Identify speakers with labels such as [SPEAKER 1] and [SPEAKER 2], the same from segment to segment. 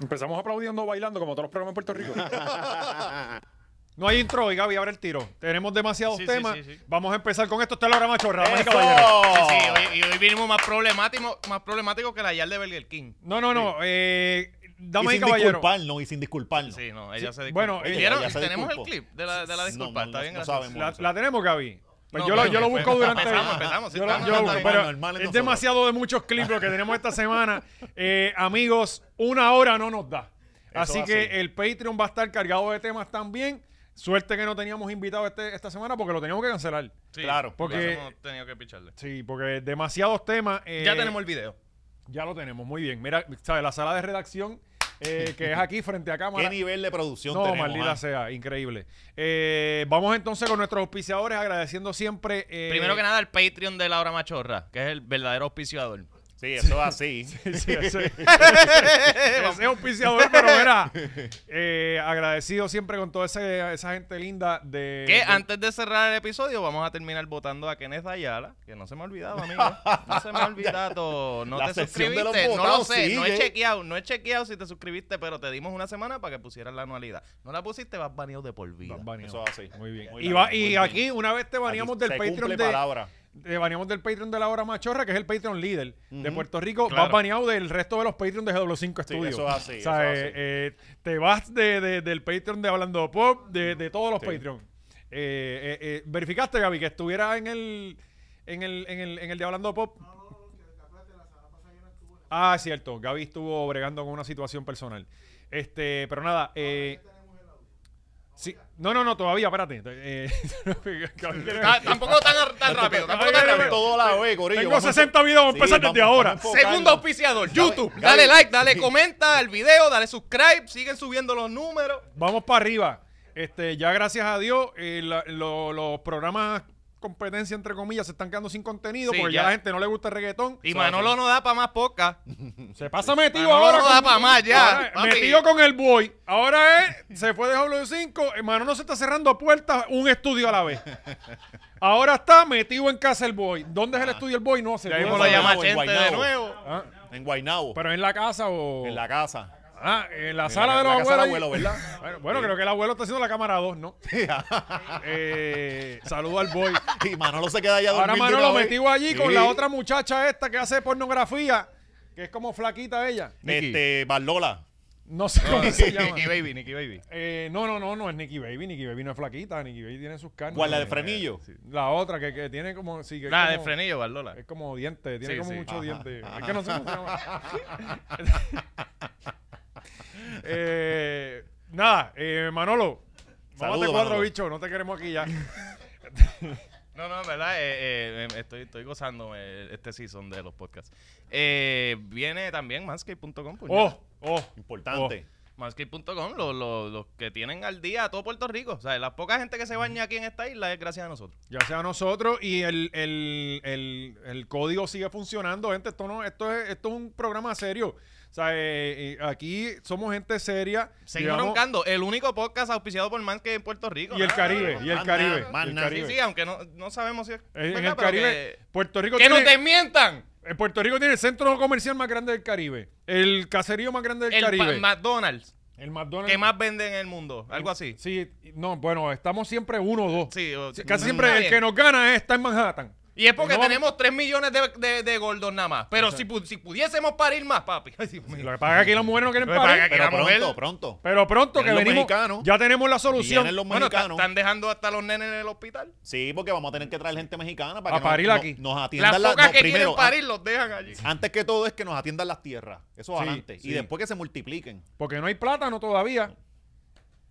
[SPEAKER 1] Empezamos aplaudiendo bailando como todos los programas en Puerto Rico. No hay intro, y Gaby, abre el tiro. Tenemos demasiados
[SPEAKER 2] Sí, sí,
[SPEAKER 1] temas.
[SPEAKER 2] sí, sí.
[SPEAKER 1] Vamos a empezar con esto, Telora Machorra. damas y
[SPEAKER 2] Eso.
[SPEAKER 1] caballeros.
[SPEAKER 2] Sí, sí,
[SPEAKER 3] Oh.
[SPEAKER 2] hoy- y hoy vinimos más problemático, más problemático que la Yal de Burger King.
[SPEAKER 1] No, no, no. Eh,
[SPEAKER 3] Y
[SPEAKER 1] damas y
[SPEAKER 3] sin
[SPEAKER 1] caballeros.
[SPEAKER 3] disculparnos, y sin disculparnos.
[SPEAKER 2] Sí, no, ella
[SPEAKER 1] Sí,
[SPEAKER 2] se disculpa.
[SPEAKER 1] bueno,
[SPEAKER 2] Oye,
[SPEAKER 1] eh,
[SPEAKER 2] ¿Vieron?
[SPEAKER 3] ella se
[SPEAKER 2] tenemos el
[SPEAKER 3] disculpó.
[SPEAKER 2] clip de la, de la
[SPEAKER 3] No,
[SPEAKER 2] disculpa,
[SPEAKER 3] no,
[SPEAKER 2] está
[SPEAKER 3] no,
[SPEAKER 2] bien
[SPEAKER 3] no
[SPEAKER 2] gracioso.
[SPEAKER 3] sabemos.
[SPEAKER 1] La, la tenemos, Gaby. Pues
[SPEAKER 2] No,
[SPEAKER 1] yo, lo,
[SPEAKER 2] bueno,
[SPEAKER 1] yo lo
[SPEAKER 2] pues,
[SPEAKER 1] busco durante.
[SPEAKER 2] empezamos, empezamos, sí,
[SPEAKER 1] yo lo-
[SPEAKER 2] estamos
[SPEAKER 1] yo lo busco,
[SPEAKER 2] normales,
[SPEAKER 1] pero
[SPEAKER 3] normales
[SPEAKER 1] es
[SPEAKER 3] nosotros.
[SPEAKER 1] demasiado de muchos clips lo que tenemos esta semana. Eh, amigos, una hora no nos da.
[SPEAKER 3] Eso
[SPEAKER 1] Así
[SPEAKER 3] así.
[SPEAKER 1] que el Patreon va a estar cargado de temas también. Suerte que no teníamos invitado este- esta semana porque lo teníamos que cancelar.
[SPEAKER 2] Sí,
[SPEAKER 3] Claro,
[SPEAKER 2] porque
[SPEAKER 1] porque-
[SPEAKER 2] hemos tenido que picharle.
[SPEAKER 1] Sí, porque demasiados temas. eh,
[SPEAKER 2] Ya tenemos el video.
[SPEAKER 1] Ya lo tenemos, muy bien. Mira, ¿sabes? La sala de redacción eh, que es aquí frente a cámara.
[SPEAKER 3] ¿Qué nivel de producción
[SPEAKER 1] No,
[SPEAKER 3] tenemos?
[SPEAKER 1] maldita
[SPEAKER 3] ah?
[SPEAKER 1] sea, increíble. Eh, vamos entonces con nuestros auspiciadores, agradeciendo siempre. eh,
[SPEAKER 2] Primero que nada, el Patreon de Laura Machorra, que es el verdadero auspiciador.
[SPEAKER 3] Sí, eso es así.
[SPEAKER 1] sí, ese, ese auspiciador, pero mira, eh, agradecido siempre con toda esa, esa gente linda de.
[SPEAKER 2] Que
[SPEAKER 1] de-
[SPEAKER 2] antes de cerrar el episodio, vamos a terminar votando a Kenneth Ayala, que no se me ha olvidado, amigo. No se me ha olvidado. No
[SPEAKER 3] La
[SPEAKER 2] te
[SPEAKER 3] sección de los
[SPEAKER 2] suscribiste. No lo
[SPEAKER 3] votados
[SPEAKER 2] sé, no he
[SPEAKER 3] sigue.
[SPEAKER 2] chequeado, no he chequeado si te suscribiste, pero te dimos una semana para que pusieras la anualidad. No la pusiste, vas baneado de por vida.
[SPEAKER 1] Nos banearon.
[SPEAKER 3] Eso es así.
[SPEAKER 1] Muy bien.
[SPEAKER 3] Muy
[SPEAKER 1] y
[SPEAKER 3] bien,
[SPEAKER 1] va-
[SPEAKER 3] muy
[SPEAKER 1] y
[SPEAKER 3] bien.
[SPEAKER 1] aquí, una vez te baneamos
[SPEAKER 3] Aquí
[SPEAKER 1] del
[SPEAKER 3] se
[SPEAKER 1] Patreon
[SPEAKER 3] cumple
[SPEAKER 1] de.
[SPEAKER 3] palabra.
[SPEAKER 1] Te baneamos del Patreon de la hora machorra, que es el Patreon líder de
[SPEAKER 3] Ujú.
[SPEAKER 1] Puerto Rico.
[SPEAKER 2] Claro.
[SPEAKER 1] Vas baneado del resto de los Patreon de GW5
[SPEAKER 3] Sí,
[SPEAKER 1] Studios.
[SPEAKER 3] eso es así,
[SPEAKER 1] O sea,
[SPEAKER 3] eso es
[SPEAKER 1] eh,
[SPEAKER 3] así.
[SPEAKER 1] eh, te vas de, de- del Patreon de Hablando Pop, de, de todos los
[SPEAKER 3] Sí.
[SPEAKER 1] Patreon. Eh, eh, eh, ¿Verificaste, Gaby, que estuviera en el, en el, en el, en el de Hablando Pop? Ah, es cierto. Gaby estuvo bregando con una situación personal. Este, pero nada, eh, sí. No, no, no, todavía, espérate. Eh, Gaby tiene-
[SPEAKER 2] Ta- tampoco tan, tan rápido, tampoco tan rápido.
[SPEAKER 3] Todo la vez, eh, Corillo.
[SPEAKER 1] tengo
[SPEAKER 3] Vamos a-
[SPEAKER 1] 60 videos, vamos a
[SPEAKER 3] Sí,
[SPEAKER 1] empezar desde
[SPEAKER 3] vamos-
[SPEAKER 1] ahora.
[SPEAKER 3] vamos a enfocarnos.
[SPEAKER 2] Segundo auspiciador, YouTube.
[SPEAKER 3] Gaby.
[SPEAKER 2] Dale like, dale
[SPEAKER 3] Sí.
[SPEAKER 2] comenta al video, dale subscribe, siguen subiendo los números.
[SPEAKER 1] Vamos para arriba. Este, ya gracias a Dios, eh, la- lo- los programas competencia, entre comillas, se están quedando sin contenido
[SPEAKER 2] Sí,
[SPEAKER 1] porque ya.
[SPEAKER 2] ya.
[SPEAKER 1] a la gente no le gusta el reggaetón.
[SPEAKER 2] Y Manolo no da para más poca.
[SPEAKER 1] Se pasa metido
[SPEAKER 2] Manolo
[SPEAKER 1] ahora.
[SPEAKER 2] no da pa' más ya,
[SPEAKER 1] ahora es
[SPEAKER 2] papi.
[SPEAKER 1] metido con el boy. Ahora es, se fue de W5. eh, Manolo se está cerrando puertas, un estudio a la vez. Ahora está metido en casa el boy. ¿Dónde es el estudio el boy? No sé.
[SPEAKER 2] Ah. Ya
[SPEAKER 1] Tú no
[SPEAKER 2] mismo lo
[SPEAKER 1] sabes.
[SPEAKER 2] llama
[SPEAKER 3] en
[SPEAKER 2] Chente de
[SPEAKER 3] Guaynabo.
[SPEAKER 2] nuevo.
[SPEAKER 1] Ah,
[SPEAKER 3] En Guaynabo.
[SPEAKER 1] Pero en la casa o.
[SPEAKER 3] En la casa.
[SPEAKER 1] Ah, en la
[SPEAKER 3] En
[SPEAKER 1] sala
[SPEAKER 3] la-
[SPEAKER 1] de los
[SPEAKER 3] la casa del
[SPEAKER 1] abuelos.
[SPEAKER 3] abuelo, ¿verdad?
[SPEAKER 1] Bueno, bueno, creo que el abuelo está haciendo la cámara 2, ¿no? eh, saludo al boy.
[SPEAKER 3] Y Manolo se queda allá
[SPEAKER 1] Ahora
[SPEAKER 3] dormido.
[SPEAKER 1] Manolo metido allí con la otra muchacha esta que hace pornografía, que es como flaquita ella.
[SPEAKER 3] Este, Barlola.
[SPEAKER 1] No sé cómo se llama.
[SPEAKER 2] Nicky Baby, Nicky Baby.
[SPEAKER 1] Eh, no, no, no, no es Nicky Baby. Nicky Baby no es flaquita. Nicky Baby tiene sus carnes.
[SPEAKER 3] Guarda de frenillo.
[SPEAKER 1] La otra que, que tiene como. Sí, que es
[SPEAKER 2] La de
[SPEAKER 1] como-
[SPEAKER 2] frenillo, Barlola.
[SPEAKER 1] Es como diente, tiene
[SPEAKER 2] Sí,
[SPEAKER 1] como
[SPEAKER 2] sí.
[SPEAKER 1] mucho
[SPEAKER 3] Ajá,
[SPEAKER 1] diente.
[SPEAKER 3] ajá.
[SPEAKER 1] Es que no sé cómo se llama. Eh, nada, eh, Manolo, mámate
[SPEAKER 3] Saludos,
[SPEAKER 1] cuatro
[SPEAKER 3] Manolo.
[SPEAKER 1] bichos, no te queremos aquí ya.
[SPEAKER 2] No, no, en verdad, eh, eh, em, estoy, estoy gozando eh, este season de los podcasts. Eh, viene también manscape.com.
[SPEAKER 1] Oh, oh,
[SPEAKER 3] Importante.
[SPEAKER 2] Manscape.com, los, los, los que tienen al día a todo Puerto Rico. O sea, la poca gente que se baña aquí en esta isla es gracias a nosotros.
[SPEAKER 1] ya sea nosotros y el, el, el, el código sigue funcionando, gente. Esto no, esto es, esto es un programa serio. O sea, eh, eh, aquí somos gente seria.
[SPEAKER 2] Seguimos
[SPEAKER 1] llevamos-
[SPEAKER 2] roncando. El único podcast auspiciado por Manscape en Puerto Rico.
[SPEAKER 1] Y el
[SPEAKER 2] Nada,
[SPEAKER 1] Caribe,
[SPEAKER 2] nada,
[SPEAKER 1] y el
[SPEAKER 3] Más nada,
[SPEAKER 1] Caribe.
[SPEAKER 3] más
[SPEAKER 1] y el
[SPEAKER 3] nada.
[SPEAKER 2] Sí,
[SPEAKER 1] Caribe. Eh,
[SPEAKER 2] sí, aunque no, no sabemos si es.
[SPEAKER 1] En- En
[SPEAKER 2] verdad,
[SPEAKER 1] el
[SPEAKER 2] pero
[SPEAKER 1] Caribe, Puerto Rico
[SPEAKER 2] Que, que nos
[SPEAKER 1] tiene-
[SPEAKER 2] desmientan.
[SPEAKER 1] Eh, Puerto Rico tiene el centro comercial más grande del Caribe, el caserío más grande del
[SPEAKER 2] El
[SPEAKER 1] Caribe,
[SPEAKER 2] pa- McDonald's,
[SPEAKER 1] el McDonald's.
[SPEAKER 2] que más venden en el mundo. Algo así.
[SPEAKER 1] Sí, no, bueno, estamos siempre uno o dos.
[SPEAKER 2] Sí, o-
[SPEAKER 1] Sí, Casi
[SPEAKER 2] Mm,
[SPEAKER 1] siempre
[SPEAKER 2] está
[SPEAKER 1] el
[SPEAKER 2] bien.
[SPEAKER 1] que nos gana es- está en Manhattan.
[SPEAKER 2] Y es porque
[SPEAKER 1] No vamos-
[SPEAKER 2] tenemos 3 millones de, de, de gordos nada más. Pero si, pu- si pudiésemos parir más, papi. Ay, Dios mío.
[SPEAKER 1] Lo que pasa es que aquí las mujeres no quieren
[SPEAKER 2] Lo que pasa
[SPEAKER 1] pagar.
[SPEAKER 2] es que-
[SPEAKER 3] Pero
[SPEAKER 2] la mujer-
[SPEAKER 3] pronto, pronto.
[SPEAKER 1] Pero pronto que
[SPEAKER 3] Vienen los
[SPEAKER 1] venimos,
[SPEAKER 3] mexicanos.
[SPEAKER 1] ya tenemos la solución.
[SPEAKER 3] Vienen los
[SPEAKER 2] Bueno, ta-
[SPEAKER 3] mexicanos.
[SPEAKER 2] están dejando hasta los nenes en el hospital.
[SPEAKER 3] Sí, porque vamos a tener que traer gente mexicana para
[SPEAKER 1] A
[SPEAKER 3] que nos-
[SPEAKER 1] parir
[SPEAKER 3] nos,
[SPEAKER 1] aquí.
[SPEAKER 3] nos atiendan
[SPEAKER 2] Las
[SPEAKER 3] la-
[SPEAKER 2] pocas
[SPEAKER 3] no,
[SPEAKER 2] que
[SPEAKER 3] primero, ah.
[SPEAKER 2] quieren parir los dejan allí.
[SPEAKER 3] an- Antes que todo es que nos atiendan las tierras. Eso es
[SPEAKER 1] Sí,
[SPEAKER 3] adelante.
[SPEAKER 1] sí.
[SPEAKER 3] Y después que se multipliquen.
[SPEAKER 1] Porque no hay plátano todavía.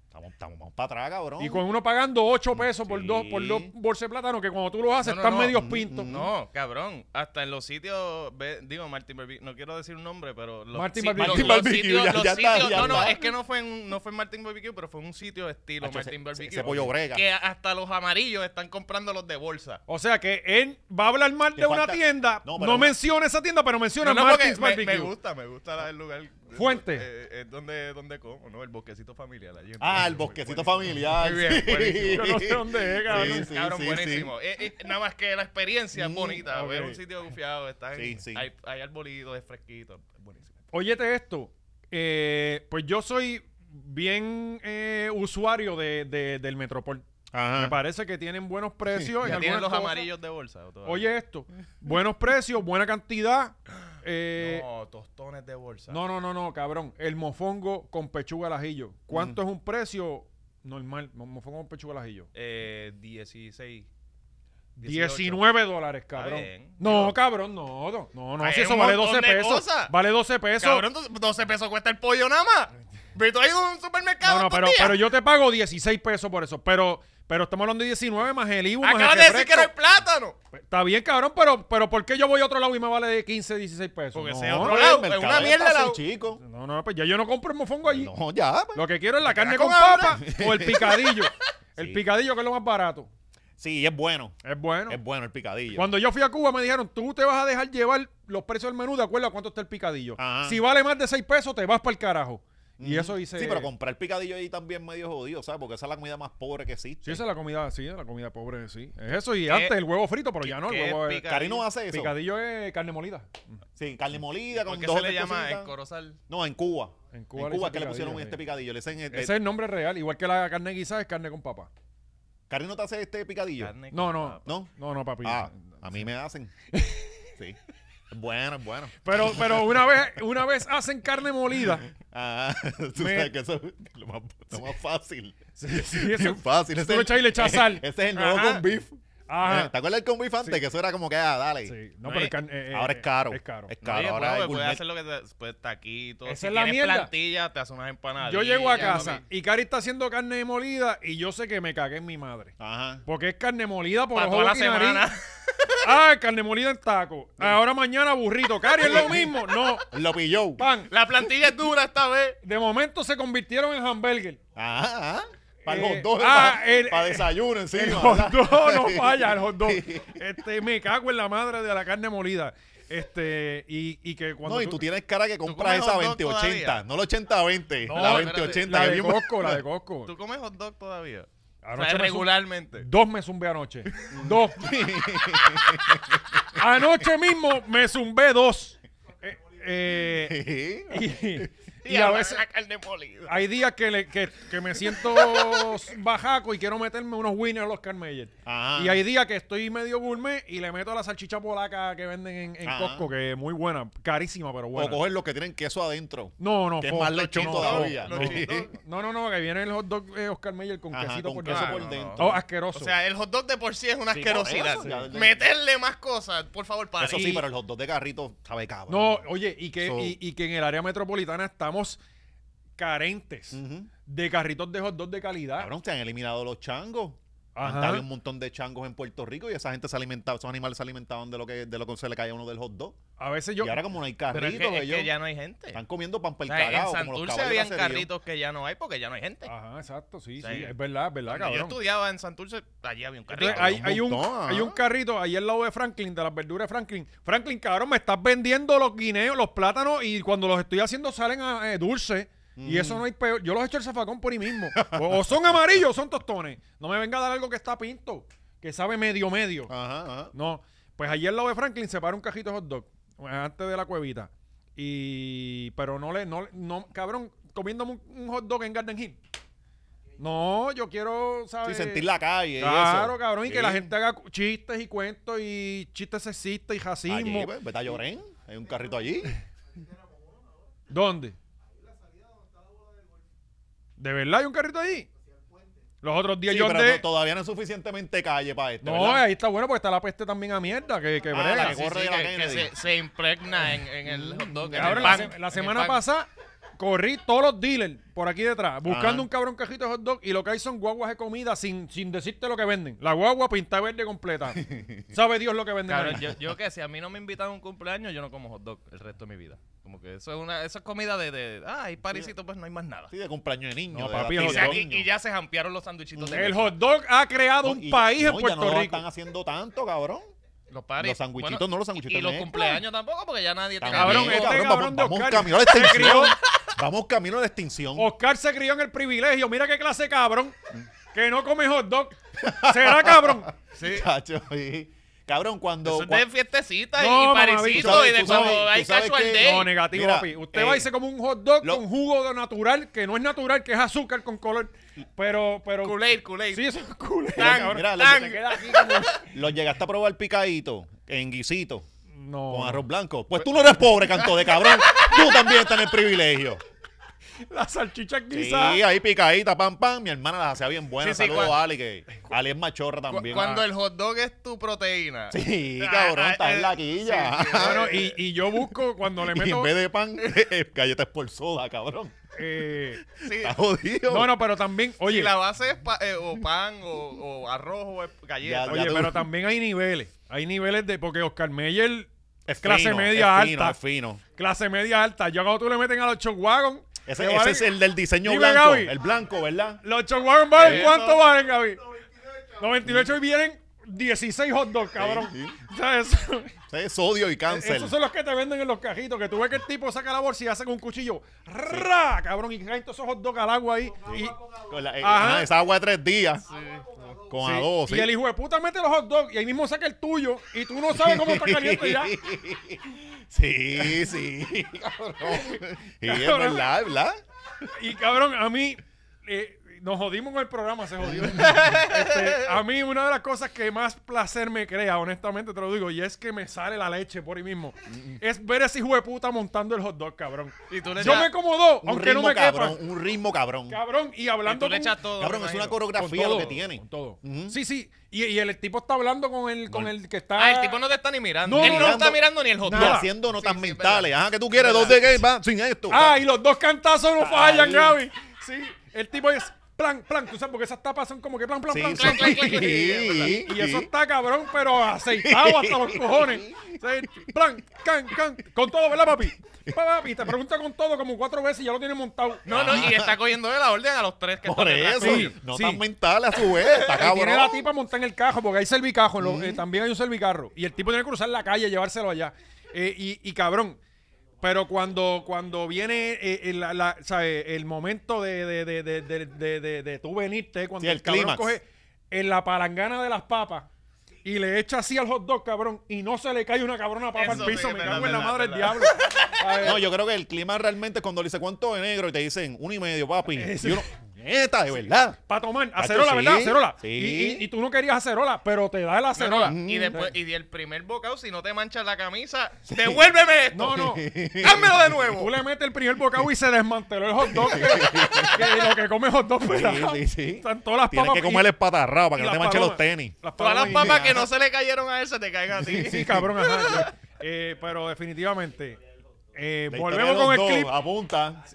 [SPEAKER 3] Estamos, estamos, para atrás, cabrón.
[SPEAKER 1] Y con uno pagando 8 pesos por
[SPEAKER 3] Sí.
[SPEAKER 1] dos, por dos bolsas de plátano, que cuando tú los haces
[SPEAKER 2] No, no,
[SPEAKER 1] están
[SPEAKER 2] no. Mm,
[SPEAKER 1] medios pintos.
[SPEAKER 2] No, cabrón. Hasta en los sitios, ve- digo, Martin Barbecue, no quiero decir un nombre, pero los,
[SPEAKER 1] Martin
[SPEAKER 2] sí,
[SPEAKER 1] Barbecue.
[SPEAKER 2] los-
[SPEAKER 3] Martin
[SPEAKER 2] los
[SPEAKER 3] Barbecue,
[SPEAKER 2] sitios,
[SPEAKER 3] ya-
[SPEAKER 2] los
[SPEAKER 3] ya está,
[SPEAKER 2] sitios-
[SPEAKER 3] ya
[SPEAKER 2] no, no,
[SPEAKER 3] está.
[SPEAKER 2] es que no fue en, no fue en Martin Barbecue, pero fue en un sitio estilo
[SPEAKER 3] Hacho,
[SPEAKER 2] Martin
[SPEAKER 3] ese-
[SPEAKER 2] Barbecue.
[SPEAKER 3] ese pollo brega.
[SPEAKER 2] Que hasta los amarillos están comprando los de bolsa.
[SPEAKER 1] O sea que él va a hablar mal
[SPEAKER 3] Te
[SPEAKER 1] de una
[SPEAKER 3] falta-
[SPEAKER 1] tienda. No,
[SPEAKER 3] No, pero-
[SPEAKER 1] menciona esa tienda, pero menciona
[SPEAKER 2] No, no, porque
[SPEAKER 1] Martins
[SPEAKER 2] me,
[SPEAKER 1] Barbecue.
[SPEAKER 2] me gusta, me gusta la- el lugar.
[SPEAKER 1] Fuente.
[SPEAKER 2] Eh, Es donde, donde como, ¿no? El bosquecito familiar. allí en
[SPEAKER 3] Ah, el
[SPEAKER 2] Puerto
[SPEAKER 3] bosquecito
[SPEAKER 2] Rico.
[SPEAKER 3] familiar.
[SPEAKER 2] Muy bien, buenísimo.
[SPEAKER 1] Yo no sé dónde es, cabrón.
[SPEAKER 3] Sí,
[SPEAKER 2] cabrón,
[SPEAKER 3] sí,
[SPEAKER 2] buenísimo. Eh, eh, nada más que la experiencia es
[SPEAKER 3] Mm,
[SPEAKER 2] bonita. Ver
[SPEAKER 1] ok.
[SPEAKER 2] un sitio gufiado, está en-
[SPEAKER 3] Sí, sí.
[SPEAKER 2] Hay, hay arbolitos, es fresquito. es buenísimo.
[SPEAKER 1] Óyete esto. eh, pues yo soy bien eh, usuario de, de- del Metropol. Me
[SPEAKER 3] Ajá.
[SPEAKER 1] parece que tienen buenos precios. en
[SPEAKER 2] ¿Ya tienen
[SPEAKER 1] algunas
[SPEAKER 2] los
[SPEAKER 1] cosas.
[SPEAKER 2] amarillos de bolsa? o todavía?
[SPEAKER 1] Oye esto, buenos precios, buena cantidad. eh,
[SPEAKER 2] no, tostones de bolsa.
[SPEAKER 1] no, no, no, no, cabrón. El mofongo con pechuga al ajillo. ¿Cuánto es un precio normal? Mo- Mofongo con pechuga al ajillo.
[SPEAKER 2] Eh, 16. 18.
[SPEAKER 1] 19 dólares, cabrón.
[SPEAKER 2] bien.
[SPEAKER 1] No,
[SPEAKER 2] Digo-
[SPEAKER 1] cabrón, no, no, no, no,
[SPEAKER 2] Hay
[SPEAKER 1] si eso
[SPEAKER 2] un
[SPEAKER 1] vale
[SPEAKER 2] montón
[SPEAKER 1] 12
[SPEAKER 2] de
[SPEAKER 1] pesos.
[SPEAKER 2] cosas.
[SPEAKER 1] Vale 12 pesos.
[SPEAKER 2] Cabrón, 12 pesos cuesta el pollo nada más. Pero tú has ido a un supermercado.
[SPEAKER 1] no, no, pero, pero yo te pago 16 pesos por eso. Pero, pero estamos hablando de 19 más el IVA. más el
[SPEAKER 2] Acabas de decir que
[SPEAKER 1] refresco.
[SPEAKER 2] era el plátano.
[SPEAKER 1] Está bien, cabrón, pero, pero ¿por qué yo voy a otro lado y me vale 15, 16 pesos?
[SPEAKER 2] Porque
[SPEAKER 1] no,
[SPEAKER 2] ese otro
[SPEAKER 3] Pero el
[SPEAKER 2] lado,
[SPEAKER 3] mercado
[SPEAKER 2] es una mierda
[SPEAKER 3] está
[SPEAKER 2] la-
[SPEAKER 3] así, chico.
[SPEAKER 1] no, no, pues ya yo no compro el mofongo allí.
[SPEAKER 3] No, ya. pues.
[SPEAKER 1] Lo que quiero es la carne
[SPEAKER 2] con
[SPEAKER 1] con, papa o el picadillo. El
[SPEAKER 3] Sí.
[SPEAKER 1] picadillo que es lo más barato.
[SPEAKER 3] Sí, es bueno.
[SPEAKER 1] Es bueno.
[SPEAKER 3] Es bueno el picadillo.
[SPEAKER 1] Cuando yo fui a Cuba me dijeron, tú te vas a dejar llevar los precios del menú de acuerdo a cuánto está el picadillo.
[SPEAKER 3] Ajá.
[SPEAKER 1] Si vale más de 6 pesos, te vas para el carajo. Y
[SPEAKER 3] Ujú.
[SPEAKER 1] eso hice...
[SPEAKER 3] Sí, pero comprar picadillo ahí también medio jodido, ¿sabes? Porque esa es la comida más pobre que existe.
[SPEAKER 1] Sí, esa es la comida, sí, la comida pobre, sí. Es eso, y
[SPEAKER 3] Eh,
[SPEAKER 2] ¿Qué-
[SPEAKER 1] antes el huevo frito, pero ya no, el
[SPEAKER 2] ¿Qué
[SPEAKER 1] huevo es...
[SPEAKER 2] pica-
[SPEAKER 3] Carino hace eso.
[SPEAKER 1] Picadillo es carne molida.
[SPEAKER 3] Sí, carne molida
[SPEAKER 2] ¿Por
[SPEAKER 3] con
[SPEAKER 2] qué
[SPEAKER 3] dos o
[SPEAKER 2] se le
[SPEAKER 3] tres
[SPEAKER 2] llama
[SPEAKER 3] cositas.
[SPEAKER 2] el corozal?
[SPEAKER 3] No, en Cuba.
[SPEAKER 1] En
[SPEAKER 3] En
[SPEAKER 1] Cuba
[SPEAKER 3] Cuba,
[SPEAKER 1] le dicen
[SPEAKER 3] es que le pusieron
[SPEAKER 1] picadillo,
[SPEAKER 3] este
[SPEAKER 1] sí.
[SPEAKER 3] picadillo. Le dicen, eh,
[SPEAKER 1] Ese es el nombre real, igual que la carne guisada es carne con papa.
[SPEAKER 3] Carino te hace este picadillo.
[SPEAKER 2] Carne
[SPEAKER 1] No,
[SPEAKER 2] con
[SPEAKER 1] no.
[SPEAKER 2] papa.
[SPEAKER 3] ¿No?
[SPEAKER 1] No, no, papi.
[SPEAKER 3] Ah, a mí me hacen. Sí. Es bueno, es bueno.
[SPEAKER 1] Pero, pero una vez, una vez hacen carne molida.
[SPEAKER 3] Ah, tú
[SPEAKER 1] Me-
[SPEAKER 3] sabes que eso es lo más, lo más fácil.
[SPEAKER 1] Sí, sí, eso-
[SPEAKER 3] Bien fácil.
[SPEAKER 1] tú
[SPEAKER 3] es
[SPEAKER 1] lo
[SPEAKER 3] el-
[SPEAKER 1] echas y le echas sal.
[SPEAKER 3] Ese es el nuevo
[SPEAKER 1] Ajá.
[SPEAKER 3] con beef.
[SPEAKER 1] Ajá.
[SPEAKER 3] Eh, ¿Te acuerdas del con beef antes?
[SPEAKER 1] Sí.
[SPEAKER 3] Que eso era como que, ah, dale.
[SPEAKER 1] Sí, no,
[SPEAKER 2] No,
[SPEAKER 1] pero
[SPEAKER 2] y-
[SPEAKER 1] el can- eh, eh,
[SPEAKER 3] Ahora es caro.
[SPEAKER 1] Es caro.
[SPEAKER 3] Es
[SPEAKER 2] No,
[SPEAKER 3] caro.
[SPEAKER 2] oye,
[SPEAKER 3] ahora
[SPEAKER 2] puedo,
[SPEAKER 3] hay
[SPEAKER 2] puedes
[SPEAKER 3] gourmet.
[SPEAKER 2] hacer lo que te... Pues taquitos.
[SPEAKER 1] Esa
[SPEAKER 2] si
[SPEAKER 1] es la
[SPEAKER 2] tienes
[SPEAKER 1] mierda.
[SPEAKER 2] plantilla, te haces unas empanadas.
[SPEAKER 1] Yo llego a casa y Cari está haciendo carne molida y yo sé que me cagué en mi madre.
[SPEAKER 3] Ajá.
[SPEAKER 1] Porque es carne molida por
[SPEAKER 2] Para
[SPEAKER 1] ojo
[SPEAKER 2] toda la
[SPEAKER 1] boca y nariz.
[SPEAKER 2] semana.
[SPEAKER 1] Ah, carne molida en taco. Ahora mañana burrito. Cari es lo mismo. No,
[SPEAKER 3] Lo pilló.
[SPEAKER 1] pan.
[SPEAKER 2] La plantilla es dura esta vez.
[SPEAKER 1] De momento se convirtieron en hamburger.
[SPEAKER 3] Ajá, ajá. Para
[SPEAKER 1] Eh,
[SPEAKER 3] el hot dog,
[SPEAKER 1] ah,
[SPEAKER 3] para,
[SPEAKER 1] el-
[SPEAKER 3] para desayuno encima.
[SPEAKER 1] El
[SPEAKER 3] ¿verdad?
[SPEAKER 1] hot dog no falla, el hot dog. Este, me cago en la madre de la carne molida. Este, y, y que cuando.
[SPEAKER 3] No, y tú tienes cara que compras
[SPEAKER 2] comes
[SPEAKER 3] esa
[SPEAKER 2] hot dog
[SPEAKER 3] 2080,
[SPEAKER 2] todavía?
[SPEAKER 3] no la 8020,
[SPEAKER 1] No,
[SPEAKER 3] la
[SPEAKER 2] espérate,
[SPEAKER 3] 2080
[SPEAKER 1] La
[SPEAKER 3] que
[SPEAKER 1] de
[SPEAKER 3] vimos.
[SPEAKER 1] Costco, la de Costco.
[SPEAKER 2] ¿Tú comes hot dog todavía? O
[SPEAKER 1] Anoche
[SPEAKER 2] sea,
[SPEAKER 1] me
[SPEAKER 2] regularmente.
[SPEAKER 1] zum- Dos me zumbé anoche. Dos. anoche mismo me zumbé dos. Eh, eh,
[SPEAKER 3] Sí.
[SPEAKER 1] y, y
[SPEAKER 2] Y
[SPEAKER 1] a
[SPEAKER 2] ahora
[SPEAKER 1] veces Ah,
[SPEAKER 2] la carne molida.
[SPEAKER 1] hay días que, le- que, que me siento bajaco y quiero meterme unos winners a los Carmeyer.
[SPEAKER 3] Ajá.
[SPEAKER 1] Y hay días que estoy medio gourmet y le meto a la salchicha polaca que venden en, en
[SPEAKER 3] Ajá.
[SPEAKER 1] Costco, que es muy buena, carísima, pero
[SPEAKER 3] O
[SPEAKER 1] buena.
[SPEAKER 3] coger los que tienen queso adentro.
[SPEAKER 1] No, no,
[SPEAKER 3] Que es
[SPEAKER 1] fo-
[SPEAKER 3] más
[SPEAKER 1] no,
[SPEAKER 3] lechón
[SPEAKER 1] no,
[SPEAKER 3] todavía.
[SPEAKER 1] No,
[SPEAKER 2] Los hot dog.
[SPEAKER 1] no, no, no, que viene el hot dog eh, Oscar Mayer con
[SPEAKER 3] Ajá,
[SPEAKER 1] quesito
[SPEAKER 3] con
[SPEAKER 1] por
[SPEAKER 3] queso
[SPEAKER 1] dentro.
[SPEAKER 3] por
[SPEAKER 2] Ah, no,
[SPEAKER 3] dentro.
[SPEAKER 1] Oh, asqueroso.
[SPEAKER 2] O sea, el hot dog de por sí es una
[SPEAKER 3] Sí,
[SPEAKER 2] asquerosidad.
[SPEAKER 3] por eso, ya-
[SPEAKER 2] Meterle más cosas, por favor, para.
[SPEAKER 3] Eso sí, pero el hot dog de carrito sabe cabrón.
[SPEAKER 1] no, oye, y que,
[SPEAKER 3] So-
[SPEAKER 1] y, y que en el área metropolitana estamos carentes
[SPEAKER 3] Ujú.
[SPEAKER 1] de carritos de hot dog de calidad.
[SPEAKER 3] Mm. Cabrón, se han eliminado los changos.
[SPEAKER 1] Ajá.
[SPEAKER 3] Ajá. un montón de changos en Puerto Rico y esa gente se alimentaba, esos animales se alimentaban de lo que de lo que se le caía a uno del hot dog.
[SPEAKER 1] A veces yo.
[SPEAKER 3] y ahora como no hay
[SPEAKER 2] Pero
[SPEAKER 3] carritos,
[SPEAKER 2] es que, es
[SPEAKER 3] ellos
[SPEAKER 2] que ya no hay gente.
[SPEAKER 3] están comiendo pan
[SPEAKER 2] O sea, en
[SPEAKER 3] pelcagado como los
[SPEAKER 2] Santurce
[SPEAKER 3] caballos
[SPEAKER 2] habían
[SPEAKER 3] de caserío.
[SPEAKER 2] carritos que ya no hay porque ya no hay gente.
[SPEAKER 1] Ajá, exacto, sí, sí,
[SPEAKER 2] Sí.
[SPEAKER 1] es verdad, es Ah, verdad,
[SPEAKER 2] Cuando yo
[SPEAKER 1] cabrón.
[SPEAKER 2] estudiaba en Santurce, allí había un carrito.
[SPEAKER 1] Entonces, hay,
[SPEAKER 3] un
[SPEAKER 1] hay un,
[SPEAKER 3] montón, ¿ah? ajá.
[SPEAKER 1] hay un carrito ahí al lado de Franklin, de las verduras de Franklin. Franklin, cabrón, me estás vendiendo los guineos, los plátanos, y cuando los estoy haciendo salen a, eh, dulces. Y
[SPEAKER 3] Mm.
[SPEAKER 1] eso no hay peor. Yo los echo el zafacón por ahí mismo. O, o son amarillos o son tostones. No me venga a dar algo que está pinto, que sabe medio medio.
[SPEAKER 3] Ajá, ajá.
[SPEAKER 1] No. Pues allí al lado de Franklin se para un cajito de hot dog, antes de la cuevita. Y. Pero no le. No, le- no cabrón, comiéndome un, un hot dog en Garden Hill. No, yo quiero,
[SPEAKER 3] Sí,
[SPEAKER 1] ¿sabes?
[SPEAKER 3] sentir la calle y
[SPEAKER 1] Claro,
[SPEAKER 3] eso.
[SPEAKER 1] cabrón, y que
[SPEAKER 3] Sí.
[SPEAKER 1] la gente haga cu- chistes y cuentos y chistes sexistas y racismo.
[SPEAKER 3] Allí, pues, vete a Llorén, hay un carrito allí.
[SPEAKER 1] ¿Dónde? ¿De verdad hay un carrito ahí? Los otros días
[SPEAKER 3] Sí,
[SPEAKER 1] yo
[SPEAKER 3] pero
[SPEAKER 1] andé...
[SPEAKER 3] no- todavía no es suficientemente calle para esto.
[SPEAKER 1] No,
[SPEAKER 3] ¿verdad?
[SPEAKER 1] ahí está bueno porque está la peste también a mierda, que, que
[SPEAKER 3] Ah,
[SPEAKER 1] brega.
[SPEAKER 3] la que corre de la
[SPEAKER 2] que, que
[SPEAKER 3] Kennedy.
[SPEAKER 2] se, se impregna en, en el hot dog. en
[SPEAKER 1] Cabrón,
[SPEAKER 2] el
[SPEAKER 1] la,
[SPEAKER 2] pan,
[SPEAKER 1] se-
[SPEAKER 2] en
[SPEAKER 1] la
[SPEAKER 2] el
[SPEAKER 1] semana
[SPEAKER 2] pan.
[SPEAKER 1] pasada corrí todos los dealers por aquí detrás buscando
[SPEAKER 3] Ajá.
[SPEAKER 1] un cabrón cajito de hot dog y lo que hay son guaguas de comida sin, sin decirte lo que venden. La guagua pinta verde completa. Sabe Dios lo que venden.
[SPEAKER 2] Cabrón,
[SPEAKER 1] ahí.
[SPEAKER 2] yo, yo que si a mí no me invitan a un cumpleaños, yo no como hot dog el resto de mi vida. Como que eso es una, eso es comida de, de ah, hay parisito, pues no hay más nada.
[SPEAKER 3] Sí, de cumpleaños de niño.
[SPEAKER 1] No,
[SPEAKER 3] de
[SPEAKER 1] papi,
[SPEAKER 3] la
[SPEAKER 1] el
[SPEAKER 2] Y,
[SPEAKER 1] hot
[SPEAKER 2] se-
[SPEAKER 3] tía de
[SPEAKER 1] dog.
[SPEAKER 2] y-
[SPEAKER 3] niño.
[SPEAKER 2] y ya se jampearon los sanduichitos de
[SPEAKER 1] El
[SPEAKER 2] leche.
[SPEAKER 1] hot dog ha creado
[SPEAKER 3] No,
[SPEAKER 1] un
[SPEAKER 3] y-
[SPEAKER 1] país
[SPEAKER 3] no,
[SPEAKER 1] en
[SPEAKER 3] ya
[SPEAKER 1] Puerto
[SPEAKER 3] no lo
[SPEAKER 1] Rico.
[SPEAKER 3] están haciendo tanto, cabrón.
[SPEAKER 2] Los paris.
[SPEAKER 3] Los sandwichitos, no, los sandwichitos
[SPEAKER 2] Y, y los
[SPEAKER 3] no.
[SPEAKER 2] cumpleaños tampoco, porque ya nadie tiene
[SPEAKER 1] Cabrón,
[SPEAKER 2] amigos.
[SPEAKER 1] este cabrón
[SPEAKER 3] vamos,
[SPEAKER 1] de
[SPEAKER 3] vamos
[SPEAKER 1] Oscar
[SPEAKER 3] camino a la
[SPEAKER 1] se crió.
[SPEAKER 3] extinción. vamos camino a la extinción.
[SPEAKER 1] Oscar se crió en el privilegio. Mira qué clase de cabrón. Que no come hot dog. Será cabrón.
[SPEAKER 2] Sí.
[SPEAKER 3] Chacho, sí. Cabrón, cuando.
[SPEAKER 2] Eso es
[SPEAKER 3] cua-
[SPEAKER 2] de fiestecita
[SPEAKER 1] No,
[SPEAKER 2] y- y
[SPEAKER 1] mamabicho,
[SPEAKER 2] parecito
[SPEAKER 1] tú sabes-
[SPEAKER 2] y de
[SPEAKER 3] tú sabes-
[SPEAKER 2] cuando
[SPEAKER 3] tú
[SPEAKER 2] hay
[SPEAKER 3] sabes
[SPEAKER 2] casual
[SPEAKER 3] que-
[SPEAKER 2] day.
[SPEAKER 1] No, negativo,
[SPEAKER 3] Mira,
[SPEAKER 1] papi. Usted
[SPEAKER 3] eh,
[SPEAKER 1] va y se come un hot dog
[SPEAKER 3] lo-
[SPEAKER 1] con jugo de natural, que no es natural, que es azúcar con color. Pero, pero.
[SPEAKER 2] Kool-Aid, Kool-Aid.
[SPEAKER 1] Sí, eso es cool.
[SPEAKER 2] Tan,
[SPEAKER 1] cabrón.
[SPEAKER 3] mira,
[SPEAKER 2] tan.
[SPEAKER 3] lo que te
[SPEAKER 1] Queda aquí como-
[SPEAKER 3] Los llegaste a probar picadito, en guisito,
[SPEAKER 1] No.
[SPEAKER 3] con arroz blanco. Pues tú no eres pobre, canto de cabrón. Tú también estás en el privilegio.
[SPEAKER 1] La salchicha
[SPEAKER 3] Sí,
[SPEAKER 1] guisa.
[SPEAKER 3] ahí picadita, pam, pam. Mi hermana las hacía bien buenas.
[SPEAKER 2] Sí, sí,
[SPEAKER 3] Saludos
[SPEAKER 2] cua-
[SPEAKER 3] a Ali, que Ali es machorra
[SPEAKER 2] Cu-
[SPEAKER 3] también.
[SPEAKER 2] Cuando
[SPEAKER 3] Ah.
[SPEAKER 2] el hot dog es tu proteína.
[SPEAKER 3] Sí,
[SPEAKER 2] Ah,
[SPEAKER 3] cabrón,
[SPEAKER 2] ah,
[SPEAKER 3] estás en
[SPEAKER 2] eh,
[SPEAKER 3] la quilla.
[SPEAKER 2] sí, sí,
[SPEAKER 1] Bueno, y, y yo busco cuando le
[SPEAKER 3] Y en
[SPEAKER 1] meto.
[SPEAKER 3] vez de pan, eh, galletas por soda, cabrón.
[SPEAKER 1] eh,
[SPEAKER 2] Sí,
[SPEAKER 3] Está jodido.
[SPEAKER 1] no, no, pero también. Oye,
[SPEAKER 2] y la base es pa- eh, o pan o, o arroz o es galleta.
[SPEAKER 3] Ya,
[SPEAKER 1] oye
[SPEAKER 3] te-
[SPEAKER 1] pero también hay niveles. Hay niveles de. Porque Oscar Meyer,
[SPEAKER 3] Es
[SPEAKER 1] clase
[SPEAKER 3] fino,
[SPEAKER 1] media
[SPEAKER 3] es fino,
[SPEAKER 1] alta.
[SPEAKER 3] Es fino.
[SPEAKER 1] clase media alta. Yo cuando tú le meten a los chocwagon.
[SPEAKER 3] Ese,
[SPEAKER 1] que
[SPEAKER 3] ese
[SPEAKER 1] valen-
[SPEAKER 3] es el del diseño
[SPEAKER 1] Dime,
[SPEAKER 3] blanco.
[SPEAKER 1] Gaby.
[SPEAKER 3] El blanco, ¿verdad?
[SPEAKER 1] Los chocwagon valen.
[SPEAKER 2] Eso.
[SPEAKER 1] ¿Cuánto valen, Gaby? 98 y vienen 16 hot dogs, cabrón.
[SPEAKER 3] Sí,
[SPEAKER 1] O sea, eso-
[SPEAKER 3] Ese es sodio y cáncer.
[SPEAKER 1] Esos son los que te venden en los cajitos, que tú ves que el tipo saca la bolsa y hace con un cuchillo. ¡Ra! Cabrón, y caen todos esos hot dogs al agua ahí. y,
[SPEAKER 3] Con la- eh,
[SPEAKER 1] Ajá.
[SPEAKER 3] ajá, esa agua de tres días. Con
[SPEAKER 1] sí,
[SPEAKER 3] adobo, Ah, oh, sí.
[SPEAKER 1] y el hijo de puta mete los hot dogs y ahí mismo saca el tuyo y tú no sabes cómo está caliente ya.
[SPEAKER 3] Sí, sí, cabrón. Y es
[SPEAKER 1] Cabrón.
[SPEAKER 3] verdad, es verdad.
[SPEAKER 1] Y cabrón, a mí eh, nos jodimos con el programa, se jodió. Este, a mí una de las cosas que más placer me crea, honestamente te lo digo, y es que me sale la leche por ahí mismo, es ver a ese hijo de puta montando el hot dog, cabrón.
[SPEAKER 2] Y tú le
[SPEAKER 1] Yo
[SPEAKER 2] echas-
[SPEAKER 1] me como dos,
[SPEAKER 3] Un
[SPEAKER 1] aunque
[SPEAKER 3] ritmo
[SPEAKER 1] no me
[SPEAKER 3] cabrón,
[SPEAKER 1] quepa.
[SPEAKER 3] un ritmo cabrón.
[SPEAKER 1] Cabrón, y
[SPEAKER 2] y tú
[SPEAKER 1] hablando
[SPEAKER 2] le
[SPEAKER 1] con-
[SPEAKER 2] echas todo.
[SPEAKER 3] Cabrón,
[SPEAKER 2] me
[SPEAKER 3] es una
[SPEAKER 2] imagino.
[SPEAKER 3] coreografía lo que tiene.
[SPEAKER 1] Con todo.
[SPEAKER 3] Ujú.
[SPEAKER 1] Sí, sí. Y, y el tipo está hablando con el, con el que está.
[SPEAKER 2] Ah, el tipo no te está ni mirando.
[SPEAKER 1] No,
[SPEAKER 2] Él no
[SPEAKER 3] mirando.
[SPEAKER 2] está mirando ni el hot
[SPEAKER 3] Y
[SPEAKER 2] dog.
[SPEAKER 1] Nada.
[SPEAKER 3] haciendo notas
[SPEAKER 2] Sí, sí, es
[SPEAKER 3] mentales. Ajá, que tú quieres dos de gay, va, sin esto.
[SPEAKER 1] Ah, y los dos cantazos no fallan,
[SPEAKER 3] Ahí.
[SPEAKER 1] Gaby. Sí, el tipo es plan, plan. Tú sabes, porque esas tapas son como que plan, plan,
[SPEAKER 3] Sí,
[SPEAKER 1] plan,
[SPEAKER 3] sí,
[SPEAKER 1] plan, plan.
[SPEAKER 2] clan, clan,
[SPEAKER 3] sí,
[SPEAKER 1] Y eso
[SPEAKER 3] sí.
[SPEAKER 1] está cabrón, pero aceitado hasta los cojones. O sea, plan, can, can. Con todo, ¿verdad, papi? Papi, te pregunta con todo como cuatro veces y ya lo tiene montado.
[SPEAKER 2] No, no, y está cogiendo de la orden a los tres que
[SPEAKER 3] Por
[SPEAKER 2] están detrás
[SPEAKER 3] eso,
[SPEAKER 2] tuyo.
[SPEAKER 1] Sí,
[SPEAKER 3] notas
[SPEAKER 1] sí.
[SPEAKER 3] mentales a su vez, está
[SPEAKER 1] Y tiene la
[SPEAKER 3] cabrón.
[SPEAKER 1] tipa montada en el cajo, porque hay servicajo, en lo- eh, también hay un servicarro. Y el tipo tiene que cruzar la calle y llevárselo allá. Eh, y, y cabrón. Pero cuando, cuando viene eh, el, la- la- ¿sabe? el momento de, de, de, de, de, de- de- de tú venirte, cuando
[SPEAKER 3] Sí, el
[SPEAKER 1] el, cabrón
[SPEAKER 3] clímax.
[SPEAKER 1] coge en la palangana de las papas y le echa así al hot dog, cabrón, y no se le cae una cabrona papa
[SPEAKER 2] Eso
[SPEAKER 1] al piso,
[SPEAKER 2] sí,
[SPEAKER 1] me
[SPEAKER 2] verdad,
[SPEAKER 1] cago en la
[SPEAKER 2] verdad,
[SPEAKER 1] madre del
[SPEAKER 2] verdad.
[SPEAKER 1] diablo. ¿Sabe?
[SPEAKER 3] No, yo creo que el clima realmente es cuando le dice cuánto de negro y te dicen uno y medio, papi. Y uno, neta, de verdad.
[SPEAKER 1] Para tomar,
[SPEAKER 3] Cacho,
[SPEAKER 1] acerola,
[SPEAKER 3] sí,
[SPEAKER 1] ¿verdad? Acerola.
[SPEAKER 3] sí.
[SPEAKER 1] Y, y- y tú no querías acerola, pero te da la
[SPEAKER 2] No,
[SPEAKER 1] acerola.
[SPEAKER 2] no, y después, y el primer bocado, si no te manchas la camisa, devuélveme esto.
[SPEAKER 1] No, no.
[SPEAKER 2] Dámelo de
[SPEAKER 1] Tú
[SPEAKER 2] nuevo.
[SPEAKER 1] le metes el primer bocado y se desmanteló el hot dog. Que, que lo que come hot dog, ¿verdad?
[SPEAKER 3] sí, sí.
[SPEAKER 1] Están todas las
[SPEAKER 3] Tienes
[SPEAKER 1] papas.
[SPEAKER 3] que comer
[SPEAKER 1] y-
[SPEAKER 3] el patarrao para
[SPEAKER 1] y
[SPEAKER 3] que no
[SPEAKER 1] las
[SPEAKER 3] te manchen los
[SPEAKER 1] palomas.
[SPEAKER 3] tenis.
[SPEAKER 2] Todas las
[SPEAKER 1] palomas
[SPEAKER 2] papas que no se le cayeron a él se te caigan a ti.
[SPEAKER 1] indias. Sí, cabrón, ajá. Eh, pero definitivamente. eh,
[SPEAKER 3] La historia
[SPEAKER 1] volvemos
[SPEAKER 3] de
[SPEAKER 1] con el
[SPEAKER 3] los dos, ah.
[SPEAKER 1] clip.
[SPEAKER 3] Apunta.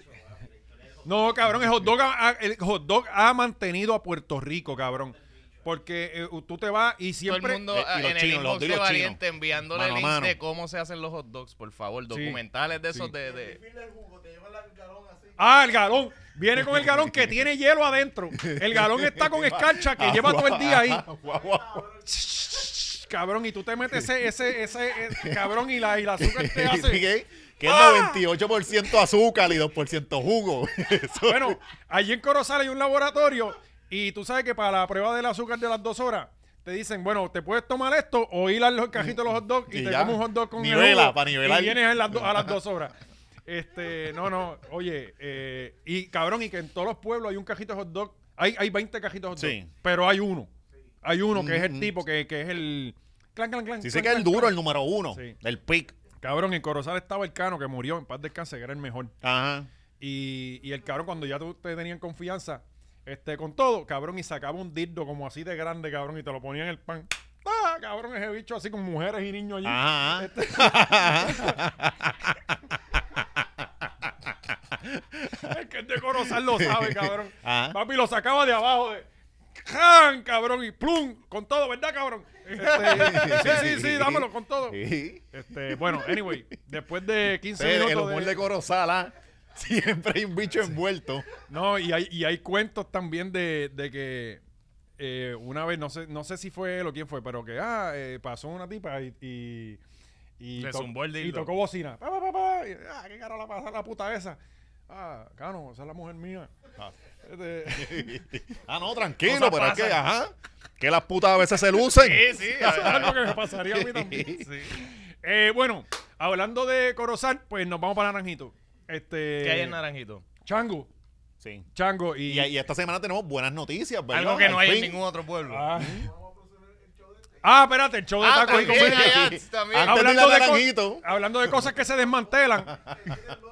[SPEAKER 1] No, cabrón, el hot dog ha, ha- el hot dog ha mantenido a Puerto Rico, cabrón. Porque eh, tú te vas y
[SPEAKER 2] Todo el
[SPEAKER 1] siempre.
[SPEAKER 2] mundo
[SPEAKER 3] Eh, y
[SPEAKER 2] ah,
[SPEAKER 3] los
[SPEAKER 2] en el
[SPEAKER 3] chinos, los
[SPEAKER 2] inbox
[SPEAKER 3] de
[SPEAKER 2] de
[SPEAKER 3] los
[SPEAKER 2] Valiente
[SPEAKER 3] chinos.
[SPEAKER 2] enviándole
[SPEAKER 3] Mano a
[SPEAKER 2] links
[SPEAKER 3] mano.
[SPEAKER 2] de cómo se hacen los hot dogs, por favor. Documentales de esos de... de-
[SPEAKER 1] Ah, el galón. Viene con el galón que tiene hielo adentro. El galón está con escarcha que lleva todo el día ahí.
[SPEAKER 3] Ah,
[SPEAKER 1] Cabrón, y tú te metes ese, ese, ese, ese- eh, cabrón, y la, y la azúcar te Este hace.
[SPEAKER 3] que que es
[SPEAKER 1] ¡Ah!
[SPEAKER 3] 98% azúcar y 2% jugo. Eso-
[SPEAKER 1] Bueno, allí en Corozal hay un laboratorio, y tú sabes que para la prueba del azúcar de las dos horas, te dicen, bueno, te puedes tomar esto o ir al cajito de los hot dogs y,
[SPEAKER 3] Y
[SPEAKER 1] te
[SPEAKER 3] ya.
[SPEAKER 1] comes un hot dog con el
[SPEAKER 3] Nivela,
[SPEAKER 1] jugo,
[SPEAKER 3] para nivelar.
[SPEAKER 1] Y vienes a las, do- a las dos horas. Este, no, no, oye, eh, y cabrón, y que en todos los pueblos hay un cajito de hot dog, hay, hay 20 cajitos de hot dog,
[SPEAKER 3] Sí.
[SPEAKER 1] pero hay uno. Hay uno que es el
[SPEAKER 3] Mm, mm.
[SPEAKER 1] tipo que, que es el. Clan, clan, clan.
[SPEAKER 3] Sí
[SPEAKER 1] clan,
[SPEAKER 3] sé que es el
[SPEAKER 1] clan,
[SPEAKER 3] duro,
[SPEAKER 1] clan.
[SPEAKER 3] el número uno,
[SPEAKER 1] Sí.
[SPEAKER 3] el pick.
[SPEAKER 1] Cabrón, en Corozal estaba el Cano que murió, en paz descanse, que era el mejor.
[SPEAKER 3] Ajá.
[SPEAKER 1] Y, y el cabrón, cuando ya tú- te tenían confianza este, con todo, cabrón, y sacaba un dildo como así de grande, cabrón, y te lo ponía en el pan. ¡Ah, cabrón, ese bicho así con mujeres y niños allí!
[SPEAKER 3] Ajá.
[SPEAKER 1] Este- el que es de Corozal lo sabe, cabrón.
[SPEAKER 3] Ajá.
[SPEAKER 1] Papi lo sacaba de abajo de... ¡Can, cabrón! Y plum, con todo, ¿verdad, cabrón? Este, sí, sí, sí, dámelo con todo.
[SPEAKER 3] Sí.
[SPEAKER 1] Este, bueno, anyway, después de 15
[SPEAKER 3] Pero el
[SPEAKER 1] minutos
[SPEAKER 3] humor
[SPEAKER 1] de-
[SPEAKER 3] de, Corozal, ah, siempre hay un bicho envuelto.
[SPEAKER 1] No, y hay, y hay cuentos también de, de que eh, una vez, no sé, no sé si fue él o quién fue, pero que ah, eh, pasó una tipa y, y, y,
[SPEAKER 2] Le zumbó el dildo.
[SPEAKER 1] y tocó bocina. Pa, pa, pa, pa, y, ah, qué caro la pasa la puta esa. Ah, cano, esa es la mujer mía. Este,
[SPEAKER 3] ah, no, tranquilo,
[SPEAKER 2] Cosas
[SPEAKER 3] pero es que,
[SPEAKER 2] pasan.
[SPEAKER 3] ajá, que las putas a veces se lucen.
[SPEAKER 2] Sí, sí. a
[SPEAKER 1] eso es
[SPEAKER 2] ver,
[SPEAKER 1] algo que me pasaría a mí también.
[SPEAKER 2] sí.
[SPEAKER 1] Eh, bueno, hablando de Corozal, pues nos vamos para Naranjito. Este,
[SPEAKER 2] ¿Qué hay en Naranjito?
[SPEAKER 1] Chango.
[SPEAKER 3] Sí.
[SPEAKER 1] Chango y...
[SPEAKER 3] Y, y esta semana tenemos buenas noticias, ¿verdad?
[SPEAKER 2] Algo que no
[SPEAKER 3] Al
[SPEAKER 2] hay en
[SPEAKER 3] fin.
[SPEAKER 2] ningún otro pueblo.
[SPEAKER 1] Ah. Ah, espérate, el show de
[SPEAKER 2] Ah,
[SPEAKER 1] Taco y
[SPEAKER 2] también,
[SPEAKER 1] Comedia.
[SPEAKER 2] hay ads también.
[SPEAKER 3] Antes de ir a
[SPEAKER 1] Hablando de, co-
[SPEAKER 3] Naranjito.
[SPEAKER 1] hablando de cosas que se desmantelan.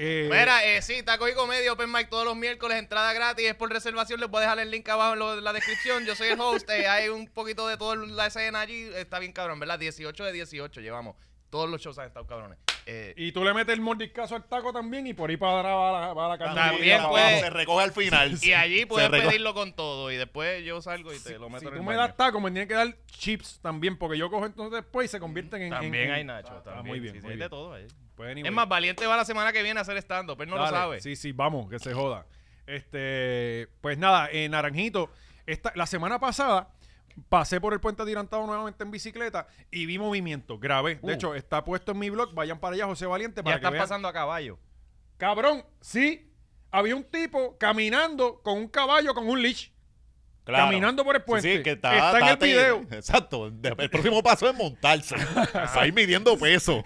[SPEAKER 1] Eh,
[SPEAKER 2] Mira, eh, sí, Taco y Comedia, Open Mic todos los miércoles, entrada gratis, es por reservación, les voy a dejar el link abajo en, lo- en la descripción, yo soy el host, eh, hay un poquito de toda la escena allí, está bien cabrón, ¿verdad? 18 de 18 llevamos, todos los shows han estado cabrones. Eh,
[SPEAKER 1] Y tú le metes el mordiscazo al taco también y por ahí para atrás va la, va la carne.
[SPEAKER 2] También
[SPEAKER 3] abajo,
[SPEAKER 2] puede-
[SPEAKER 3] Se recoge al final.
[SPEAKER 2] y allí puedes
[SPEAKER 3] Se recoge-
[SPEAKER 2] pedirlo con todo, y después yo salgo y te lo meto
[SPEAKER 1] Si
[SPEAKER 2] en el
[SPEAKER 1] tú me
[SPEAKER 2] baño.
[SPEAKER 1] das taco, me tienes que dar chips también, porque yo cojo entonces después y se convierten en...
[SPEAKER 2] También
[SPEAKER 1] en-
[SPEAKER 2] hay Nacho,
[SPEAKER 1] Ah,
[SPEAKER 2] también.
[SPEAKER 1] muy bien,
[SPEAKER 2] sí, sí,
[SPEAKER 1] muy
[SPEAKER 2] hay
[SPEAKER 1] bien.
[SPEAKER 2] de todo ahí.
[SPEAKER 1] Pues, anyway.
[SPEAKER 2] Es más, Valiente va la semana que viene a hacer stand-up, pero él no
[SPEAKER 1] Dale,
[SPEAKER 2] lo sabe.
[SPEAKER 1] Sí, sí, vamos, que se joda. Este, pues nada, en Naranjito, esta, la semana pasada pasé por el puente atirantado nuevamente en bicicleta y vi movimiento, grabé. De
[SPEAKER 3] Uh.
[SPEAKER 1] hecho, está puesto en mi blog, vayan para allá, José Valiente,
[SPEAKER 2] Ya
[SPEAKER 1] para que
[SPEAKER 2] están
[SPEAKER 1] vean.
[SPEAKER 2] pasando a caballo.
[SPEAKER 1] Cabrón, sí, había un tipo caminando con un caballo, con un leash.
[SPEAKER 3] Claro.
[SPEAKER 1] Caminando por el puente.
[SPEAKER 3] Sí, sí, que está,
[SPEAKER 1] Está en el video.
[SPEAKER 3] Exacto. De- El próximo paso es montarse. Ahí midiendo peso.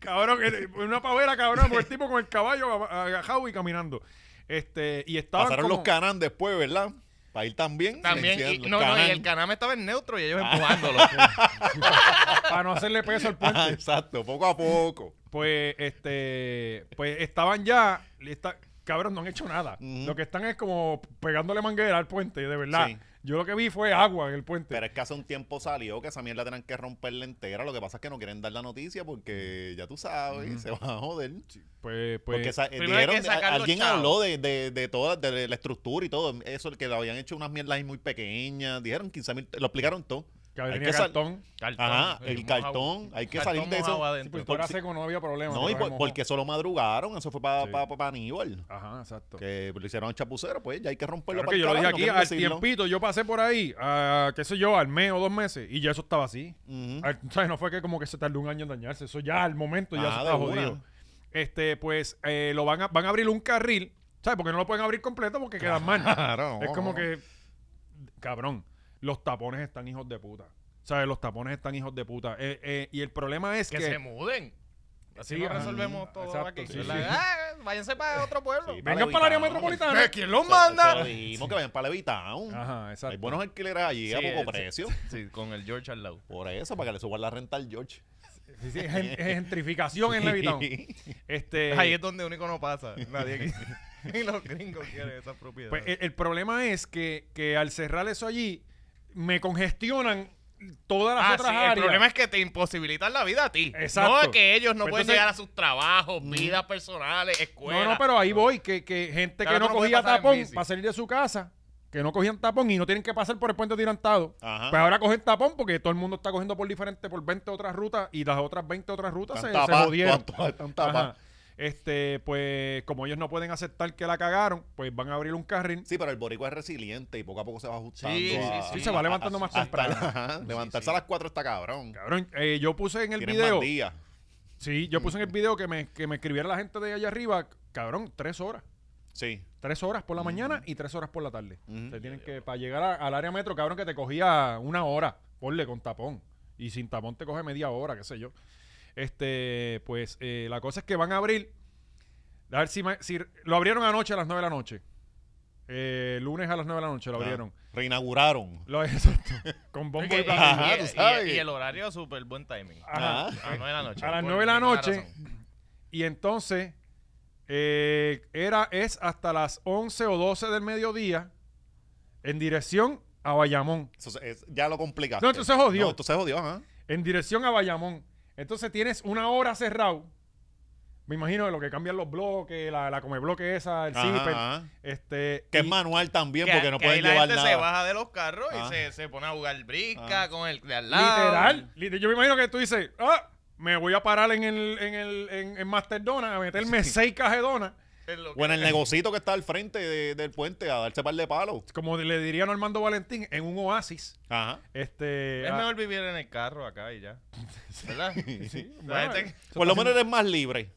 [SPEAKER 1] Cabrón, eh, una pavera, cabrón, por el tipo con el caballo agajado y caminando. Este, y estaban
[SPEAKER 3] Pasaron
[SPEAKER 1] como-
[SPEAKER 3] los canan después, ¿verdad? Para ir también.
[SPEAKER 2] También, y, no,
[SPEAKER 3] silenciando.
[SPEAKER 2] no, y
[SPEAKER 3] Canaan.
[SPEAKER 2] el caname estaba en neutro y
[SPEAKER 1] Ah.
[SPEAKER 2] ellos empujándolo.
[SPEAKER 1] para no hacerle peso al puente.
[SPEAKER 3] Ajá, Ah, exacto, poco a poco.
[SPEAKER 1] Pues, este, pues estaban ya, está- cabrón, no han hecho nada.
[SPEAKER 3] Ujú.
[SPEAKER 1] Lo que están es como pegándole manguera al puente, de verdad.
[SPEAKER 3] Sí.
[SPEAKER 1] Yo lo que vi fue agua en el puente.
[SPEAKER 3] Pero es que hace un tiempo salió que esa mierda tenían que romperla entera. Lo que pasa es que no quieren dar la noticia porque ya tú sabes, se van a joder.
[SPEAKER 1] pues, pues,
[SPEAKER 3] Porque esa- eh,
[SPEAKER 2] Primero hay que
[SPEAKER 3] dijeron- a-
[SPEAKER 2] sacar los
[SPEAKER 3] alguien
[SPEAKER 2] chavos.
[SPEAKER 3] habló de, de, de toda de la estructura y todo. Eso, que lo habían hecho unas mierdas ahí muy pequeñas. Dijeron 15 mil, lo explicaron todo.
[SPEAKER 1] que
[SPEAKER 3] hay
[SPEAKER 1] venía
[SPEAKER 3] que sal-
[SPEAKER 1] cartón.
[SPEAKER 2] Cartón,
[SPEAKER 3] Ajá,
[SPEAKER 2] sí,
[SPEAKER 3] el
[SPEAKER 2] mojado.
[SPEAKER 3] cartón. Hay que
[SPEAKER 2] Cartón
[SPEAKER 3] salir de
[SPEAKER 2] mojado
[SPEAKER 3] eso.
[SPEAKER 1] Sí,
[SPEAKER 2] adentro.
[SPEAKER 1] pues, tú
[SPEAKER 3] por
[SPEAKER 1] era
[SPEAKER 3] si-
[SPEAKER 1] seco, no había problema.
[SPEAKER 3] No, y
[SPEAKER 1] pero
[SPEAKER 3] por-
[SPEAKER 1] mojó.
[SPEAKER 3] porque solo madrugaron. Eso fue para
[SPEAKER 1] Sí.
[SPEAKER 3] Aníbal.
[SPEAKER 1] Ajá, exacto.
[SPEAKER 3] Que lo hicieron chapucero, pues ya hay que romperlo
[SPEAKER 1] Claro
[SPEAKER 3] para
[SPEAKER 1] que
[SPEAKER 3] el
[SPEAKER 1] yo lo dije
[SPEAKER 3] carajo, no
[SPEAKER 1] aquí,
[SPEAKER 3] quieren
[SPEAKER 1] al
[SPEAKER 3] decirlo.
[SPEAKER 1] tiempito, yo pasé por ahí, a, qué sé yo, al mes o dos meses, y ya eso estaba así.
[SPEAKER 3] Ujú.
[SPEAKER 1] Al- ¿sabes? No fue que como que se tardó un año en dañarse. Eso ya al momento ya
[SPEAKER 3] Ah,
[SPEAKER 1] se
[SPEAKER 3] de
[SPEAKER 1] está
[SPEAKER 3] una.
[SPEAKER 1] jodido. Este, pues, eh, lo van a, van a abrir un carril. ¿Sabes? Porque no lo pueden abrir completo porque quedan mal.
[SPEAKER 3] Claro,
[SPEAKER 1] es
[SPEAKER 3] no,
[SPEAKER 1] como
[SPEAKER 3] no.
[SPEAKER 1] que. Cabrón, los tapones están hijos de puta. ¿Sabes? Los tapones están hijos de puta. Eh, eh, y el problema es que.
[SPEAKER 2] que, se muden. Así
[SPEAKER 1] Sí,
[SPEAKER 2] no
[SPEAKER 1] ajá.
[SPEAKER 2] resolvemos todo
[SPEAKER 1] Exacto,
[SPEAKER 2] aquí.
[SPEAKER 1] sí,
[SPEAKER 2] ¿verdad?
[SPEAKER 1] sí.
[SPEAKER 2] Ah, váyanse para otro pueblo.
[SPEAKER 3] Sí,
[SPEAKER 1] Vengan para el área
[SPEAKER 3] Levitown.
[SPEAKER 1] metropolitana.
[SPEAKER 2] ¿Quién los
[SPEAKER 3] Se lo dijimos que vayan para Levitown.
[SPEAKER 1] Ajá, exacto.
[SPEAKER 3] Hay buenos alquileres allí a
[SPEAKER 2] Sí,
[SPEAKER 3] poco
[SPEAKER 2] sí.
[SPEAKER 3] precio.
[SPEAKER 2] Sí, con el George al lado.
[SPEAKER 3] Por eso, para que le suban la renta al George.
[SPEAKER 1] Sí, sí, es gen- es gentrificación en Levitown. Este,
[SPEAKER 2] Pues Ahí es donde único no pasa. Nadie aquí. y los gringos quieren esas
[SPEAKER 1] Pues
[SPEAKER 2] propiedades.
[SPEAKER 1] el, el problema es que, que al cerrar eso allí, me congestionan todas las
[SPEAKER 2] Ah, sí,
[SPEAKER 1] otras áreas.
[SPEAKER 2] el problema es que te imposibilitan la vida a ti.
[SPEAKER 1] Exacto.
[SPEAKER 2] No es que ellos no
[SPEAKER 1] Pues
[SPEAKER 2] pueden
[SPEAKER 1] entonces- Mm.
[SPEAKER 2] llegar a sus trabajos, vidas personales, escuelas.
[SPEAKER 1] No, no, pero ahí voy, que, que gente
[SPEAKER 2] Claro,
[SPEAKER 1] que no
[SPEAKER 2] tú no puedes
[SPEAKER 1] cogía
[SPEAKER 2] pasar en
[SPEAKER 1] tapón
[SPEAKER 2] bici.
[SPEAKER 1] para salir de su casa, que no cogían tapón y no tienen que pasar por el puente tirantado.
[SPEAKER 3] Ajá.
[SPEAKER 1] Pues ahora cogen tapón porque todo el mundo está cogiendo por diferente, por 20 otras rutas y las otras 20 otras rutas se,
[SPEAKER 3] Están
[SPEAKER 1] se
[SPEAKER 3] tapadas,
[SPEAKER 1] jodieron.
[SPEAKER 3] todas- todas están tapadas.
[SPEAKER 1] Ajá. Este, pues como ellos no pueden aceptar que la cagaron, pues van a abrir un carril.
[SPEAKER 3] Sí, pero el boricua es resiliente y poco a poco se va ajustando.
[SPEAKER 2] Sí, sí,
[SPEAKER 3] a-
[SPEAKER 2] sí. Sí,
[SPEAKER 1] se va levantando más
[SPEAKER 3] hasta-
[SPEAKER 1] temprano.
[SPEAKER 3] ajá, levantarse a las 4 está cabrón.
[SPEAKER 1] Cabrón, eh, yo puse en el
[SPEAKER 3] Tienen
[SPEAKER 1] video.
[SPEAKER 3] más días.
[SPEAKER 1] Sí, yo puse en el video que me, que me escribiera la gente de allá arriba, cabrón, tres horas.
[SPEAKER 3] Sí.
[SPEAKER 1] Tres horas por la mañana y tres horas por la tarde.
[SPEAKER 3] Ujú.
[SPEAKER 1] Te tienen que, para llegar a- al área metro, cabrón, que te cogía una hora, ponle con tapón. Y sin tapón te coge media hora, qué sé yo. Este, pues eh, la cosa es que van a abrir. A ver si, me- si- lo abrieron anoche a las nueve de la noche. Eh, lunes a las nueve de la noche lo
[SPEAKER 3] Ah,
[SPEAKER 1] abrieron.
[SPEAKER 3] Reinauguraron.
[SPEAKER 1] Lo exacto. Con bombo y
[SPEAKER 2] Y- y-
[SPEAKER 1] platillo.
[SPEAKER 3] Ajá,
[SPEAKER 2] y-
[SPEAKER 3] tú
[SPEAKER 2] y-
[SPEAKER 3] sabes.
[SPEAKER 2] y el horario es súper buen timing.
[SPEAKER 1] Ajá.
[SPEAKER 3] Ah.
[SPEAKER 2] A las 9 de la noche.
[SPEAKER 1] A las
[SPEAKER 2] por
[SPEAKER 1] nueve de la
[SPEAKER 2] ninguna
[SPEAKER 1] noche.
[SPEAKER 2] razón.
[SPEAKER 1] Y entonces, eh, era, es hasta las 11 o 12 del mediodía en dirección a Bayamón.
[SPEAKER 3] Eso se- es- ya lo complicaste.
[SPEAKER 1] No, entonces jodió.
[SPEAKER 3] No, entonces jodió, ajá.
[SPEAKER 1] En dirección a Bayamón. Entonces tienes una hora cerrado. Me imagino de lo que cambian los bloques, la, la come bloque esa, el
[SPEAKER 3] Ajá,
[SPEAKER 1] zipper.
[SPEAKER 3] ajá.
[SPEAKER 1] Este,
[SPEAKER 3] Que es
[SPEAKER 1] y-
[SPEAKER 3] manual también
[SPEAKER 2] Que-
[SPEAKER 3] porque no
[SPEAKER 2] que ahí
[SPEAKER 3] pueden
[SPEAKER 2] la
[SPEAKER 3] llevar
[SPEAKER 2] gente se
[SPEAKER 3] nada.
[SPEAKER 2] baja de los carros
[SPEAKER 3] Ah.
[SPEAKER 2] y se, se pone a jugar brisca
[SPEAKER 3] Ah.
[SPEAKER 2] con el de al lado.
[SPEAKER 1] Literal. Liter- Yo me imagino que tú dices, ah, me voy a parar en el, en el en, en Master Donut a meterme seis cajedonas.
[SPEAKER 2] Es lo que-
[SPEAKER 3] O en el negocito que está al frente de- del puente a darse par de palos.
[SPEAKER 1] Como le diría Normando Valentín, en un oasis.
[SPEAKER 3] Ajá.
[SPEAKER 1] Este,
[SPEAKER 2] Es
[SPEAKER 1] ah,
[SPEAKER 2] mejor vivir en el carro acá y ya. ¿Verdad? Sí.
[SPEAKER 1] bueno,
[SPEAKER 2] gente,
[SPEAKER 3] Por lo menos eres más libre.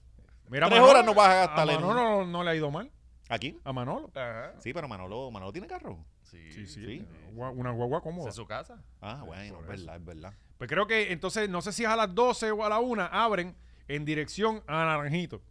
[SPEAKER 1] Mira,
[SPEAKER 3] Tres horas no vas a gastar
[SPEAKER 1] a
[SPEAKER 3] en-
[SPEAKER 1] Manolo no, no le ha ido mal.
[SPEAKER 3] ¿A quién?
[SPEAKER 1] A Manolo.
[SPEAKER 2] Ajá.
[SPEAKER 3] Sí, pero Manolo, Manolo tiene carro.
[SPEAKER 2] Sí.
[SPEAKER 1] Sí, sí.
[SPEAKER 3] sí.
[SPEAKER 1] Gua- Una guagua cómoda.
[SPEAKER 2] Esa es su casa.
[SPEAKER 3] Ah, bueno, es
[SPEAKER 1] por eso.
[SPEAKER 3] verdad, es verdad.
[SPEAKER 1] Pues creo que entonces, no sé si es a las 12 o a la 1, abren en dirección a Naranjito.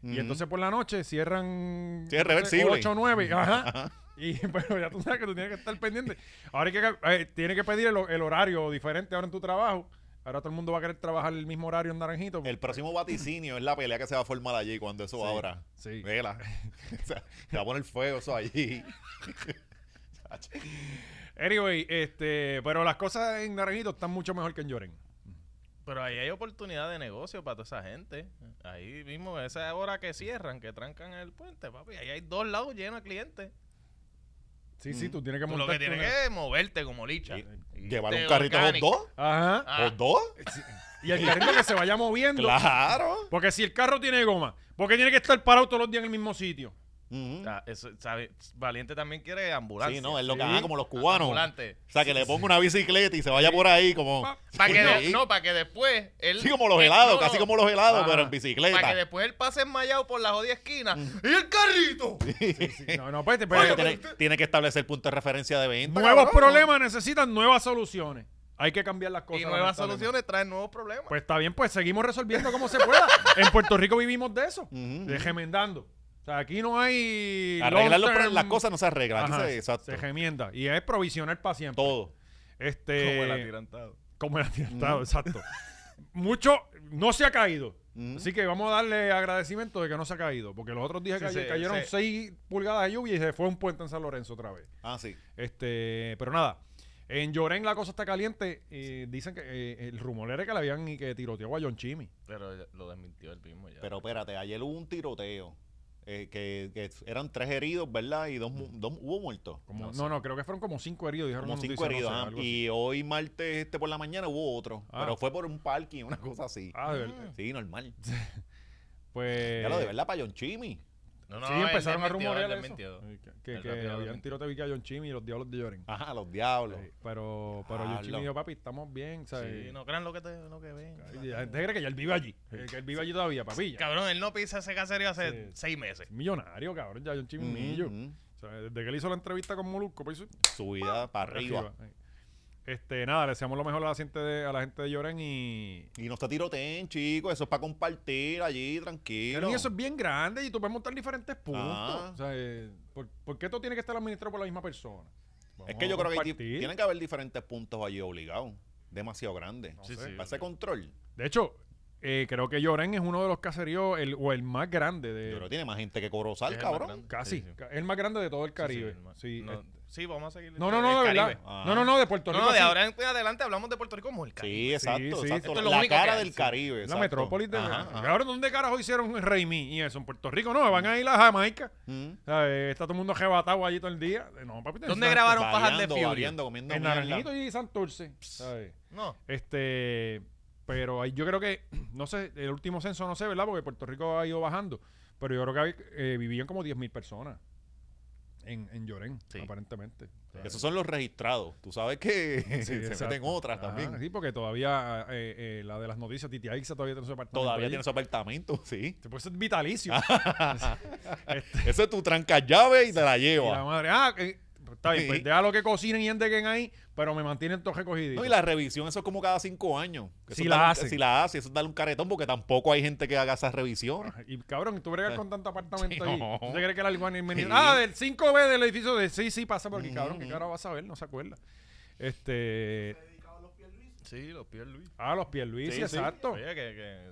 [SPEAKER 1] Y
[SPEAKER 3] Ujú.
[SPEAKER 1] entonces por la noche cierran.
[SPEAKER 3] Sí, es reversible.
[SPEAKER 1] 8 o 9.
[SPEAKER 3] Mm.
[SPEAKER 1] Ajá. Y pero ya tú sabes que tú tienes que estar pendiente. Ahora hay que, eh, tienes que pedir el, el horario diferente ahora en tu trabajo. Ahora todo el mundo va a querer trabajar el mismo horario en Naranjito.
[SPEAKER 3] El próximo vaticinio es la pelea que se va a formar allí cuando eso abra.
[SPEAKER 1] Sí.
[SPEAKER 3] Vela. O sea, se va a poner fuego eso allí.
[SPEAKER 1] Anyway, este, pero las cosas en Naranjito están mucho mejor que en Lloren.
[SPEAKER 2] Pero ahí hay oportunidad de negocio para toda esa gente. Ahí mismo, esa hora que cierran, que trancan el puente, papi. Ahí hay dos lados llenos de clientes.
[SPEAKER 1] Sí, sí,
[SPEAKER 3] Mm.
[SPEAKER 1] tú tienes que
[SPEAKER 2] Tú lo
[SPEAKER 1] montar.
[SPEAKER 2] que tienes
[SPEAKER 1] una-
[SPEAKER 2] que es moverte como licha.
[SPEAKER 3] Y-
[SPEAKER 2] Y
[SPEAKER 3] Llevar un
[SPEAKER 2] de
[SPEAKER 3] carrito hot
[SPEAKER 2] orgánico.
[SPEAKER 3] dog.
[SPEAKER 1] Ajá.
[SPEAKER 2] Ah.
[SPEAKER 3] ¿Hot dog?
[SPEAKER 1] Y el carrito que se vaya moviendo.
[SPEAKER 3] Claro.
[SPEAKER 1] Porque si el carro tiene goma, porque tiene que estar parado todos los días en el mismo sitio.
[SPEAKER 3] Ujú.
[SPEAKER 2] Ah, eso, sabe, Valiente también quiere ambulancia.
[SPEAKER 3] Sí, Mm. no, es lo que
[SPEAKER 1] Sí.
[SPEAKER 3] hagan como los cubanos.
[SPEAKER 2] Ambulante.
[SPEAKER 3] O sea, que le ponga una bicicleta y se vaya por ahí como...
[SPEAKER 1] Pa-
[SPEAKER 2] Para que, de-
[SPEAKER 3] Sí.
[SPEAKER 2] no, para que después él.
[SPEAKER 3] Sí, como los
[SPEAKER 2] él-
[SPEAKER 3] helados,
[SPEAKER 2] no,
[SPEAKER 3] casi
[SPEAKER 2] no.
[SPEAKER 3] como los helados,
[SPEAKER 1] Ah.
[SPEAKER 3] pero en bicicleta.
[SPEAKER 2] Para que después él pase enmayado por la jodida esquina. ¡Y el carrito!
[SPEAKER 1] Sí, No, no, espérate,
[SPEAKER 3] Porque
[SPEAKER 1] espérate.
[SPEAKER 3] tiene, tiene que establecer punto de referencia de venta.
[SPEAKER 1] Nuevos
[SPEAKER 3] cabrón.
[SPEAKER 1] problemas necesitan nuevas soluciones. Hay que cambiar las cosas.
[SPEAKER 2] y nuevas
[SPEAKER 1] lamentablemente.
[SPEAKER 2] soluciones traen nuevos problemas.
[SPEAKER 1] Pues está bien, pues seguimos resolviendo como se pueda. en Puerto Rico vivimos de eso,
[SPEAKER 3] Ujú.
[SPEAKER 1] de remendando. O sea, aquí no hay.
[SPEAKER 3] Arreglar los
[SPEAKER 1] long
[SPEAKER 3] problemas,
[SPEAKER 1] term-
[SPEAKER 3] las cosas no se arreglan. Aquí
[SPEAKER 1] Ajá,
[SPEAKER 3] se, exacto.
[SPEAKER 1] se remienda. Y es provisional para siempre.
[SPEAKER 3] todo. Eh,
[SPEAKER 1] Este,
[SPEAKER 2] como el atirantado.
[SPEAKER 1] Como el atirantado, exacto. Mucho no se ha caído.
[SPEAKER 3] Ujú.
[SPEAKER 1] Así que vamos a darle agradecimiento de que no se ha caído. Porque los otros días
[SPEAKER 2] Sí,
[SPEAKER 1] cay-
[SPEAKER 2] se-
[SPEAKER 1] cayeron
[SPEAKER 2] se-
[SPEAKER 1] 6 pulgadas de lluvia y se fue un puente en San Lorenzo otra vez.
[SPEAKER 3] Ah, sí.
[SPEAKER 1] Este, pero nada, en Llorén la cosa está caliente. eh, Dicen que eh, el rumor era que le habían y que tiroteó a John Chimmy.
[SPEAKER 2] Pero ya- lo desmintió el mismo ya.
[SPEAKER 3] Pero espérate, ayer hubo un tiroteo. eh, que, que eran tres heridos, ¿verdad? Y dos, mu- dos- hubo muertos.
[SPEAKER 1] Mm. Como, no,
[SPEAKER 3] sé.
[SPEAKER 1] no, creo que fueron como cinco heridos. Dijeron una
[SPEAKER 3] Como cinco
[SPEAKER 1] noticia, no
[SPEAKER 3] heridos.
[SPEAKER 1] sé,
[SPEAKER 3] ah,
[SPEAKER 1] algo así.
[SPEAKER 3] y hoy martes este por la mañana hubo otro.
[SPEAKER 1] Ah.
[SPEAKER 3] Pero fue por un parking, una cosa así.
[SPEAKER 1] Ah, Eh. de verdad.
[SPEAKER 3] Sí, normal.
[SPEAKER 1] Pues.
[SPEAKER 3] Mm. ya lo de verdad, para John Chimmy.
[SPEAKER 2] No, no,
[SPEAKER 1] sí,
[SPEAKER 2] él
[SPEAKER 1] empezaron a
[SPEAKER 2] desmintió, él
[SPEAKER 1] rumorear eso.
[SPEAKER 2] desmintió.
[SPEAKER 1] Que,
[SPEAKER 2] Él
[SPEAKER 1] que
[SPEAKER 2] rápido
[SPEAKER 1] habían
[SPEAKER 2] desmintió.
[SPEAKER 1] tiroteado a John Chimmy y los diablos de Llorén.
[SPEAKER 3] Ajá, los diablos.
[SPEAKER 1] Sí, pero pero John
[SPEAKER 3] Diablo.
[SPEAKER 1] Chimmy dijo, papi, estamos bien. ¿sabes?
[SPEAKER 2] Sí, no crean lo que, te, lo que ven.
[SPEAKER 1] Y La gente cree que ya él vive allí. eh, Que él vive allí todavía, papi. ya.
[SPEAKER 2] Cabrón, él no pisa ese caserío hace
[SPEAKER 1] Sí.
[SPEAKER 2] seis meses.
[SPEAKER 1] Es millonario, cabrón. Ya John Chimmy es
[SPEAKER 3] Ujú,
[SPEAKER 1] un millo.
[SPEAKER 3] ujú.
[SPEAKER 1] O sea, desde que él hizo la entrevista con Molusco, pues hizo-
[SPEAKER 3] Subida para arriba.
[SPEAKER 1] Arriba, eh. Este, nada, le deseamos lo mejor a la gente de, a la gente de Lloren y.
[SPEAKER 3] Y no está tiroteen, chicos. Eso es para compartir allí, tranquilo.
[SPEAKER 1] Y eso es bien grande y tú puedes montar diferentes puntos.
[SPEAKER 3] Ah.
[SPEAKER 1] O sea, eh, ¿por, por qué todo tiene que estar administrado por la misma persona?
[SPEAKER 3] Es que yo creo que hay,
[SPEAKER 1] compartir.
[SPEAKER 3] tienen que haber diferentes puntos allí obligados. Demasiado grande.
[SPEAKER 1] Sí,
[SPEAKER 2] sé.
[SPEAKER 3] Para ese control.
[SPEAKER 1] De hecho, eh, creo que Lloren es uno de los caseríos el, o el más grande
[SPEAKER 3] Yo
[SPEAKER 1] de.
[SPEAKER 3] creo que tiene más gente que Corozal,
[SPEAKER 2] Es el más
[SPEAKER 3] cabrón.
[SPEAKER 2] grande.
[SPEAKER 1] Casi.
[SPEAKER 2] Sí, sí.
[SPEAKER 1] ca- El más grande de todo el Caribe.
[SPEAKER 2] Sí, sí, el más-
[SPEAKER 1] Sí,
[SPEAKER 2] no,
[SPEAKER 1] es-
[SPEAKER 2] sí, vamos a seguir.
[SPEAKER 1] no, no, no,
[SPEAKER 2] el
[SPEAKER 1] de
[SPEAKER 2] Caribe.
[SPEAKER 1] verdad.
[SPEAKER 3] Ah.
[SPEAKER 1] No, no, no, de Puerto
[SPEAKER 2] No,
[SPEAKER 1] Rico.
[SPEAKER 2] no, de
[SPEAKER 1] sí.
[SPEAKER 2] ahora en adelante hablamos de Puerto Rico como el Caribe.
[SPEAKER 3] Sí, exacto,
[SPEAKER 1] sí.
[SPEAKER 3] exacto.
[SPEAKER 2] Esto es lo
[SPEAKER 3] la
[SPEAKER 2] único
[SPEAKER 3] cara
[SPEAKER 2] que hay,
[SPEAKER 3] del
[SPEAKER 2] sí.
[SPEAKER 3] Caribe.
[SPEAKER 1] La
[SPEAKER 3] exacto.
[SPEAKER 1] metrópolis de.
[SPEAKER 3] Ajá, ajá.
[SPEAKER 1] Cabrón, ¿dónde carajo hicieron Raimi y eso? En Puerto Rico, no, van a ir a Jamaica.
[SPEAKER 3] Mm.
[SPEAKER 1] ¿Sabes? Está todo el mundo jebatado allí todo el día. Eh, No, papi,
[SPEAKER 2] ¿Dónde
[SPEAKER 1] necesitas-
[SPEAKER 2] grabaron Fajardo
[SPEAKER 3] Variando,
[SPEAKER 2] Fury?
[SPEAKER 3] variando, comiendo
[SPEAKER 1] En
[SPEAKER 3] mierda.
[SPEAKER 1] Naranjito y Santurce. ¿sabes?
[SPEAKER 2] No.
[SPEAKER 1] Este, pero ahí yo creo que, no sé, el último censo no sé, ¿verdad? Porque Puerto Rico ha ido bajando. Pero yo creo que hay- eh, vivían como 10.000 personas en, en Llorén,
[SPEAKER 2] Sí.
[SPEAKER 1] aparentemente.
[SPEAKER 3] Esos son los registrados. Tú sabes que se
[SPEAKER 1] exacto.
[SPEAKER 3] meten otras
[SPEAKER 1] Ajá,
[SPEAKER 3] también.
[SPEAKER 1] Sí, porque todavía eh, eh, la de las noticias, Titi Aixa todavía tiene su apartamento.
[SPEAKER 3] Todavía
[SPEAKER 1] allí.
[SPEAKER 3] tiene su apartamento, sí.
[SPEAKER 1] Pues eso es vitalicio. Este,
[SPEAKER 3] Eso es tu trancallave y te la
[SPEAKER 1] y la
[SPEAKER 3] lleva.
[SPEAKER 1] madre, ah, eh, está bien, pues
[SPEAKER 3] Sí.
[SPEAKER 1] deja lo que cocinen y endeguen ahí, pero me mantienen todos recogiditos.
[SPEAKER 3] No, y la revisión, eso es como cada cinco años. Eso
[SPEAKER 1] Si
[SPEAKER 3] es
[SPEAKER 1] la
[SPEAKER 3] darle un-
[SPEAKER 1] hacen.
[SPEAKER 3] Si la hace, eso es darle un caretón porque tampoco hay gente que haga esas revisiones.
[SPEAKER 1] Y cabrón, tú bregas con tanto apartamento
[SPEAKER 3] Sí,
[SPEAKER 1] ahí.
[SPEAKER 3] no.
[SPEAKER 1] ¿Tú te crees que el albañil
[SPEAKER 3] Sí.
[SPEAKER 1] Ah, del 5B del edificio de sí, sí, pasa por aquí, cabrón, que
[SPEAKER 3] Ujú.
[SPEAKER 1] cara vas a ver, no se acuerda. Este,
[SPEAKER 2] Sí, los pies Luis.
[SPEAKER 1] ah, los Pierluisi,
[SPEAKER 3] Sí, sí.
[SPEAKER 1] exacto.
[SPEAKER 2] Oye, que. que-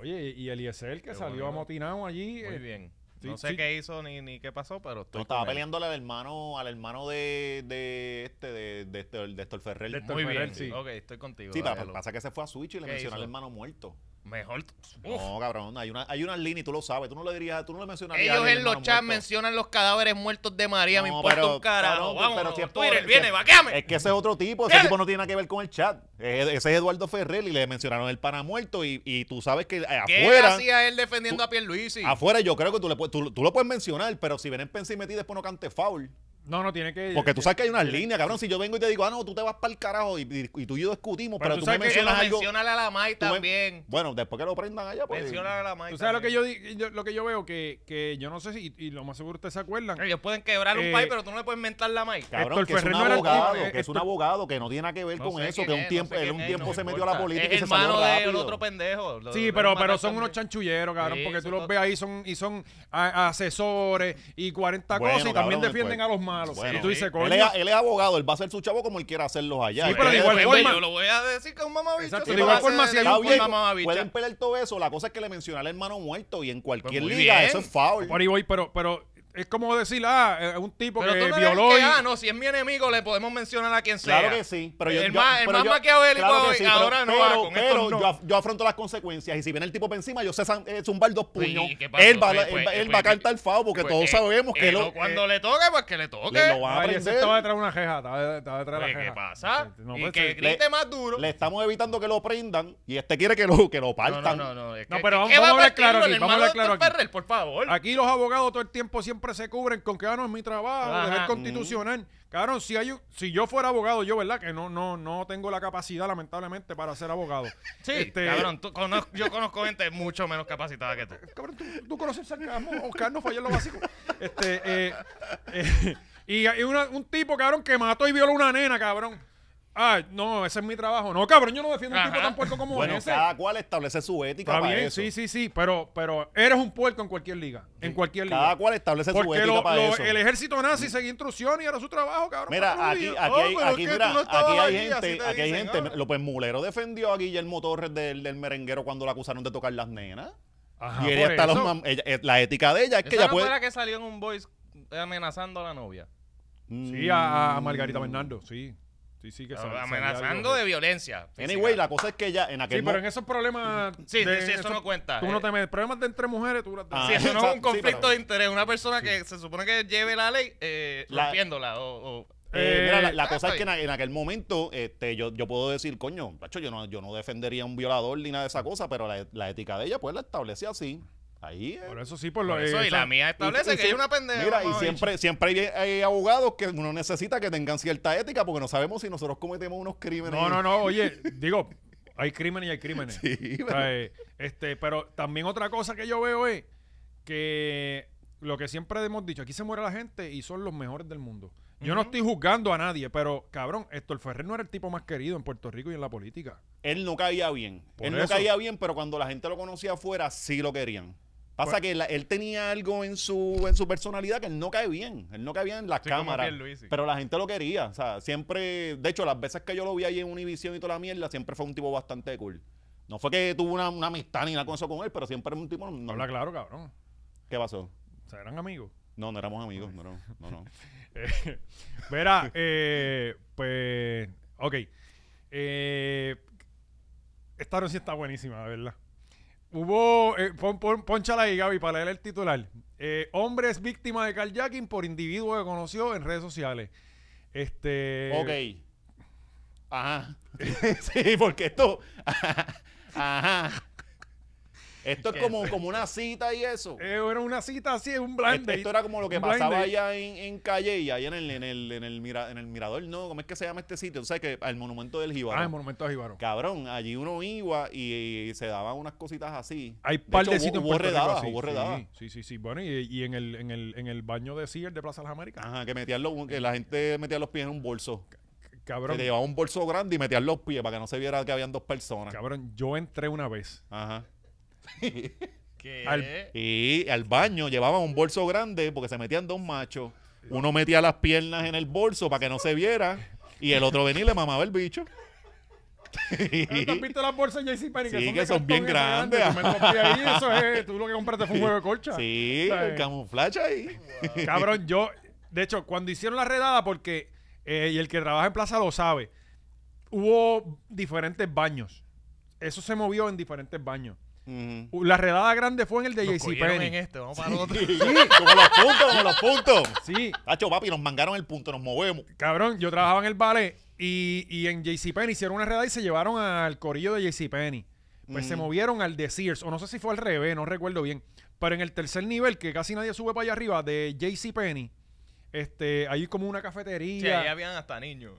[SPEAKER 1] Oye, y Eliezer que
[SPEAKER 2] Qué
[SPEAKER 1] salió
[SPEAKER 2] bonito.
[SPEAKER 1] amotinado allí.
[SPEAKER 2] muy
[SPEAKER 1] eh,
[SPEAKER 2] bien.
[SPEAKER 1] sí,
[SPEAKER 2] no sé
[SPEAKER 1] sí.
[SPEAKER 2] qué hizo ni, ni qué pasó, pero estoy
[SPEAKER 3] No, estaba
[SPEAKER 2] con él.
[SPEAKER 3] peleándole al hermano, al hermano de, de este, de, de, este- de Héctor Ferrer.
[SPEAKER 1] De Héctor
[SPEAKER 2] Muy
[SPEAKER 1] Ferrer,
[SPEAKER 2] bien,
[SPEAKER 1] sí.
[SPEAKER 2] sí. Ok, estoy contigo.
[SPEAKER 3] Sí, pa-
[SPEAKER 2] déjalo.
[SPEAKER 3] pasa que se fue a Switch y le
[SPEAKER 2] ¿Qué
[SPEAKER 3] mencionó al
[SPEAKER 2] hizo?
[SPEAKER 3] hermano muerto.
[SPEAKER 2] Mejor. Uf.
[SPEAKER 3] No, cabrón, hay una, hay unas líneas y tú lo sabes, tú no le dirías, tú no le mencionarías.
[SPEAKER 2] Ellos
[SPEAKER 3] al
[SPEAKER 2] en los
[SPEAKER 3] hermano
[SPEAKER 2] chats
[SPEAKER 3] muerto.
[SPEAKER 2] mencionan los cadáveres muertos de María, me
[SPEAKER 3] No,
[SPEAKER 2] importa
[SPEAKER 3] pero,
[SPEAKER 2] un carajo.
[SPEAKER 3] cabrón,
[SPEAKER 2] Vamos,
[SPEAKER 3] pero si es
[SPEAKER 2] Twitter,
[SPEAKER 3] pobre, si
[SPEAKER 2] viene,
[SPEAKER 3] es-
[SPEAKER 2] vaqueame.
[SPEAKER 3] Es que ese es otro tipo, ese
[SPEAKER 2] ¿Qué?
[SPEAKER 3] tipo no tiene nada que ver con el chat. Es- Ese es Eduardo Ferrer y le mencionaron el pana muerto y, y tú sabes que eh,
[SPEAKER 2] ¿Qué
[SPEAKER 3] afuera,
[SPEAKER 2] hacía él defendiendo a Pierluisi?
[SPEAKER 3] afuera yo creo que tú, le, puedes- tú, tú lo puedes mencionar, pero si Benet Pensi metí después pues no cante foul.
[SPEAKER 1] No, no, tiene que.
[SPEAKER 3] Porque tú sabes que hay unas líneas, cabrón. Si yo vengo y te digo, ah, no, tú te vas para el carajo y, y- y tú y yo discutimos,
[SPEAKER 1] Pero
[SPEAKER 3] pero,
[SPEAKER 1] tú
[SPEAKER 3] tú, me
[SPEAKER 1] sabes que
[SPEAKER 2] Pero
[SPEAKER 3] mencionas algo.
[SPEAKER 2] menciónale a la Mai
[SPEAKER 3] tú me-
[SPEAKER 2] también.
[SPEAKER 3] Bueno, después que lo prendan allá, pues.
[SPEAKER 2] Menciónale a la Mai
[SPEAKER 1] Tú sabes lo que yo, di- yo- lo que yo veo, que, que yo no sé si, y lo más seguro ustedes se acuerdan,
[SPEAKER 2] Ellos pueden quebrar un
[SPEAKER 1] Eh,
[SPEAKER 2] país, pero tú no le puedes mentar la Mai.
[SPEAKER 3] Cabrón,
[SPEAKER 1] Héctor
[SPEAKER 3] que es un
[SPEAKER 1] Ferrer no era el tipo,
[SPEAKER 3] abogado,
[SPEAKER 1] eh,
[SPEAKER 3] que es un
[SPEAKER 1] Héctor-
[SPEAKER 3] abogado que no tiene nada que ver
[SPEAKER 2] No
[SPEAKER 3] con
[SPEAKER 2] sé
[SPEAKER 3] eso,
[SPEAKER 2] quién
[SPEAKER 3] que un
[SPEAKER 2] es, no
[SPEAKER 3] tiempo,
[SPEAKER 2] sé
[SPEAKER 3] él
[SPEAKER 2] quién
[SPEAKER 3] un
[SPEAKER 2] es,
[SPEAKER 3] tiempo
[SPEAKER 2] no
[SPEAKER 3] se
[SPEAKER 2] me
[SPEAKER 3] metió a la
[SPEAKER 2] importa. Es
[SPEAKER 3] política y se salió
[SPEAKER 2] hermano del
[SPEAKER 3] rápido.
[SPEAKER 2] otro pendejo. Lo-
[SPEAKER 1] Sí,
[SPEAKER 2] lo
[SPEAKER 1] pero,
[SPEAKER 2] mataron
[SPEAKER 1] pero son unos
[SPEAKER 2] también.
[SPEAKER 1] chanchulleros, cabrón,
[SPEAKER 2] Sí,
[SPEAKER 1] porque tú
[SPEAKER 2] son
[SPEAKER 1] los
[SPEAKER 2] to-
[SPEAKER 1] ves ahí son, y son a- asesores y 40
[SPEAKER 3] Bueno,
[SPEAKER 1] cosas y también
[SPEAKER 3] cabrón,
[SPEAKER 1] defienden
[SPEAKER 3] pues,
[SPEAKER 1] a los malos.
[SPEAKER 3] bueno,
[SPEAKER 1] y tú dices,
[SPEAKER 2] sí.
[SPEAKER 1] coño.
[SPEAKER 3] Él es, él es abogado, él va a hacer su chavo como él quiera hacerlos allá.
[SPEAKER 1] Sí,
[SPEAKER 3] Y
[SPEAKER 1] pero de
[SPEAKER 3] que-
[SPEAKER 1] igual
[SPEAKER 2] Depende,
[SPEAKER 1] forma-
[SPEAKER 2] Yo lo voy a decir que es un mamabicho.
[SPEAKER 1] Exacto,
[SPEAKER 2] si
[SPEAKER 1] de
[SPEAKER 2] lo
[SPEAKER 1] igual
[SPEAKER 2] hace
[SPEAKER 1] forma, si hay
[SPEAKER 2] de
[SPEAKER 3] Está
[SPEAKER 1] un
[SPEAKER 2] forma
[SPEAKER 3] bien,
[SPEAKER 2] mamabicha.
[SPEAKER 3] pueden pelear todo eso. La cosa es que le mencionar al hermano muerto y en cualquier
[SPEAKER 2] Pues muy
[SPEAKER 3] liga,
[SPEAKER 2] bien.
[SPEAKER 3] eso es foul.
[SPEAKER 1] Por ahí voy, pero, pero es como decir, ah, eh, un tipo
[SPEAKER 2] Pero
[SPEAKER 1] que
[SPEAKER 2] tú no eres
[SPEAKER 1] violó
[SPEAKER 2] el que,
[SPEAKER 1] y-
[SPEAKER 2] ah, no, si es mi enemigo le podemos mencionar a quien sea.
[SPEAKER 3] Claro que sí. Pero yo,
[SPEAKER 2] El
[SPEAKER 3] yo-
[SPEAKER 2] más- el
[SPEAKER 3] pero
[SPEAKER 2] más
[SPEAKER 3] yo-
[SPEAKER 2] maquiavélico
[SPEAKER 3] que
[SPEAKER 2] hoy, ahora no va
[SPEAKER 3] pero,
[SPEAKER 2] con
[SPEAKER 3] pero
[SPEAKER 2] estos no.
[SPEAKER 3] yo, af- yo afronto las consecuencias. Y si viene el tipo por encima, yo sé zan- eh, zumbar dos puños.
[SPEAKER 2] ¿qué pasó?
[SPEAKER 3] él va,
[SPEAKER 2] Pues,
[SPEAKER 3] él,
[SPEAKER 2] pues,
[SPEAKER 3] va- él
[SPEAKER 2] pues,
[SPEAKER 3] va a
[SPEAKER 2] pues,
[SPEAKER 3] cantar FAO porque
[SPEAKER 2] Pues,
[SPEAKER 3] todos
[SPEAKER 2] eh,
[SPEAKER 3] sabemos que
[SPEAKER 2] eh,
[SPEAKER 3] lo-
[SPEAKER 2] no, cuando le toque, pues que le toque.
[SPEAKER 3] le lo van a
[SPEAKER 1] Ay, ese
[SPEAKER 3] aprender.
[SPEAKER 1] estaba detrás de una jeja, estaba detrás de la
[SPEAKER 2] Oye,
[SPEAKER 1] jeja.
[SPEAKER 2] ¿Qué pasa?
[SPEAKER 1] No,
[SPEAKER 2] y
[SPEAKER 1] pues,
[SPEAKER 2] que
[SPEAKER 1] sí.
[SPEAKER 2] grite más duro.
[SPEAKER 3] Le estamos evitando que lo prendan y este quiere que lo, que lo
[SPEAKER 2] no,
[SPEAKER 3] partan.
[SPEAKER 2] no, no, no. es
[SPEAKER 1] No,
[SPEAKER 2] que-
[SPEAKER 1] pero vamos-
[SPEAKER 2] ¿qué va
[SPEAKER 1] vamos a hablar
[SPEAKER 2] partirlo
[SPEAKER 1] claro
[SPEAKER 2] el
[SPEAKER 1] aquí, vamos a
[SPEAKER 2] hermano
[SPEAKER 1] hablar claro
[SPEAKER 2] de Héctor
[SPEAKER 1] aquí.
[SPEAKER 2] Ferrer, por favor.
[SPEAKER 1] Aquí los abogados todo el tiempo siempre se cubren con que ah, no es mi trabajo,
[SPEAKER 2] Ajá.
[SPEAKER 1] deber constitucional. Cabrón, si hay un- si yo fuera abogado, yo verdad que no, no, no tengo la capacidad, lamentablemente, para ser abogado.
[SPEAKER 2] Sí,
[SPEAKER 1] Este,
[SPEAKER 2] cabrón, tú conoz- yo conozco gente mucho menos capacitada que tú.
[SPEAKER 1] Cabrón, tú, tú conoces el sarcasmo, Oscar no falló en lo básico. Este, eh, eh, y hay una- un tipo, cabrón, que mató y violó a una nena, cabrón. Ah, no, ese es mi trabajo. No, cabrón, yo no defiendo a un
[SPEAKER 2] Ajá.
[SPEAKER 1] tipo tan puerco como
[SPEAKER 3] Bueno,
[SPEAKER 1] ese.
[SPEAKER 3] cada cual establece su ética
[SPEAKER 1] Está
[SPEAKER 3] para
[SPEAKER 1] bien,
[SPEAKER 3] eso.
[SPEAKER 1] sí, sí, sí, pero, pero eres un puerco en cualquier liga. En cualquier liga.
[SPEAKER 3] Cada cual establece su
[SPEAKER 1] Porque
[SPEAKER 3] ética
[SPEAKER 1] lo-
[SPEAKER 3] para
[SPEAKER 1] lo-
[SPEAKER 3] eso.
[SPEAKER 1] el ejército nazi seguía instrucciones y era su trabajo, cabrón.
[SPEAKER 3] Mira,
[SPEAKER 1] Cabrón,
[SPEAKER 3] aquí,
[SPEAKER 1] y-
[SPEAKER 3] aquí, hay,
[SPEAKER 2] Oh, pero
[SPEAKER 3] aquí,
[SPEAKER 2] es que
[SPEAKER 3] mira,
[SPEAKER 2] tú no estabas
[SPEAKER 3] aquí hay
[SPEAKER 2] allí, así
[SPEAKER 3] gente,
[SPEAKER 2] te
[SPEAKER 3] aquí hay
[SPEAKER 2] dicen,
[SPEAKER 3] gente.
[SPEAKER 2] ah.
[SPEAKER 3] López Mulero defendió a Guillermo Torres del, del merenguero cuando la acusaron de tocar las nenas.
[SPEAKER 1] ah. Ajá,
[SPEAKER 3] y ella
[SPEAKER 1] por
[SPEAKER 3] está los
[SPEAKER 1] eso.
[SPEAKER 3] mam- ella- eh, la ética de ella es que
[SPEAKER 2] Esa
[SPEAKER 3] ella
[SPEAKER 2] no
[SPEAKER 3] puede.
[SPEAKER 2] fue la que salió en un voice amenazando a la novia.
[SPEAKER 3] Mm.
[SPEAKER 1] Sí, a, a Margarita Bernardo, sí. Sí, sí, que sal- salía
[SPEAKER 2] amenazando
[SPEAKER 1] algo.
[SPEAKER 2] de violencia. física.
[SPEAKER 3] Anyway, la cosa es que ella en aquel
[SPEAKER 1] Sí, pero en
[SPEAKER 3] mo-
[SPEAKER 1] esos problemas.
[SPEAKER 2] Sí,
[SPEAKER 1] de-
[SPEAKER 2] sí, sí, eso no cuenta,
[SPEAKER 1] Tú
[SPEAKER 2] eh.
[SPEAKER 1] no te metes. Problemas de entre mujeres, tú las
[SPEAKER 3] Ah,
[SPEAKER 2] Sí, eso no
[SPEAKER 3] esa-
[SPEAKER 2] es
[SPEAKER 3] sí,
[SPEAKER 2] un conflicto
[SPEAKER 3] pero-
[SPEAKER 2] de interés. Una persona que se supone que lleve la ley eh,
[SPEAKER 3] La-
[SPEAKER 2] rompiéndola o... o-
[SPEAKER 3] eh, mira, la, la
[SPEAKER 2] ah,
[SPEAKER 3] cosa es que
[SPEAKER 2] está
[SPEAKER 3] en, en aquel momento este, yo, yo puedo decir, coño, macho, yo no, yo no defendería a un violador ni nada de esa cosa, pero la, la ética de ella pues la establece así. Ahí es.
[SPEAKER 1] Por eso sí, por lo
[SPEAKER 2] Por eso, y
[SPEAKER 1] esa-
[SPEAKER 2] la mía establece
[SPEAKER 3] Y- y
[SPEAKER 2] que hay
[SPEAKER 3] sie-
[SPEAKER 2] una pendeja.
[SPEAKER 3] Mira, y
[SPEAKER 2] mamá,
[SPEAKER 3] siempre, siempre hay, hay abogados que uno necesita que tengan cierta ética porque no sabemos si nosotros cometemos unos crímenes.
[SPEAKER 1] No, no, no, oye, digo, hay crímenes y hay crímenes.
[SPEAKER 3] Sí,
[SPEAKER 1] O sea, eh, este, pero también otra cosa que yo veo es que lo que siempre hemos dicho, aquí se muere la gente y son los mejores del mundo. Yo no
[SPEAKER 2] Ujú.
[SPEAKER 1] estoy juzgando a nadie, pero cabrón, Héctor Ferrer no era el tipo más querido en Puerto Rico y en la política.
[SPEAKER 3] él no caía bien.
[SPEAKER 1] Por
[SPEAKER 3] él no
[SPEAKER 1] eso.
[SPEAKER 3] caía bien, pero cuando la gente lo conocía afuera, sí lo querían. Pasa
[SPEAKER 1] Pues
[SPEAKER 3] que la- él tenía algo en su, en su personalidad que él no cae bien. Él no cae bien en las
[SPEAKER 2] Sí, como
[SPEAKER 3] cámaras.
[SPEAKER 2] Pierluisi.
[SPEAKER 3] Pero la gente lo quería. O sea, siempre. De hecho, las veces que yo lo vi ahí en Univision y toda la mierda, siempre fue un tipo bastante cool. No fue que tuvo una, una amistad ni nada con eso con él, pero siempre era un tipo. no-
[SPEAKER 1] Habla claro, cabrón.
[SPEAKER 3] ¿Qué pasó?
[SPEAKER 1] O sea, eran amigos.
[SPEAKER 3] No, no éramos amigos. No, no, no. no.
[SPEAKER 1] Eh, Verá, eh, pues, ok. Eh, esta noticia está buenísima, de verdad. Hubo, eh, pon, pon- ponchala ahí, Gaby, para leer el titular. Eh, hombre es víctima de carjacking por individuo que conoció en redes sociales. Este.
[SPEAKER 3] ok. Ajá. sí, porque esto. Ajá. Esto es como, como una cita y eso.
[SPEAKER 1] eh, era una cita así, un blind
[SPEAKER 3] Esto,
[SPEAKER 1] date.
[SPEAKER 3] esto era como lo que
[SPEAKER 1] un blind
[SPEAKER 3] pasaba
[SPEAKER 1] date.
[SPEAKER 3] allá en, en Calle y allá en el, en, el, en, el mira- en el Mirador, ¿no? ¿Cómo es que se llama este sitio? Tú sabes que al Monumento del Jíbaro.
[SPEAKER 1] Ah, el monumento de Jíbaro.
[SPEAKER 3] Cabrón, allí uno iba y, se daban unas cositas así.
[SPEAKER 1] Hay par
[SPEAKER 3] hecho,
[SPEAKER 1] de
[SPEAKER 3] hubo-
[SPEAKER 1] sitios en
[SPEAKER 3] hubo
[SPEAKER 1] Puerto Rico
[SPEAKER 3] redadas,
[SPEAKER 1] así.
[SPEAKER 3] hubo redadas.
[SPEAKER 1] Sí, sí, sí, sí. Bueno, y, y en, el, en, el, en el baño de Sears de Plaza de las Américas.
[SPEAKER 3] Ajá, que metían los, que la gente metía los pies en un bolso.
[SPEAKER 1] Cabrón.
[SPEAKER 3] Ah, Que te llevaba un bolso grande y metían los pies para que no se viera que habían dos personas.
[SPEAKER 1] Cabrón, yo entré una vez.
[SPEAKER 3] Ajá.
[SPEAKER 2] ¿Qué?
[SPEAKER 1] Al-
[SPEAKER 3] Y al baño llevaban un bolso grande porque se metían dos machos. Uno metía las piernas en el bolso para que no se viera y el otro venía y le mamaba el bicho.
[SPEAKER 1] ¿Tú has visto las bolsas de JC Penney?
[SPEAKER 3] Sí,
[SPEAKER 1] de
[SPEAKER 3] que son bien
[SPEAKER 1] cartón
[SPEAKER 3] grandes.
[SPEAKER 1] ese grande? Tú me rompí ahí, eso es, tú lo que compraste fue un juego de colcha.
[SPEAKER 3] Sí,
[SPEAKER 1] Está
[SPEAKER 3] el
[SPEAKER 1] bien.
[SPEAKER 3] camuflaje ahí.
[SPEAKER 1] Cabrón, yo, de hecho, cuando hicieron la redada, porque, eh, y el que trabaja en plaza lo sabe, hubo diferentes baños. Eso se movió en diferentes baños.
[SPEAKER 3] Ujú.
[SPEAKER 1] La redada grande fue en el de
[SPEAKER 2] Nos
[SPEAKER 1] JC
[SPEAKER 2] cogieron en
[SPEAKER 1] Penney.
[SPEAKER 2] este, vamos para otro.
[SPEAKER 3] Como los puntos, como los puntos.
[SPEAKER 1] Sí,
[SPEAKER 3] Tacho, papi, nos mangaron el punto, nos movemos.
[SPEAKER 1] cabrón, yo trabajaba en el ballet y, y en JC Penney hicieron una redada y se llevaron al corillo de JC Penney. Pues se
[SPEAKER 3] Mm.
[SPEAKER 1] movieron al de Sears, o no sé si fue al revés, no recuerdo bien. Pero en el tercer nivel, que casi nadie sube para allá arriba, de JC Penny, Este, hay como una
[SPEAKER 2] Sí, ahí
[SPEAKER 1] cafetería.
[SPEAKER 2] habían hasta niños.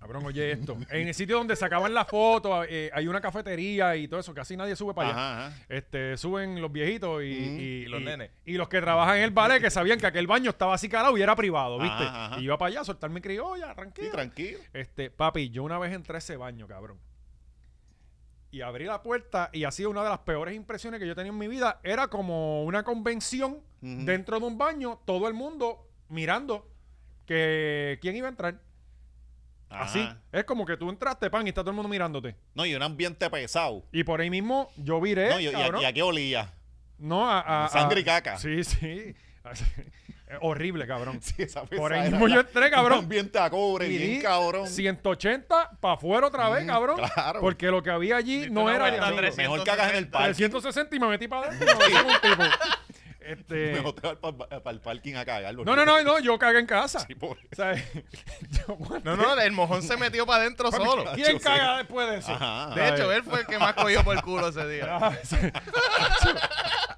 [SPEAKER 1] Cabrón, oye esto. En el sitio donde sacaban la foto, eh, hay una cafetería y todo eso. Casi nadie sube para allá.
[SPEAKER 3] Ajá, ajá.
[SPEAKER 1] Este, suben los viejitos y,
[SPEAKER 3] Ujú.
[SPEAKER 1] y-
[SPEAKER 2] Y los
[SPEAKER 1] y-
[SPEAKER 2] nenes.
[SPEAKER 1] Y los que trabajan en el ballet que sabían que aquel baño estaba así calado y era privado, ¿viste?
[SPEAKER 3] Ajá, ajá.
[SPEAKER 1] Y iba para allá a soltar mi criolla,
[SPEAKER 3] Sí,
[SPEAKER 1] tranquilo.
[SPEAKER 3] tranquilo.
[SPEAKER 1] este, papi, yo una vez entré a ese baño, cabrón. Y abrí la puerta y ha sido una de las peores impresiones que yo he tenido en mi vida. Era como una convención
[SPEAKER 3] Ujú.
[SPEAKER 1] dentro de un baño, todo el mundo mirando que quién iba a entrar.
[SPEAKER 3] Ajá.
[SPEAKER 1] Así. Es como que tú entraste, pan, y está todo el mundo mirándote.
[SPEAKER 3] No, y un ambiente pesado.
[SPEAKER 1] Y por ahí mismo yo viré,
[SPEAKER 3] No, y, y-
[SPEAKER 1] Eh, cabrón.
[SPEAKER 3] y a qué olía.
[SPEAKER 1] No, a, a- a-
[SPEAKER 3] Sangre y caca.
[SPEAKER 1] Sí, sí. Eh, Horrible, cabrón.
[SPEAKER 3] Sí, esa
[SPEAKER 1] Por
[SPEAKER 3] pesa
[SPEAKER 1] ahí
[SPEAKER 3] era
[SPEAKER 1] mismo yo
[SPEAKER 3] la-
[SPEAKER 1] entré,
[SPEAKER 3] Un
[SPEAKER 1] cabrón.
[SPEAKER 3] ambiente a cobre,
[SPEAKER 1] Y
[SPEAKER 3] bien
[SPEAKER 1] di
[SPEAKER 3] cabrón.
[SPEAKER 1] 180 para afuera otra vez,
[SPEAKER 3] Mm,
[SPEAKER 1] cabrón.
[SPEAKER 3] claro.
[SPEAKER 1] Porque lo que había allí
[SPEAKER 2] Diste
[SPEAKER 1] no
[SPEAKER 2] una
[SPEAKER 1] era de
[SPEAKER 2] vuelta
[SPEAKER 1] amigo.
[SPEAKER 2] 300.
[SPEAKER 3] Mejor cagas en el parque.
[SPEAKER 1] 360 y me metí para adentro. como un tipo. Este,
[SPEAKER 3] Mejor te vas para el parking a cagar.
[SPEAKER 1] no, no, no, no, yo cagué en casa.
[SPEAKER 3] Sí, pobre.
[SPEAKER 1] O sea, yo aguanté.
[SPEAKER 2] No, no, el mojón se metió para adentro solo.
[SPEAKER 1] ¿Quién
[SPEAKER 3] sí.
[SPEAKER 1] caga después de eso?
[SPEAKER 3] Ah, Ajá, ajá.
[SPEAKER 2] De hecho, él fue el que más cogió por el culo ese día.
[SPEAKER 1] Ah, sí.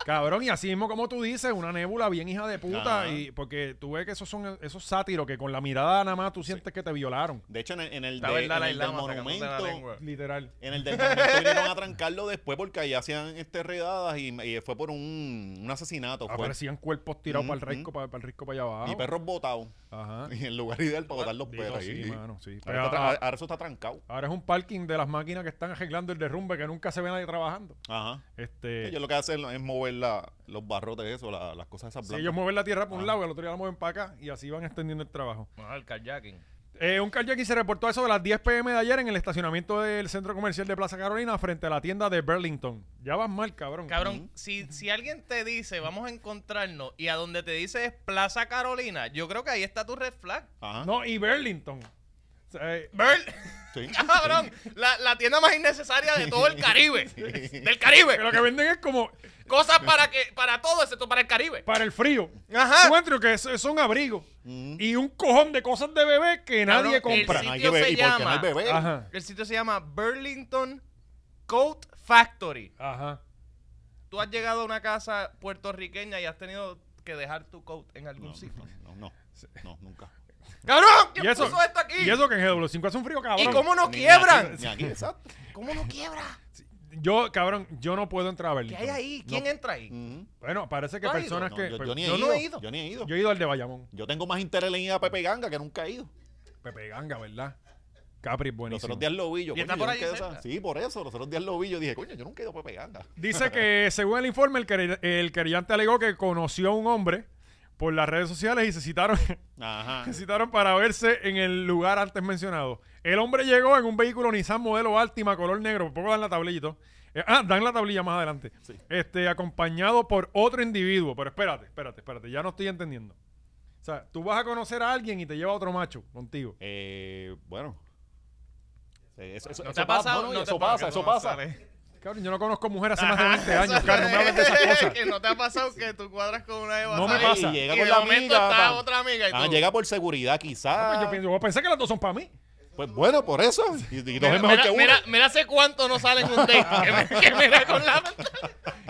[SPEAKER 1] Cabrón, y así mismo como tú dices, una nébula bien hija de puta,
[SPEAKER 3] Ajá.
[SPEAKER 1] y porque tú ves que esos son esos sátiros que con la mirada nada más tú sientes que te violaron.
[SPEAKER 3] De hecho, en el, en el,
[SPEAKER 2] Estaba
[SPEAKER 3] de-
[SPEAKER 2] el
[SPEAKER 3] en
[SPEAKER 2] Dalai
[SPEAKER 3] el del
[SPEAKER 2] Lama sacándose la
[SPEAKER 3] monumento.
[SPEAKER 2] lengua.
[SPEAKER 1] Literal.
[SPEAKER 3] En el del monumento vinieron a trancarlo después porque ahí hacían este, redadas y, y fue por un, un asesinato. Fue.
[SPEAKER 1] Aparecían cuerpos tirados
[SPEAKER 3] Ujú,
[SPEAKER 1] para el risco, para, el risco para allá abajo.
[SPEAKER 3] Y perros botados.
[SPEAKER 1] Ajá.
[SPEAKER 3] Y el lugar ideal para botar los
[SPEAKER 1] Digo,
[SPEAKER 3] perros.
[SPEAKER 1] sí,
[SPEAKER 3] ahí.
[SPEAKER 1] mano, sí.
[SPEAKER 3] Ahora,
[SPEAKER 1] Pero- ah,
[SPEAKER 3] está tra- ahora eso está trancado.
[SPEAKER 1] Ahora es un parking de las máquinas que están arreglando el derrumbe que nunca se ve nadie trabajando.
[SPEAKER 3] Ajá.
[SPEAKER 1] Este,
[SPEAKER 3] Ellos lo que hacen es mover la- los barrotes, eso, la- las cosas esas
[SPEAKER 1] si
[SPEAKER 3] blancas.
[SPEAKER 1] ellos mueven la tierra por un
[SPEAKER 3] Ah.
[SPEAKER 1] lado y el otro día la mueven para acá y así van extendiendo el trabajo.
[SPEAKER 2] No, el carjacking.
[SPEAKER 1] Eh, un carjacking se reportó a eso de las 10 pm de ayer en el estacionamiento del centro comercial de Plaza Carolina frente a la tienda de Burlington. Ya vas mal, cabrón.
[SPEAKER 2] Cabrón, si, si alguien te dice vamos a encontrarnos y a donde te dice es Plaza Carolina, yo creo que ahí está tu red flag.
[SPEAKER 3] Ajá.
[SPEAKER 1] No, y Burlington. O sea, eh,
[SPEAKER 2] Bird,
[SPEAKER 3] Sí.
[SPEAKER 2] cabrón, la, la tienda más innecesaria de todo el Caribe. Del
[SPEAKER 1] que lo
[SPEAKER 2] Caribe.
[SPEAKER 1] que venden es como
[SPEAKER 2] Cosas para que para todo excepto para el Caribe.
[SPEAKER 1] para el frío.
[SPEAKER 2] Ajá.
[SPEAKER 1] Encuentro que es- son abrigos
[SPEAKER 3] Mm.
[SPEAKER 1] y un cojón de cosas de bebé que
[SPEAKER 2] Cabrón,
[SPEAKER 1] nadie
[SPEAKER 2] el
[SPEAKER 1] compra.
[SPEAKER 2] sitio
[SPEAKER 3] Hay que ver-
[SPEAKER 2] se
[SPEAKER 3] ¿Y por qué no
[SPEAKER 2] llama-
[SPEAKER 3] hay bebé?
[SPEAKER 1] Ajá.
[SPEAKER 2] El sitio se llama Burlington Coat Factory.
[SPEAKER 1] Ajá.
[SPEAKER 2] Tú has llegado a una casa puertorriqueña y has tenido que dejar tu coat en algún
[SPEAKER 3] No,
[SPEAKER 2] sitio.
[SPEAKER 3] no, no, no, no, nunca.
[SPEAKER 2] ¡Cabrón! ¿Quién
[SPEAKER 1] Y eso,
[SPEAKER 2] puso esto aquí?
[SPEAKER 1] y eso que en GW5 hace un frío, cabrón.
[SPEAKER 2] ¿Y cómo no
[SPEAKER 3] Ni- ni
[SPEAKER 2] quiebran?
[SPEAKER 3] aquí, ni aquí, exacto.
[SPEAKER 2] ¿Cómo no quiebra?
[SPEAKER 1] Yo, cabrón, yo no puedo entrar a
[SPEAKER 2] ¿Qué
[SPEAKER 1] Burlington.
[SPEAKER 2] hay ahí?
[SPEAKER 1] No
[SPEAKER 2] ¿Quién entra ahí?
[SPEAKER 3] Mm.
[SPEAKER 1] Bueno, parece que
[SPEAKER 2] ¿Tú has
[SPEAKER 1] personas
[SPEAKER 3] No,
[SPEAKER 1] que.
[SPEAKER 3] yo,
[SPEAKER 1] per-
[SPEAKER 3] yo ni he
[SPEAKER 2] pues, yo
[SPEAKER 3] ido,
[SPEAKER 2] no he ido.
[SPEAKER 3] Yo ni he ido.
[SPEAKER 1] yo he ido al de Bayamón.
[SPEAKER 3] Yo tengo más interés en ir a Pepe Ganga que nunca he ido.
[SPEAKER 1] Pepe Ganga, ¿verdad? Capri es
[SPEAKER 3] Los
[SPEAKER 1] buenísimo.
[SPEAKER 3] otros días lo vi. Yo,
[SPEAKER 2] Y está por
[SPEAKER 3] coño, yo nunca
[SPEAKER 2] allí
[SPEAKER 3] he ido a esa-
[SPEAKER 2] cerca.
[SPEAKER 3] Sí, por eso. Los otros días lo vi. Yo dije, coño, yo nunca he ido a Pepe Ganga.
[SPEAKER 1] Dice que, según el informe, el, quere- el querellante alegó que conoció a un hombre por las redes sociales y se citaron,
[SPEAKER 3] Ajá.
[SPEAKER 1] se citaron para verse en el lugar antes mencionado. El hombre llegó en un vehículo Nissan modelo Altima color negro. Poco dan la tablilla y todo. Eh, ah, dan la tablilla más adelante.
[SPEAKER 3] Sí.
[SPEAKER 1] Este, acompañado por otro individuo. Pero espérate, espérate, espérate. Ya no estoy entendiendo. O sea, tú vas a conocer a alguien y te lleva otro macho contigo.
[SPEAKER 3] Eh, bueno. Eh, Eso, eso,
[SPEAKER 2] ¿No te
[SPEAKER 3] eso
[SPEAKER 2] ha pasado?
[SPEAKER 3] bueno,
[SPEAKER 2] no te
[SPEAKER 3] eso pasa, eso pasa.
[SPEAKER 1] Cabrón, yo no conozco mujer hace más de 20 años, Carlos. No me hables de esas cosas.
[SPEAKER 2] Ah, que no te ha pasado que tú cuadras con una Eva.
[SPEAKER 1] No me
[SPEAKER 2] ¿sabes?
[SPEAKER 1] pasa.
[SPEAKER 3] Y llega
[SPEAKER 2] Y
[SPEAKER 3] con
[SPEAKER 2] de
[SPEAKER 3] la
[SPEAKER 2] momento
[SPEAKER 3] amiga.
[SPEAKER 2] está
[SPEAKER 3] pa-
[SPEAKER 2] otra amiga y
[SPEAKER 3] Ah,
[SPEAKER 2] tú-
[SPEAKER 3] llega por seguridad,
[SPEAKER 1] Ah, pues
[SPEAKER 3] quizás.
[SPEAKER 1] yo, pienso- yo pensé que las dos son para mí.
[SPEAKER 3] Pues bueno, por eso. Y, y dos
[SPEAKER 2] Mira,
[SPEAKER 3] es mejor
[SPEAKER 2] mira,
[SPEAKER 3] que uno.
[SPEAKER 2] mira, mira hace cuánto no salen un date. que, me- que me da con la.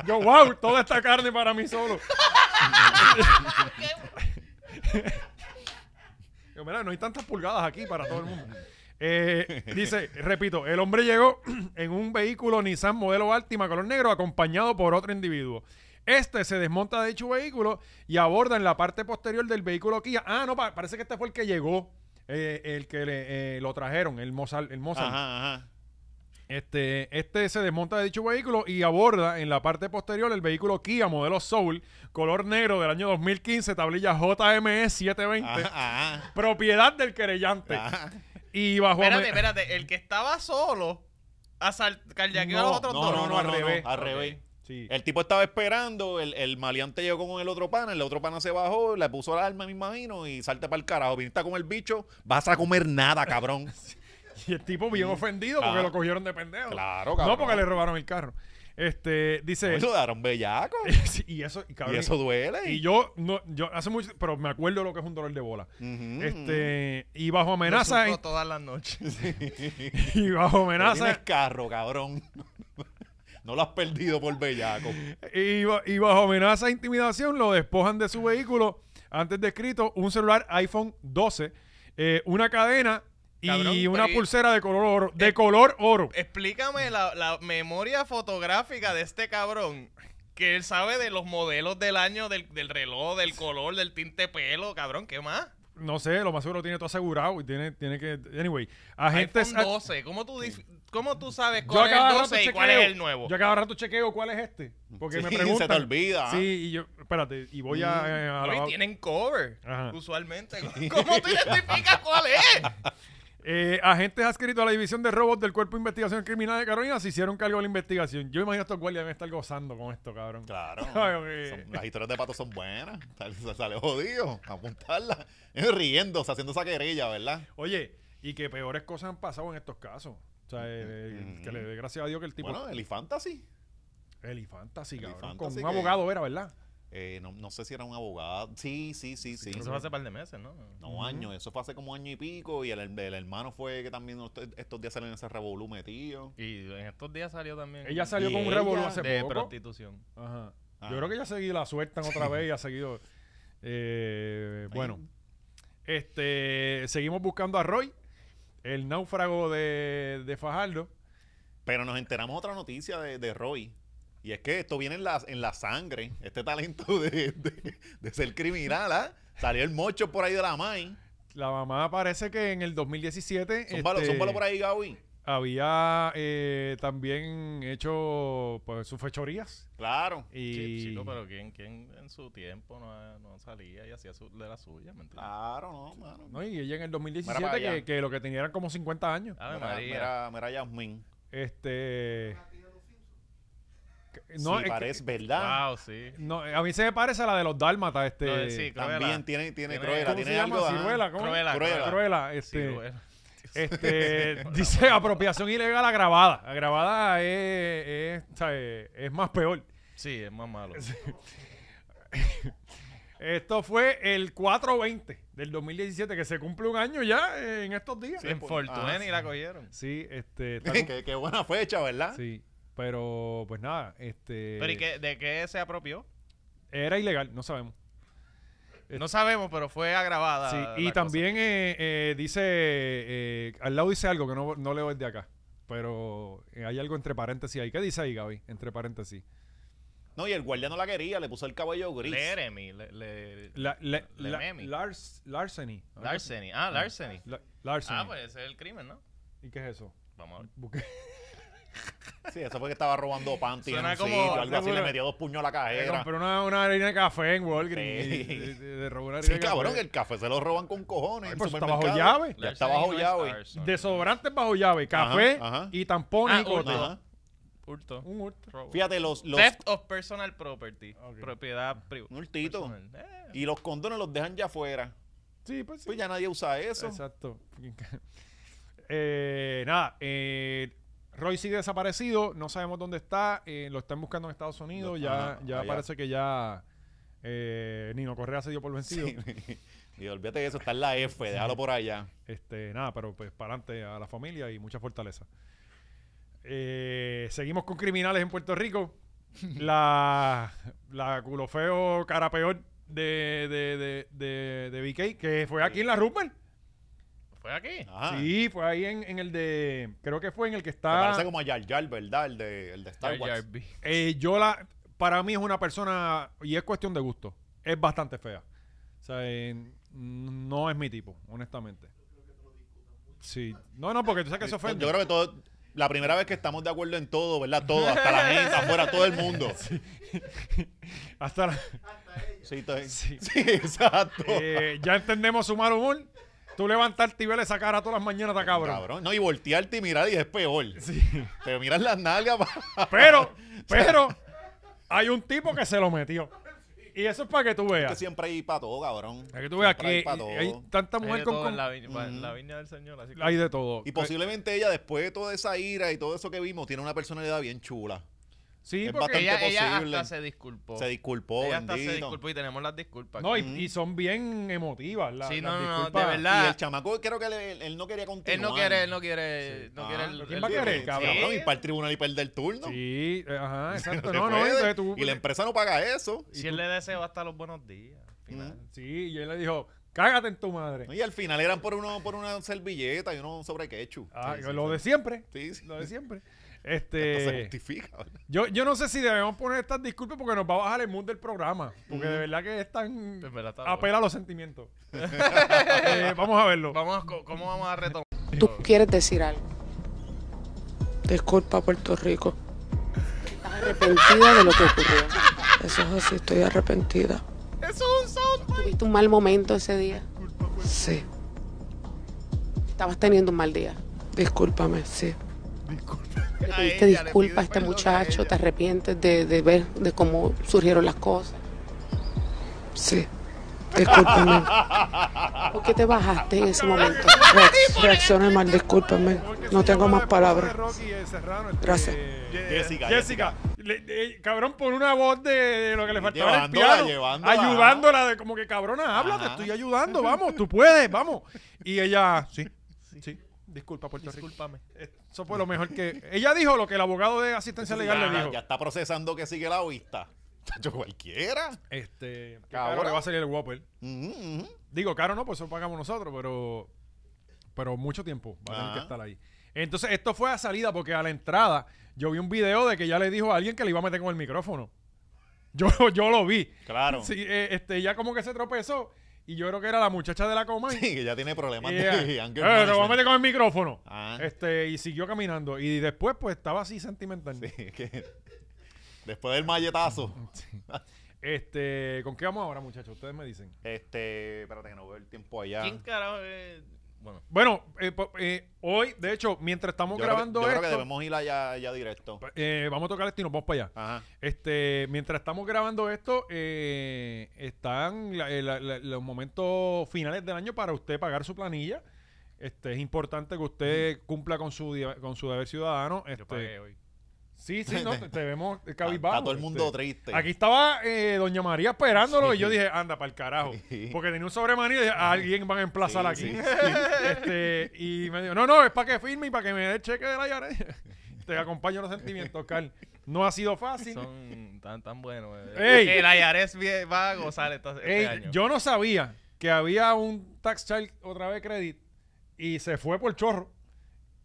[SPEAKER 1] Yo, wow, toda esta carne para mí solo. Yo, mira, no hay tantas pulgadas aquí para todo el mundo. Eh, dice, repito, el hombre llegó en un vehículo Nissan modelo Altima color negro acompañado por otro individuo. Este se desmonta de dicho vehículo y aborda en la parte posterior del vehículo Kia. Ah, no, pa- parece que este fue el que llegó, eh, el que le, eh, lo trajeron, el Mozart. El Mozart.
[SPEAKER 3] Ajá, ajá.
[SPEAKER 1] Este, este se desmonta de dicho vehículo y aborda en la parte posterior el vehículo Kia modelo Soul, color negro del año 2015, tablilla JME 720,
[SPEAKER 3] Ajá, ajá.
[SPEAKER 1] propiedad del querellante.
[SPEAKER 3] Ajá.
[SPEAKER 1] Y bajo
[SPEAKER 3] Pues
[SPEAKER 1] a
[SPEAKER 2] espérate,
[SPEAKER 1] me-
[SPEAKER 2] espérate. El que estaba solo asaltar ya a los otros
[SPEAKER 3] no,
[SPEAKER 2] dos.
[SPEAKER 3] no, no,
[SPEAKER 1] al
[SPEAKER 3] no,
[SPEAKER 1] revés.
[SPEAKER 3] no, al revés.
[SPEAKER 1] Sí.
[SPEAKER 3] El tipo estaba esperando, el, el maleante llegó con el otro pana, el otro pana se bajó, le puso el arma, me imagino, y salte para el carajo. Viniste a comer bicho, vas a comer nada, cabrón.
[SPEAKER 1] Y el tipo bien ofendido porque
[SPEAKER 3] Ah.
[SPEAKER 1] lo cogieron de pendejo.
[SPEAKER 3] Claro,
[SPEAKER 1] No,
[SPEAKER 3] cabrón.
[SPEAKER 1] porque le robaron el carro. Este, dice... eh,
[SPEAKER 3] Eso daron bellaco.
[SPEAKER 1] y eso, y,
[SPEAKER 3] Y
[SPEAKER 1] cabrón,
[SPEAKER 3] eso duele.
[SPEAKER 1] y yo, no, yo hace mucho, pero me acuerdo lo que es un dolor de bola.
[SPEAKER 3] Ujú.
[SPEAKER 1] Este, y bajo
[SPEAKER 2] Lo
[SPEAKER 1] amenaza,
[SPEAKER 2] sufro todas las noches.
[SPEAKER 1] y bajo
[SPEAKER 3] No tienes
[SPEAKER 1] amenaza,
[SPEAKER 3] carro, cabrón. No lo has perdido por bellaco.
[SPEAKER 1] Y, ba- y bajo amenaza e intimidación lo despojan de su vehículo antes descrito, un celular iPhone 12, eh, una cadena y
[SPEAKER 2] Cabrón,
[SPEAKER 1] una
[SPEAKER 2] pero y-
[SPEAKER 1] pulsera de color oro. De
[SPEAKER 2] Eh,
[SPEAKER 1] color oro.
[SPEAKER 2] Explícame la, la memoria fotográfica de este cabrón. Que él sabe de los modelos del año, del, del reloj, del color, del tinte pelo, cabrón, ¿qué más?
[SPEAKER 1] No sé, lo más seguro tiene todo asegurado y tiene, tiene que. Anyway, agentes.
[SPEAKER 2] iPhone 12, ¿cómo tú, dif- cómo tú sabes
[SPEAKER 1] Yo a
[SPEAKER 2] cuál es
[SPEAKER 1] cada
[SPEAKER 2] el
[SPEAKER 1] rato
[SPEAKER 2] 12 y
[SPEAKER 1] chequeo.
[SPEAKER 2] cuál es el nuevo?
[SPEAKER 1] Yo a cada rato chequeo cuál es este. Porque
[SPEAKER 3] Sí,
[SPEAKER 1] me
[SPEAKER 3] se te
[SPEAKER 1] preguntan.
[SPEAKER 3] olvida.
[SPEAKER 1] Sí, y yo. Espérate, y voy
[SPEAKER 2] Mm,
[SPEAKER 1] a. eh, a
[SPEAKER 2] Oye,
[SPEAKER 1] la-
[SPEAKER 2] tienen cover,
[SPEAKER 1] Ajá.
[SPEAKER 2] usualmente. ¿Cómo tú identificas cuál es?
[SPEAKER 1] Eh, agentes adscritos a la división de robots del Cuerpo de Investigación Criminal de Carolina se hicieron cargo de la investigación. Yo imagino a estos guardias deben estar gozando con esto, cabrón.
[SPEAKER 3] Claro.
[SPEAKER 1] Ay, ok.
[SPEAKER 3] son- las historias de pato son buenas. Sale, sale jodido. Apuntarla. Riéndose, haciendo esa querella, ¿verdad?
[SPEAKER 1] Oye, y que peores cosas han pasado en estos casos. O sea, eh,
[SPEAKER 3] Ujú.
[SPEAKER 1] que le dé gracias a Dios que el tipo.
[SPEAKER 3] Bueno, el Fantasy.
[SPEAKER 1] Eli Fantasy,
[SPEAKER 3] Eli
[SPEAKER 1] cabrón.
[SPEAKER 3] Fantasy
[SPEAKER 1] con un
[SPEAKER 3] que-
[SPEAKER 1] abogado era, ¿verdad?
[SPEAKER 3] Eh, no, no sé si era un abogado. Sí, sí, sí, sí.
[SPEAKER 2] Eso fue hace par de meses, ¿no?
[SPEAKER 3] No, años. Eso fue hace como año y pico. Y el, el hermano fue que también estos- estos días salen ese revolú metido.
[SPEAKER 2] Y en estos días salió también.
[SPEAKER 1] Ella salió
[SPEAKER 3] Y
[SPEAKER 1] con un
[SPEAKER 3] ella
[SPEAKER 1] revolú hace
[SPEAKER 2] de
[SPEAKER 1] poco.
[SPEAKER 2] prostitución.
[SPEAKER 1] Ajá.
[SPEAKER 3] Ah.
[SPEAKER 1] Yo creo que ella ha seguido la sueltan otra vez y ha seguido. eh, bueno, este, seguimos buscando a Roy, el náufrago de, de Fajardo.
[SPEAKER 3] Pero nos enteramos otra noticia de, de Roy. Y es que esto viene en la, en la sangre. Este talento de, de- de ser criminal, ¿ah? Salió el mocho por ahí de la main.
[SPEAKER 1] La mamá parece que en el 2017
[SPEAKER 3] Zúmbalo,
[SPEAKER 1] este,
[SPEAKER 3] zúmbalo por ahí, Gaby.
[SPEAKER 1] había eh, también hecho pues, sus fechorías.
[SPEAKER 3] Claro.
[SPEAKER 1] Y
[SPEAKER 2] Sí, chico, pero ¿quién, quién en su tiempo no, no salía y hacía su- de la suya? ¿me entiendes?
[SPEAKER 3] Claro, no, mano.
[SPEAKER 1] no, y ella en el
[SPEAKER 3] Mira
[SPEAKER 1] 2017
[SPEAKER 3] para
[SPEAKER 1] que,
[SPEAKER 3] allá.
[SPEAKER 1] que lo que tenía eran como 50 años.
[SPEAKER 2] Ave
[SPEAKER 3] mira,
[SPEAKER 2] María.
[SPEAKER 3] mira, mira, Yasmín.
[SPEAKER 1] Este que-
[SPEAKER 3] No,
[SPEAKER 1] es que-
[SPEAKER 3] parece verdad.
[SPEAKER 2] Wow, sí.
[SPEAKER 1] no, a mí se me parece a la de los dálmatas este
[SPEAKER 2] No, sí, Cruella.
[SPEAKER 3] También tiene, tiene
[SPEAKER 2] Tiene-
[SPEAKER 3] Cruella,
[SPEAKER 1] ¿Cómo
[SPEAKER 3] tiene
[SPEAKER 1] se
[SPEAKER 3] algo.
[SPEAKER 1] llama?
[SPEAKER 3] ajá.
[SPEAKER 1] Ciruela, ¿cómo? es?
[SPEAKER 2] Cruella,
[SPEAKER 3] Cruella.
[SPEAKER 1] Cruella,
[SPEAKER 2] Sí,
[SPEAKER 1] este,
[SPEAKER 2] Cruella.
[SPEAKER 1] este dice apropiación ilegal agravada. Agravada es, es, o sea, es- es más peor.
[SPEAKER 2] Sí, es más malo.
[SPEAKER 1] Esto fue el 420 del 2017 que se cumple un año ya eh, en estos días.
[SPEAKER 2] en
[SPEAKER 3] por-
[SPEAKER 2] Fortuna
[SPEAKER 3] ah,
[SPEAKER 2] y la cogieron.
[SPEAKER 1] Sí, este está cum-
[SPEAKER 3] qué, qué buena fecha, ¿verdad?
[SPEAKER 1] sí, pero pues nada, este
[SPEAKER 2] ¿Pero y qué- de qué se apropió?
[SPEAKER 1] era ilegal, no sabemos.
[SPEAKER 2] No sabemos, pero fue agravada.
[SPEAKER 1] Sí,
[SPEAKER 2] la
[SPEAKER 1] y
[SPEAKER 2] cosa.
[SPEAKER 1] también eh, eh, dice, eh, al lado dice algo que no, no leo desde acá, pero eh, hay algo entre paréntesis ahí. ¿Qué dice ahí, Gaby? Entre paréntesis.
[SPEAKER 3] No, y el guardia no la quería, le puso el cabello gris.
[SPEAKER 2] Leremy. Le, le-
[SPEAKER 1] La- la-
[SPEAKER 2] Le
[SPEAKER 1] la-
[SPEAKER 2] meme.
[SPEAKER 1] lars- larceny.
[SPEAKER 2] Larceny. Ah, Larceny.
[SPEAKER 1] La- larceny.
[SPEAKER 2] Ah, pues ese es el crimen, ¿no?
[SPEAKER 1] ¿Y qué es eso?
[SPEAKER 2] Vamos a ver.
[SPEAKER 1] Busqué-
[SPEAKER 3] Sí, eso fue que estaba robando panty
[SPEAKER 2] Suena
[SPEAKER 3] en un
[SPEAKER 2] como-
[SPEAKER 3] sitio, algo así,
[SPEAKER 1] seguro.
[SPEAKER 3] le metió dos puños a la
[SPEAKER 1] Eh,
[SPEAKER 3] cajera.
[SPEAKER 1] compré una, una harina de café en Walgreens.
[SPEAKER 3] Sí.
[SPEAKER 1] y- De, de- de robó una harina
[SPEAKER 3] Sí,
[SPEAKER 1] de
[SPEAKER 3] cabrón,
[SPEAKER 1] café.
[SPEAKER 3] el café se lo roban con cojones.
[SPEAKER 1] Ay,
[SPEAKER 3] en
[SPEAKER 1] pues, está bajo
[SPEAKER 3] supermercado.
[SPEAKER 1] llave.
[SPEAKER 3] Ya está bajo
[SPEAKER 2] Larceny no es
[SPEAKER 3] llave.
[SPEAKER 2] Larson.
[SPEAKER 1] Desodorantes bajo llave, café
[SPEAKER 3] ajá.
[SPEAKER 1] y tampón
[SPEAKER 2] Ah,
[SPEAKER 1] y cote.
[SPEAKER 3] Ajá.
[SPEAKER 2] Hurto.
[SPEAKER 1] Un hurto.
[SPEAKER 2] Robo.
[SPEAKER 3] Fíjate, los, los Ah,
[SPEAKER 2] Theft of personal property.
[SPEAKER 1] Ok.
[SPEAKER 2] Propiedad Eh, privada.
[SPEAKER 3] un hurtito. y los condones los dejan ya afuera.
[SPEAKER 1] Sí, pues sí.
[SPEAKER 3] Pues ya nadie usa eso.
[SPEAKER 1] Exacto. Eh, nada, eh, Roy sigue desaparecido, no sabemos dónde está, eh, lo están buscando en Estados Unidos,
[SPEAKER 3] Lo-
[SPEAKER 1] ya,
[SPEAKER 3] ajá,
[SPEAKER 1] ya
[SPEAKER 3] allá.
[SPEAKER 1] parece que ya eh, Nino Correa se dio por vencido.
[SPEAKER 3] y olvídate de eso, está en la F, déjalo por allá.
[SPEAKER 1] Este, nada, pero pues para adelante a la familia y mucha fortaleza. Eh, seguimos con criminales en Puerto Rico. La, la culofeo cara peor de, de, de, de, de BK, que fue aquí en la Rupert.
[SPEAKER 2] ¿Fue aquí?
[SPEAKER 3] Ajá.
[SPEAKER 1] Sí, ah. fue ahí en, en el de. Creo que fue en el que
[SPEAKER 3] Ah. Me
[SPEAKER 1] está.
[SPEAKER 3] parece como a Yar Yar, ¿verdad? El de, el de Star
[SPEAKER 2] Jar
[SPEAKER 3] Wars.
[SPEAKER 2] Jar B.
[SPEAKER 1] Eh, yo la. Para mí es una persona. Y es cuestión de gusto. Es bastante fea. O sea, eh, no es mi tipo, honestamente. Sí. No, no, porque tú sabes que se ofende.
[SPEAKER 3] Yo creo que todo, la primera vez que estamos de acuerdo en todo, ¿verdad? Todo, hasta la gente, afuera, todo el mundo. Sí,
[SPEAKER 1] Hasta la-
[SPEAKER 3] to-
[SPEAKER 1] Sí.
[SPEAKER 3] sí, exacto.
[SPEAKER 1] eh, ya entendemos su mal humor. Tú levantarte y verle esa cara todas las mañanas, está cabrón.
[SPEAKER 3] Cabrón. No, y voltearte y mirar y es peor. Te miras las nalgas. pa-
[SPEAKER 1] Pero, pero, hay un tipo que se lo metió. Y eso es para que tú
[SPEAKER 3] que
[SPEAKER 1] veas.
[SPEAKER 3] siempre hay para todo, cabrón.
[SPEAKER 1] Para que tú veas
[SPEAKER 3] Siempre hay
[SPEAKER 1] que
[SPEAKER 3] pa' todo.
[SPEAKER 1] hay tanta
[SPEAKER 2] Hay
[SPEAKER 1] mujer
[SPEAKER 2] de
[SPEAKER 1] con.
[SPEAKER 2] todo
[SPEAKER 1] con-
[SPEAKER 2] en la, viña, en
[SPEAKER 3] Ujú.
[SPEAKER 2] la viña del señor. Así que
[SPEAKER 1] Hay de todo.
[SPEAKER 3] Y posiblemente ella, después de toda esa ira y todo eso que vimos, tiene una personalidad bien chula.
[SPEAKER 1] Sí,
[SPEAKER 3] es
[SPEAKER 1] porque
[SPEAKER 2] ella,
[SPEAKER 3] bastante
[SPEAKER 2] ella
[SPEAKER 3] posible.
[SPEAKER 2] hasta se
[SPEAKER 1] Oh.
[SPEAKER 2] disculpó.
[SPEAKER 3] Se disculpó,
[SPEAKER 2] ella hasta se
[SPEAKER 3] bendito.
[SPEAKER 2] disculpó y tenemos las disculpas.
[SPEAKER 1] No, y,
[SPEAKER 2] aquí.
[SPEAKER 3] Ujú.
[SPEAKER 1] y son bien emotivas las,
[SPEAKER 2] Sí,
[SPEAKER 1] las
[SPEAKER 2] no, no, no,
[SPEAKER 1] disculpas.
[SPEAKER 2] de verdad.
[SPEAKER 3] Y el chamaco creo que le- él, no quería continuar.
[SPEAKER 2] él no quiere, él no quiere, no
[SPEAKER 3] Ah,
[SPEAKER 2] quiere el,
[SPEAKER 1] ¿quién
[SPEAKER 2] el-
[SPEAKER 1] va a querer,
[SPEAKER 2] Sí,
[SPEAKER 3] Cabrón, ir para el tribunal y perder el turno.
[SPEAKER 1] Sí, eh, ajá,
[SPEAKER 3] No
[SPEAKER 1] exacto.
[SPEAKER 3] se
[SPEAKER 1] No, no,
[SPEAKER 3] puede.
[SPEAKER 1] entonces tú-
[SPEAKER 3] Y la empresa no paga eso.
[SPEAKER 2] Si él le deseo hasta los buenos días. final.
[SPEAKER 1] Sí, y él le dijo, cágate en tu madre.
[SPEAKER 3] No, Y al final eran por uno por una servilleta y uno sobre quechu.
[SPEAKER 1] Ah, lo de siempre.
[SPEAKER 3] Sí, sí.
[SPEAKER 1] Lo de siempre.
[SPEAKER 3] Esto se
[SPEAKER 1] Este,
[SPEAKER 3] justifica. ¿verdad?
[SPEAKER 1] yo, yo no sé si debemos poner estas disculpas porque nos va a bajar el mood del programa. Porque de verdad que es tan...
[SPEAKER 2] En verdad está
[SPEAKER 1] apela a los sentimientos. Eh, vamos a verlo.
[SPEAKER 2] Vamos, a- ¿Cómo vamos a retomar?
[SPEAKER 4] Tú quieres decir algo. Disculpa, Puerto Rico. Estás arrepentida de lo que ocurrió. Eso es así, estoy arrepentida.
[SPEAKER 2] Eso es un sound.
[SPEAKER 4] ¿Tuviste un mal momento ese día? Sí. Estabas teniendo un mal día. Discúlpame, sí. Le
[SPEAKER 2] A
[SPEAKER 4] pediste
[SPEAKER 2] ella, le
[SPEAKER 4] disculpas
[SPEAKER 2] pide
[SPEAKER 4] a este
[SPEAKER 2] perdón a
[SPEAKER 4] muchacho,
[SPEAKER 2] ella.
[SPEAKER 4] te arrepientes de, de ver de cómo surgieron las cosas. Sí. Discúlpame. ¿Por qué te bajaste en ese momento? Reacc- Reacciona mal, discúlpame.
[SPEAKER 1] Porque
[SPEAKER 4] No
[SPEAKER 1] se
[SPEAKER 4] tengo
[SPEAKER 1] llama
[SPEAKER 4] más
[SPEAKER 1] la
[SPEAKER 4] palabras.
[SPEAKER 1] esposa de Rocky, eh, Serrano, este,
[SPEAKER 4] Gracias.
[SPEAKER 1] Jessica.
[SPEAKER 3] Jessica,
[SPEAKER 1] Jessica. Le- le- cabrón, pon una voz de, de lo que le faltaba en el
[SPEAKER 3] Llevándola,
[SPEAKER 1] piano,
[SPEAKER 3] llevándola.
[SPEAKER 1] Ayudándola, de, como que cabrona, habla, te
[SPEAKER 3] Ajá.
[SPEAKER 1] estoy ayudando, vamos, tú puedes, vamos. Y ella, sí, sí, disculpa, Puerto Rico.
[SPEAKER 2] Discúlpame.
[SPEAKER 1] Eso fue lo mejor que... Ella dijo lo que el abogado de asistencia legal le
[SPEAKER 3] ya,
[SPEAKER 1] dijo.
[SPEAKER 3] ya está procesando que sigue la vista. Chacho, cualquiera. Mm,
[SPEAKER 1] Este, que
[SPEAKER 3] Cabrón.
[SPEAKER 1] claro que va a salir el Whopper.
[SPEAKER 3] Ujú, ujú.
[SPEAKER 1] Digo, caro no, pues eso pagamos nosotros, pero pero mucho tiempo va a tener
[SPEAKER 3] Ajá.
[SPEAKER 1] que estar ahí. Entonces, esto fue a salida porque a la entrada yo vi un video de que ya le dijo a alguien que le iba a meter con el micrófono. Yo, yo lo vi.
[SPEAKER 3] Claro.
[SPEAKER 1] Sí,
[SPEAKER 3] Sí.
[SPEAKER 1] eh, este, ya como que se tropezó y yo creo que era la muchacha de la coma. y-
[SPEAKER 3] que ya tiene problemas
[SPEAKER 1] y ella,
[SPEAKER 3] de
[SPEAKER 1] "Eh,
[SPEAKER 3] anger
[SPEAKER 1] te voy a
[SPEAKER 3] management.
[SPEAKER 1] meter con el micrófono.
[SPEAKER 3] Ah.
[SPEAKER 1] Este, y siguió caminando. Y después, pues, estaba así sentimental.
[SPEAKER 3] Sí, que- Después del malletazo. Ah.
[SPEAKER 1] Este, ¿con qué vamos ahora, muchachos? Ustedes me dicen.
[SPEAKER 3] Este, espérate que no veo el tiempo allá.
[SPEAKER 2] ¿Quién carajo es? Bueno,
[SPEAKER 1] Bueno, eh, po- eh, hoy, de hecho, mientras
[SPEAKER 3] Yo
[SPEAKER 1] estamos
[SPEAKER 3] creo que-
[SPEAKER 1] grabando
[SPEAKER 3] yo creo que
[SPEAKER 1] esto,
[SPEAKER 3] debemos ir allá, ya directo.
[SPEAKER 1] eh, vamos a tocar esto y nos vamos para allá.
[SPEAKER 3] Ajá.
[SPEAKER 1] Este, mientras estamos grabando esto, eh, están la- eh, la- la- los momentos finales del año para usted pagar su planilla. Este, es importante que
[SPEAKER 3] Mm.
[SPEAKER 1] usted cumpla con su dia- con su deber ciudadano.
[SPEAKER 2] yo
[SPEAKER 1] Este,
[SPEAKER 2] pagué hoy.
[SPEAKER 1] sí, sí, no, te, te vemos
[SPEAKER 3] Está,
[SPEAKER 1] cabizbajo.
[SPEAKER 3] está todo el mundo
[SPEAKER 1] este.
[SPEAKER 3] triste.
[SPEAKER 1] Aquí estaba eh, Doña María esperándolo
[SPEAKER 3] Sí.
[SPEAKER 1] y yo dije, anda, para el carajo.
[SPEAKER 3] Sí.
[SPEAKER 1] Porque tenía un sobremano y dije, a alguien van a emplazar
[SPEAKER 3] Sí,
[SPEAKER 1] aquí.
[SPEAKER 3] sí,
[SPEAKER 1] Este, y me dijo, no, no, es para que firme y para que me dé el cheque de la Yare. Te acompaño en los sentimientos, Carl. No ha sido fácil.
[SPEAKER 2] Son tan, tan buenos. eh.
[SPEAKER 1] Ey.
[SPEAKER 2] El IRS vie- va a gozar esta- este
[SPEAKER 1] Ey,
[SPEAKER 2] año.
[SPEAKER 1] yo no sabía que había un tax child otra vez credit y se fue por chorro.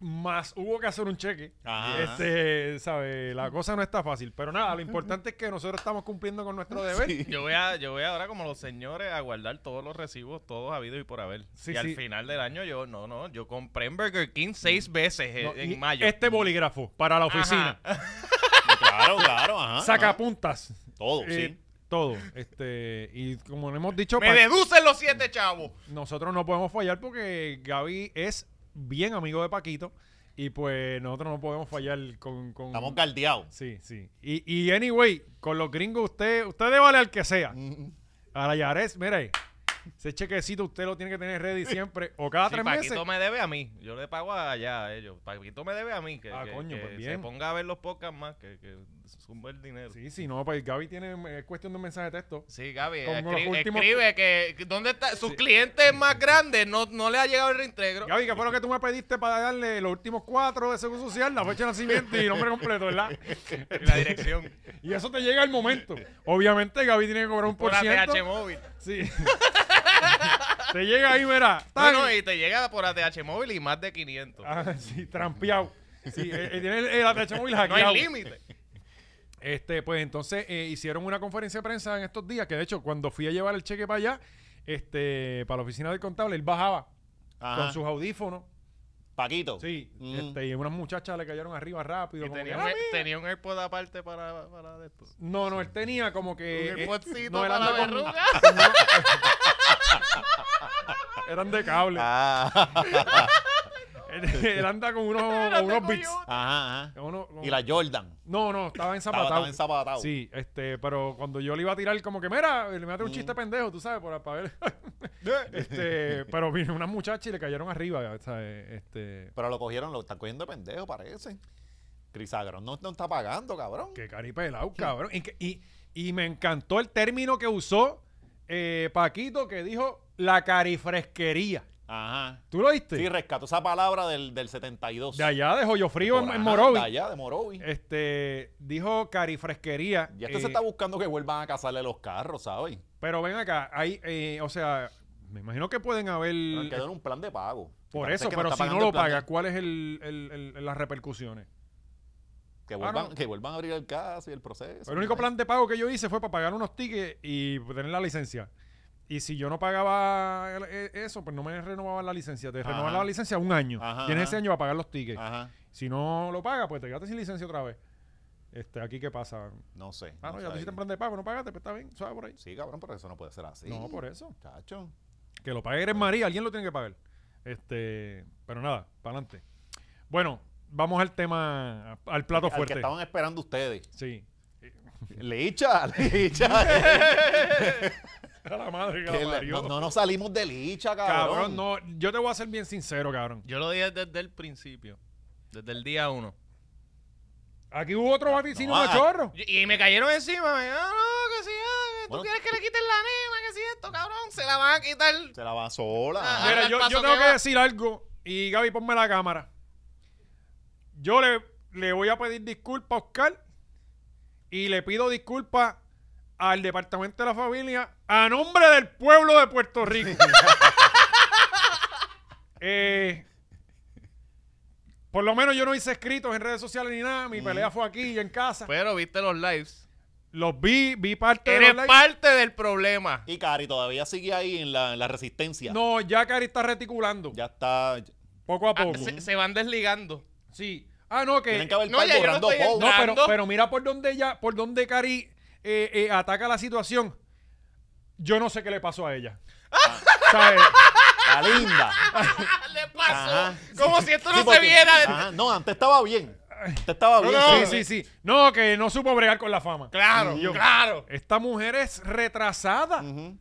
[SPEAKER 1] Más hubo que hacer un cheque.
[SPEAKER 3] Ajá.
[SPEAKER 1] Este, sabe, la cosa no está fácil. Pero nada, lo importante es que nosotros estamos cumpliendo con nuestro deber.
[SPEAKER 3] Sí.
[SPEAKER 2] Yo voy, a, yo voy ahora como los señores a guardar todos los recibos, todos habidos y por haber.
[SPEAKER 1] Sí,
[SPEAKER 2] y al
[SPEAKER 1] sí. Mm.
[SPEAKER 2] final del año yo, no, no, yo compré en Burger King seis veces eh,
[SPEAKER 1] No,
[SPEAKER 2] en
[SPEAKER 1] y
[SPEAKER 2] mayo. Ah,
[SPEAKER 1] Este bolígrafo para la oficina.
[SPEAKER 3] Claro, claro, ajá. ajá.
[SPEAKER 1] Sacapuntas.
[SPEAKER 3] Todo,
[SPEAKER 1] Eh,
[SPEAKER 3] sí.
[SPEAKER 1] Todo. Este, y como le hemos dicho,
[SPEAKER 2] Me
[SPEAKER 1] pa-
[SPEAKER 2] deducen los siete chavos.
[SPEAKER 1] nosotros no podemos fallar porque Gaby es bien amigo de Paquito. Y pues nosotros no podemos fallar con. con-
[SPEAKER 3] Estamos galdeados.
[SPEAKER 1] Sí, sí. Y, y anyway, con los gringos, usted, usted debe vale al que sea. A la Yares, mire, ese chequecito usted lo tiene que tener ready siempre. O cada
[SPEAKER 2] Sí,
[SPEAKER 1] tres
[SPEAKER 2] Paquito
[SPEAKER 1] meses.
[SPEAKER 2] me debe a mí. Yo le pago allá a ellos. Paquito me debe a mí. Que,
[SPEAKER 1] Ah,
[SPEAKER 2] que-
[SPEAKER 1] coño,
[SPEAKER 2] que
[SPEAKER 1] pues
[SPEAKER 2] se
[SPEAKER 1] bien.
[SPEAKER 2] ponga a ver los podcasts más, que, que zumba el dinero. Sí,
[SPEAKER 1] Sí, sí, no, pues Gaby tiene es cuestión de un mensaje de texto.
[SPEAKER 2] Gaby,
[SPEAKER 1] Como los
[SPEAKER 2] escri-
[SPEAKER 1] últimos-
[SPEAKER 2] escribe que que dónde está sus clientes más grandes no, no le ha llegado el reintegro.
[SPEAKER 1] Gaby, ¿qué fue lo que tú me pediste para darle los últimos cuatro de seguro social, la fecha de nacimiento y nombre completo, ¿verdad?
[SPEAKER 2] Y La dirección
[SPEAKER 1] Y eso te llega al momento. Obviamente, Gaby tiene que cobrar un
[SPEAKER 2] por
[SPEAKER 1] por ciento.
[SPEAKER 2] ATH móvil.
[SPEAKER 1] Sí. te llega ahí, verá.
[SPEAKER 2] No, no, y te llega por ATH móvil y más de 500.
[SPEAKER 1] Ah, sí, trampeado. Sí, eh, eh, tiene el, el ATH móvil
[SPEAKER 2] no hay
[SPEAKER 1] hackeado.
[SPEAKER 2] límite.
[SPEAKER 1] Este, pues entonces eh, hicieron una conferencia de prensa en estos días, que de hecho, cuando fui a llevar el cheque para allá, este, para la oficina del contable, él bajaba
[SPEAKER 3] Ajá.
[SPEAKER 1] con sus audífonos.
[SPEAKER 3] Paquito.
[SPEAKER 1] Sí.
[SPEAKER 3] Mm.
[SPEAKER 1] Este, y unas muchachas le cayeron arriba rápido.
[SPEAKER 2] Y
[SPEAKER 1] como
[SPEAKER 2] este- tenía,
[SPEAKER 1] que,
[SPEAKER 2] un,
[SPEAKER 1] "Ah,
[SPEAKER 2] air-
[SPEAKER 1] mira".
[SPEAKER 2] tenía un AirPod aparte para, para de esto.
[SPEAKER 1] No, no, él tenía como que.
[SPEAKER 2] Un
[SPEAKER 1] eh,
[SPEAKER 2] AirPodcito
[SPEAKER 1] no,
[SPEAKER 2] para la
[SPEAKER 1] eran de con-
[SPEAKER 2] verruga.
[SPEAKER 1] Eran de cable.
[SPEAKER 3] Ah,
[SPEAKER 1] Él, él anda con unos, con unos beats.
[SPEAKER 3] ajá, ajá.
[SPEAKER 1] Con uno- con-
[SPEAKER 3] Y la Jordan.
[SPEAKER 1] No, no, estaba en
[SPEAKER 3] Estaba,
[SPEAKER 1] zapatado.
[SPEAKER 3] estaba ensapatado.
[SPEAKER 1] Sí, este, pero cuando yo le iba a tirar, como que, mira, le mete un chiste pendejo, tú sabes, por, para ver. este, pero vino una muchacha y le cayeron arriba, ¿sabes? Este,
[SPEAKER 3] Pero lo cogieron, lo están cogiendo de pendejo, parece. Crisagrón no, no está pagando, cabrón.
[SPEAKER 1] qué caripelao, cabrón. Y, que- y, y me encantó el término que usó eh, Paquito, que dijo la carifresquería.
[SPEAKER 3] Ajá.
[SPEAKER 1] ¿Tú lo viste?
[SPEAKER 3] Sí, rescató esa palabra del, del 72.
[SPEAKER 1] de allá, de Joyo Frío en,
[SPEAKER 3] Por-
[SPEAKER 1] en
[SPEAKER 3] ajá,
[SPEAKER 1] Morovi.
[SPEAKER 3] De allá, de Morovi.
[SPEAKER 1] Este, dijo Cari Fresquería.
[SPEAKER 3] y este
[SPEAKER 1] eh,
[SPEAKER 3] se está buscando que vuelvan a casarle los carros, ¿sabes?
[SPEAKER 1] Pero ven acá, hay, eh, o sea, me imagino que pueden haber...
[SPEAKER 3] Pero Quedó en un plan de pago.
[SPEAKER 1] Por
[SPEAKER 3] Parece
[SPEAKER 1] eso,
[SPEAKER 3] que
[SPEAKER 1] pero
[SPEAKER 3] está
[SPEAKER 1] si no
[SPEAKER 3] pagando
[SPEAKER 1] lo
[SPEAKER 3] el plan de-
[SPEAKER 1] paga, ¿cuáles el, el- el- las repercusiones?
[SPEAKER 3] Que vuelvan,
[SPEAKER 1] no.
[SPEAKER 3] que vuelvan a abrir el caso y el proceso.
[SPEAKER 1] El único plan de pago que yo hice fue para pagar unos tickets y tener la licencia. Y si yo no pagaba el- e- eso, pues no me renovaban la licencia. Te
[SPEAKER 3] Ajá.
[SPEAKER 1] renovan la licencia un año.
[SPEAKER 3] Ajá,
[SPEAKER 1] Tienes
[SPEAKER 3] ajá. Ah.
[SPEAKER 1] ese año para pagar los tickets.
[SPEAKER 3] Ajá.
[SPEAKER 1] Si no lo pagas, pues te quedaste sin licencia otra vez. Este, aquí qué pasa.
[SPEAKER 3] No sé.
[SPEAKER 1] Ah, no, ya te
[SPEAKER 3] sé.
[SPEAKER 1] hiciste un plan de pago, no pagaste, pues está bien, suave por ahí.
[SPEAKER 3] Sí, cabrón, pero eso no puede ser así.
[SPEAKER 1] No, por eso.
[SPEAKER 3] Chacho.
[SPEAKER 1] Que lo pague Eres María, alguien lo tiene que pagar. Este, pero nada, para adelante. Bueno, vamos al tema, al plato
[SPEAKER 3] Al
[SPEAKER 1] fuerte.
[SPEAKER 3] que estaban esperando ustedes.
[SPEAKER 1] Sí.
[SPEAKER 3] Licha, licha.
[SPEAKER 1] A la madre que
[SPEAKER 3] Que
[SPEAKER 1] la
[SPEAKER 3] la-
[SPEAKER 1] parió.
[SPEAKER 3] no, no nos salimos de licha,
[SPEAKER 1] Cabrón,
[SPEAKER 3] cabrón.
[SPEAKER 1] no, yo te voy a ser bien sincero, cabrón.
[SPEAKER 2] Yo lo dije desde el principio. Desde el día uno.
[SPEAKER 1] Aquí hubo otro vaticino
[SPEAKER 3] No,
[SPEAKER 1] de
[SPEAKER 3] ah,
[SPEAKER 1] chorro.
[SPEAKER 2] Y, y me cayeron encima. Me, ah, no, que si, ah, que
[SPEAKER 3] Bueno.
[SPEAKER 2] tú quieres que le quiten la nena, que si esto, cabrón. Se la van a quitar.
[SPEAKER 3] Se la va sola.
[SPEAKER 2] Ah,
[SPEAKER 1] Mira,
[SPEAKER 2] al
[SPEAKER 1] yo,
[SPEAKER 2] paso
[SPEAKER 1] yo tengo
[SPEAKER 2] que
[SPEAKER 1] que
[SPEAKER 2] va.
[SPEAKER 1] decir algo y Gaby, ponme la cámara. Yo le, le voy a pedir disculpas a Oscar y le pido disculpas al Departamento de la Familia a nombre del pueblo de Puerto Rico. Eh, por lo menos yo no hice escritos en redes sociales ni nada. Mi pelea fue aquí y en casa.
[SPEAKER 2] Pero viste los lives.
[SPEAKER 1] Los vi, vi parte de
[SPEAKER 2] Pues, Eres
[SPEAKER 1] los likes.
[SPEAKER 2] parte del problema.
[SPEAKER 3] Y Cari todavía sigue ahí en la, en la resistencia.
[SPEAKER 1] No, ya Cari está reticulando.
[SPEAKER 3] Ya está.
[SPEAKER 1] Poco a
[SPEAKER 2] Ah,
[SPEAKER 1] poco.
[SPEAKER 2] se, se van desligando.
[SPEAKER 1] Sí. Ah, no, que.
[SPEAKER 3] Tienen que haber
[SPEAKER 2] no,
[SPEAKER 3] estado
[SPEAKER 2] ya yo no
[SPEAKER 3] cobrando
[SPEAKER 2] estoy en-
[SPEAKER 3] bowl.
[SPEAKER 1] No, pero,
[SPEAKER 2] Ando.
[SPEAKER 1] pero mira por dónde ella, por dónde Cari eh, eh, ataca la situación. Yo no sé qué le pasó a ella. ¿Sabes?
[SPEAKER 3] La linda.
[SPEAKER 2] Le pasó.
[SPEAKER 3] Ajá.
[SPEAKER 2] Como si esto no
[SPEAKER 3] Sí,
[SPEAKER 2] se
[SPEAKER 3] porque-
[SPEAKER 2] viera.
[SPEAKER 3] Ajá, no, antes estaba bien. Antes estaba bien.
[SPEAKER 1] Sí,
[SPEAKER 2] no,
[SPEAKER 1] sí, sí. No, que no supo bregar con la fama.
[SPEAKER 2] Claro,
[SPEAKER 1] Y yo,
[SPEAKER 2] claro.
[SPEAKER 1] Esta mujer es retrasada.
[SPEAKER 3] Ujú.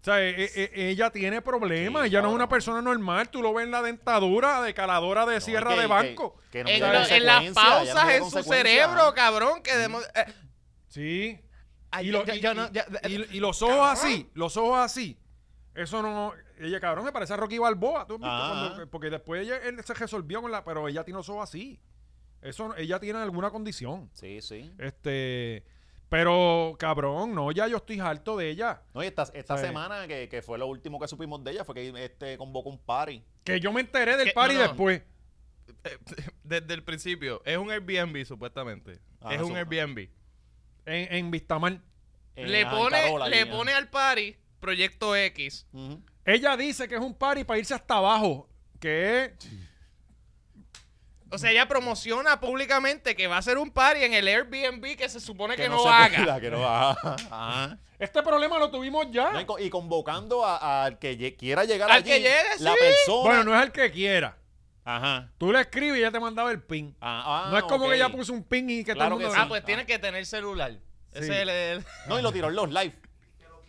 [SPEAKER 1] O sea, e- e- e- ella tiene problemas.
[SPEAKER 3] Sí,
[SPEAKER 1] ella no es una
[SPEAKER 3] cabrón.
[SPEAKER 1] persona normal. Tú lo ves en la dentadura de caladora de sierra
[SPEAKER 3] que-
[SPEAKER 1] de
[SPEAKER 3] que-
[SPEAKER 1] banco.
[SPEAKER 3] que no
[SPEAKER 2] En,
[SPEAKER 3] mide
[SPEAKER 2] lo- en las
[SPEAKER 3] consecuencias, ya no
[SPEAKER 2] pausas,
[SPEAKER 3] mide
[SPEAKER 2] en su
[SPEAKER 3] consecuencias.
[SPEAKER 2] cerebro, cabrón.
[SPEAKER 1] Mm.
[SPEAKER 2] Que demo- eh,
[SPEAKER 1] Sí.
[SPEAKER 2] Ay,
[SPEAKER 1] y, lo-
[SPEAKER 2] ya-
[SPEAKER 1] y-
[SPEAKER 2] ya no- ya-
[SPEAKER 1] y- y los ojos
[SPEAKER 2] Cabrón.
[SPEAKER 1] así, los ojos así. Eso no. Ella, cabrón, se parece a Rocky Balboa. ¿tú has visto
[SPEAKER 3] Ah.
[SPEAKER 1] cuando- porque después ella él se resolvió con la. Pero ella tiene los ojos así. Eso, no- ella tiene alguna condición.
[SPEAKER 3] Sí, sí.
[SPEAKER 1] Este. Pero, cabrón, no, ya yo estoy harto de ella.
[SPEAKER 3] No, y esta, esta
[SPEAKER 1] Sí.
[SPEAKER 3] semana, que, que fue lo último que supimos de ella, fue que este convocó un party.
[SPEAKER 1] Que yo me enteré del
[SPEAKER 2] Que-
[SPEAKER 1] party
[SPEAKER 2] no, no.
[SPEAKER 1] después.
[SPEAKER 2] eh, desde el principio. Es un Airbnb, supuestamente.
[SPEAKER 3] Ah,
[SPEAKER 2] es un
[SPEAKER 3] su-
[SPEAKER 2] Airbnb.
[SPEAKER 1] En, en Vistamar.
[SPEAKER 3] en-
[SPEAKER 2] le
[SPEAKER 3] ajá, en
[SPEAKER 2] pone,
[SPEAKER 3] Carola,
[SPEAKER 2] le
[SPEAKER 3] allí, ajá.
[SPEAKER 2] pone al party Proyecto X.
[SPEAKER 3] Ujú.
[SPEAKER 1] Ella dice que es un party para irse hasta abajo. Que es.
[SPEAKER 2] O sea, ella promociona públicamente que va a hacer un party en el Airbnb que se supone que, no,
[SPEAKER 3] se
[SPEAKER 2] haga.
[SPEAKER 3] pueda, que no haga. Ajá.
[SPEAKER 1] Este problema lo tuvimos ya.
[SPEAKER 3] No, y, co- y convocando a- al que lle- quiera llegar
[SPEAKER 2] Ah. Al
[SPEAKER 3] allí,
[SPEAKER 2] que llegue,
[SPEAKER 3] la
[SPEAKER 2] sí.
[SPEAKER 3] persona.
[SPEAKER 1] Bueno, no es el que quiera.
[SPEAKER 3] Ajá.
[SPEAKER 1] Tú le escribes y ella te mandaba el pin.
[SPEAKER 3] Ah, ah,
[SPEAKER 1] no es como
[SPEAKER 3] ok.
[SPEAKER 1] que ella puso un pin y que
[SPEAKER 3] Claro
[SPEAKER 1] todo el mundo...
[SPEAKER 3] que sí.
[SPEAKER 2] Ah, pues tienes que tener celular. Ese
[SPEAKER 1] Sí.
[SPEAKER 2] es el. el-
[SPEAKER 3] No, y lo tiró en los live.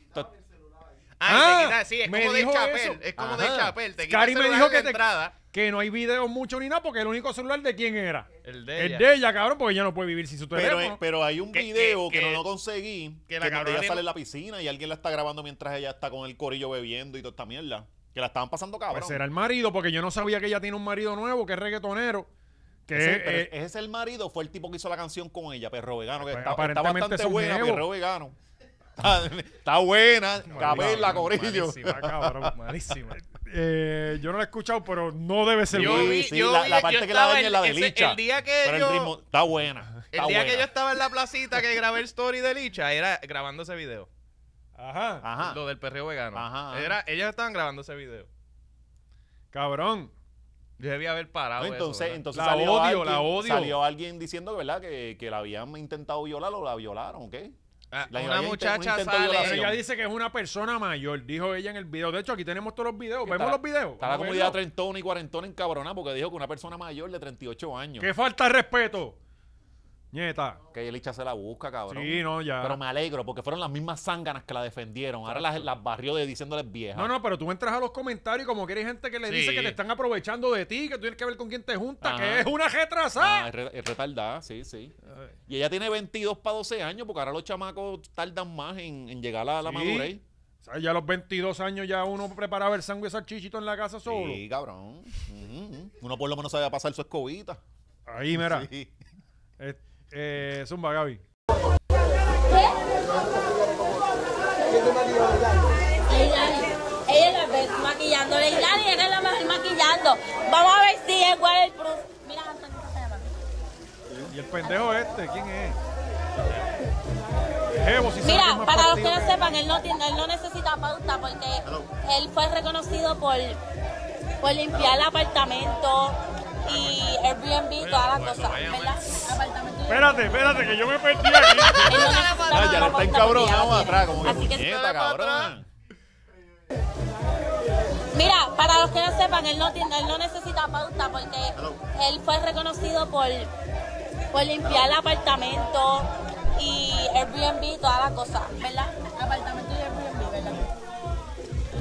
[SPEAKER 3] Entonces,
[SPEAKER 2] Ah,
[SPEAKER 1] Ah,
[SPEAKER 2] te quita- sí, es
[SPEAKER 1] me
[SPEAKER 2] como de
[SPEAKER 1] dijo
[SPEAKER 2] chapel.
[SPEAKER 1] eso.
[SPEAKER 2] Es como
[SPEAKER 3] Ajá.
[SPEAKER 2] de chapel. pues, Te quita
[SPEAKER 1] Cari
[SPEAKER 2] el
[SPEAKER 1] me
[SPEAKER 2] celular
[SPEAKER 1] dijo
[SPEAKER 2] en
[SPEAKER 1] que,
[SPEAKER 2] la
[SPEAKER 1] te-
[SPEAKER 2] entrada.
[SPEAKER 1] que no hay videos mucho ni nada porque el único celular de quién era.
[SPEAKER 2] El de
[SPEAKER 1] El
[SPEAKER 2] ella.
[SPEAKER 1] de ella, cabrón, porque ella no puede vivir sin su
[SPEAKER 3] Pero,
[SPEAKER 1] teléfono.
[SPEAKER 3] pero hay un
[SPEAKER 2] Que-
[SPEAKER 3] video que,
[SPEAKER 2] que-
[SPEAKER 3] no
[SPEAKER 2] que-
[SPEAKER 3] lo conseguí.
[SPEAKER 2] que
[SPEAKER 3] Que,
[SPEAKER 2] la cabrona
[SPEAKER 3] ella
[SPEAKER 2] tiene-
[SPEAKER 3] sale en la piscina y alguien la está grabando mientras ella está con el corillo bebiendo y toda esta mierda. Que la estaban pasando cabrón.
[SPEAKER 1] pues será el marido, porque yo no sabía que ella tiene un marido nuevo, que es reggaetonero. Que
[SPEAKER 3] Ese,
[SPEAKER 1] es,
[SPEAKER 3] pero
[SPEAKER 1] eh,
[SPEAKER 3] ese es el marido, fue el tipo que hizo la canción con ella, perro vegano,
[SPEAKER 1] Pues
[SPEAKER 3] que está, está
[SPEAKER 1] aparentemente es
[SPEAKER 3] bastante
[SPEAKER 1] un
[SPEAKER 3] buena,
[SPEAKER 1] jevo.
[SPEAKER 3] perro vegano. Está, está buena, capela, corillo.
[SPEAKER 2] Malísima, cabrón. Malísima.
[SPEAKER 1] eh, yo no lo he escuchado, pero no debe ser
[SPEAKER 2] Yo
[SPEAKER 1] bueno.
[SPEAKER 2] vi-
[SPEAKER 3] sí, la,
[SPEAKER 2] vi-
[SPEAKER 3] la
[SPEAKER 2] yo
[SPEAKER 3] parte que la
[SPEAKER 2] estaba
[SPEAKER 3] daña
[SPEAKER 2] el-
[SPEAKER 3] es la de
[SPEAKER 2] ese-
[SPEAKER 3] Licha.
[SPEAKER 2] el día que
[SPEAKER 3] pero
[SPEAKER 2] yo-
[SPEAKER 3] el ritmo está buena.
[SPEAKER 2] El
[SPEAKER 3] está
[SPEAKER 2] día que
[SPEAKER 3] buena.
[SPEAKER 2] yo estaba en la placita que grabé el story de Licha, era grabando ese video.
[SPEAKER 1] Ajá.
[SPEAKER 3] Ajá.
[SPEAKER 2] Lo del perreo vegano.
[SPEAKER 3] Ajá.
[SPEAKER 2] Era, ellas estaban grabando ese video.
[SPEAKER 1] Cabrón.
[SPEAKER 2] Yo debía haber parado.
[SPEAKER 3] No,
[SPEAKER 2] eso,
[SPEAKER 3] entonces,
[SPEAKER 2] ¿verdad?
[SPEAKER 3] entonces
[SPEAKER 1] La
[SPEAKER 3] salió
[SPEAKER 1] odio,
[SPEAKER 3] alguien,
[SPEAKER 1] la odio.
[SPEAKER 3] Salió alguien diciendo ¿verdad? que, que la habían intentado violar o la violaron,
[SPEAKER 1] Pues
[SPEAKER 3] ¿ok?
[SPEAKER 2] Ah,
[SPEAKER 3] la
[SPEAKER 2] una
[SPEAKER 3] gente- un
[SPEAKER 2] muchacha
[SPEAKER 3] intento de
[SPEAKER 1] Pero
[SPEAKER 3] violación.
[SPEAKER 2] sale.
[SPEAKER 1] ella dice que es una persona mayor, dijo ella en el video. De hecho, aquí tenemos todos los videos.
[SPEAKER 3] Está-
[SPEAKER 1] ¿Vemos los videos?
[SPEAKER 3] Está la
[SPEAKER 1] Vamos a
[SPEAKER 3] comunidad
[SPEAKER 1] verlo.
[SPEAKER 3] trentona y cuarentona encabronada porque dijo que una persona mayor de 38 años.
[SPEAKER 1] ¡Qué falta de respeto! Nieta.
[SPEAKER 3] Que Licha se la busca, cabrón.
[SPEAKER 1] Sí, no, ya.
[SPEAKER 3] Pero me alegro porque fueron las mismas zánganas que la defendieron. Ahora las, las barrió de diciéndoles viejas.
[SPEAKER 1] No, no, pero tú entras a los comentarios y como que hay gente que le
[SPEAKER 2] Sí.
[SPEAKER 1] dice que te están aprovechando de ti, que tú tienes que ver con quién te juntas,
[SPEAKER 3] Ajá.
[SPEAKER 1] que es una
[SPEAKER 3] Ah,
[SPEAKER 1] retrasada.
[SPEAKER 3] es, re- es retardada, sí, sí.
[SPEAKER 1] Ay.
[SPEAKER 3] Y ella tiene 22 para 12 años porque ahora los chamacos tardan más en, en llegar a la
[SPEAKER 1] Sí.
[SPEAKER 3] madurez.
[SPEAKER 1] O sea, ya a los 22 años ya uno preparaba el sándwich salchichito en la casa solo.
[SPEAKER 3] Sí, cabrón. Ujú. Uno por lo menos sabía pasar su escobita.
[SPEAKER 1] Ahí, mira.
[SPEAKER 3] Sí.
[SPEAKER 1] Eh, eh, Zumba, Gaby.
[SPEAKER 5] Leilani. Ella es la best maquillando. Leilani ella es la mejor maquillando. Vamos a ver si es igual el pro- Mira, Antonio, ¿qué se llama?
[SPEAKER 1] Y el pendejo este, ¿quién es? Evo, si sabe que es
[SPEAKER 5] Mira,
[SPEAKER 1] más
[SPEAKER 5] para los que
[SPEAKER 1] partido
[SPEAKER 5] no
[SPEAKER 1] que-
[SPEAKER 5] sepan, él no, tiene, él no necesita pauta porque él fue reconocido por, por limpiar el apartamento y Airbnb, toda la cosa, ¿verdad? Apartamento y-
[SPEAKER 1] Espérate, espérate, que yo me perdí aquí.
[SPEAKER 5] Él no necesita
[SPEAKER 3] Ah,
[SPEAKER 5] una
[SPEAKER 3] ya le
[SPEAKER 5] pauta
[SPEAKER 3] está
[SPEAKER 5] porque ya la
[SPEAKER 3] encabronado
[SPEAKER 5] tiene.
[SPEAKER 3] atrás, como que
[SPEAKER 5] Así que
[SPEAKER 3] puñeta, cabrón.
[SPEAKER 5] Mira, para los que no sepan, él no, tiene, él no necesita pauta porque él fue reconocido por, por limpiar el apartamento y Airbnb, toda la cosa, ¿verdad? Apartamento y Airbnb, ¿verdad?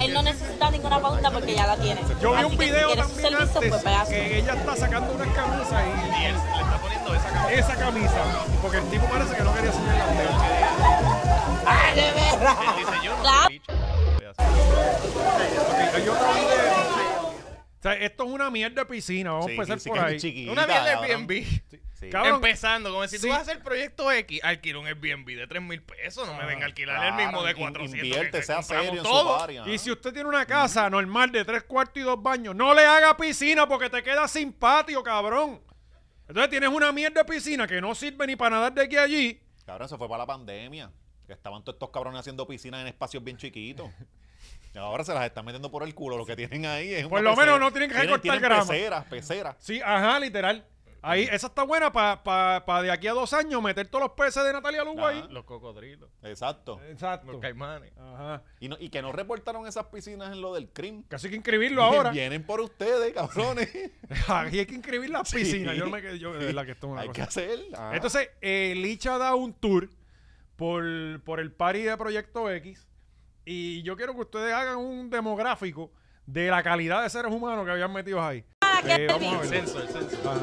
[SPEAKER 5] Él no necesita ninguna pauta porque ya la tiene.
[SPEAKER 1] Yo vi
[SPEAKER 5] Así
[SPEAKER 1] un
[SPEAKER 5] que si
[SPEAKER 1] video
[SPEAKER 5] quieres su
[SPEAKER 1] también
[SPEAKER 5] servicio,
[SPEAKER 1] antes Eh,
[SPEAKER 5] pues, vaya.
[SPEAKER 1] que ella está sacando unas camisas y,
[SPEAKER 2] Y él le está poniendo esa camisa.
[SPEAKER 1] esa camisa, porque el tipo parece que no quería enseñar la mujer.
[SPEAKER 2] Él dice, yo no
[SPEAKER 5] Claro.
[SPEAKER 2] soy bicho. Voy a hacer-
[SPEAKER 1] Ok, hay otro video. O sea, esto es una mierda de piscina, vamos
[SPEAKER 3] Sí,
[SPEAKER 1] a empezar
[SPEAKER 3] sí, sí
[SPEAKER 1] por
[SPEAKER 3] que es
[SPEAKER 1] ahí.
[SPEAKER 3] chiquita,
[SPEAKER 2] Una mierda de
[SPEAKER 3] cabrón.
[SPEAKER 2] Airbnb.
[SPEAKER 3] Sí.
[SPEAKER 1] Cabrón,
[SPEAKER 2] Empezando, como si
[SPEAKER 1] Sí.
[SPEAKER 2] tú vas a hacer proyecto X, alquila un Airbnb de 3 mil pesos, no me venga a alquilar el mismo de
[SPEAKER 3] Ah, Claro,
[SPEAKER 2] 400.
[SPEAKER 3] Invierte,
[SPEAKER 2] que
[SPEAKER 3] sea
[SPEAKER 2] compramos
[SPEAKER 3] serio en su
[SPEAKER 2] todo.
[SPEAKER 3] área.
[SPEAKER 1] Y si usted tiene una casa normal de tres cuartos y dos baños, no le haga piscina porque te queda sin patio, cabrón. Entonces tienes una mierda de piscina que no sirve ni para nadar de aquí a allí.
[SPEAKER 3] Cabrón, se fue para la pandemia. Que estaban todos estos cabrones haciendo piscinas en espacios bien chiquitos. Y ahora se las están metiendo por el culo. Lo que tienen ahí es.
[SPEAKER 1] Por
[SPEAKER 3] una
[SPEAKER 1] lo menos no tienen que recortar grama.
[SPEAKER 3] Peceras, peceras.
[SPEAKER 1] Sí, ajá, literal. Ahí, esa está buena para de aquí a dos años meter todos los peces de Natalia Lugo ahí.
[SPEAKER 2] Los cocodrilos,
[SPEAKER 3] Exacto.
[SPEAKER 1] Exacto.
[SPEAKER 2] los caimanes.
[SPEAKER 1] Ajá.
[SPEAKER 3] Y, no- y que no reportaron esas piscinas en lo del crimen.
[SPEAKER 1] Casi hay que inscribirlo ahora.
[SPEAKER 3] Vienen por ustedes, cabrones.
[SPEAKER 1] Aquí hay que inscribir las piscinas. Yo no me quedé, yo, de verdad que esto es una
[SPEAKER 3] Hay
[SPEAKER 1] cosa.
[SPEAKER 3] que hacer. ah.
[SPEAKER 1] Entonces, eh, Licha da un tour por, por el party de Proyecto X. Y yo quiero que ustedes hagan un demográfico de la calidad de seres humanos que habían metido ahí. Eh, vamos a ver.
[SPEAKER 2] El censo, el censo.
[SPEAKER 1] Ajá.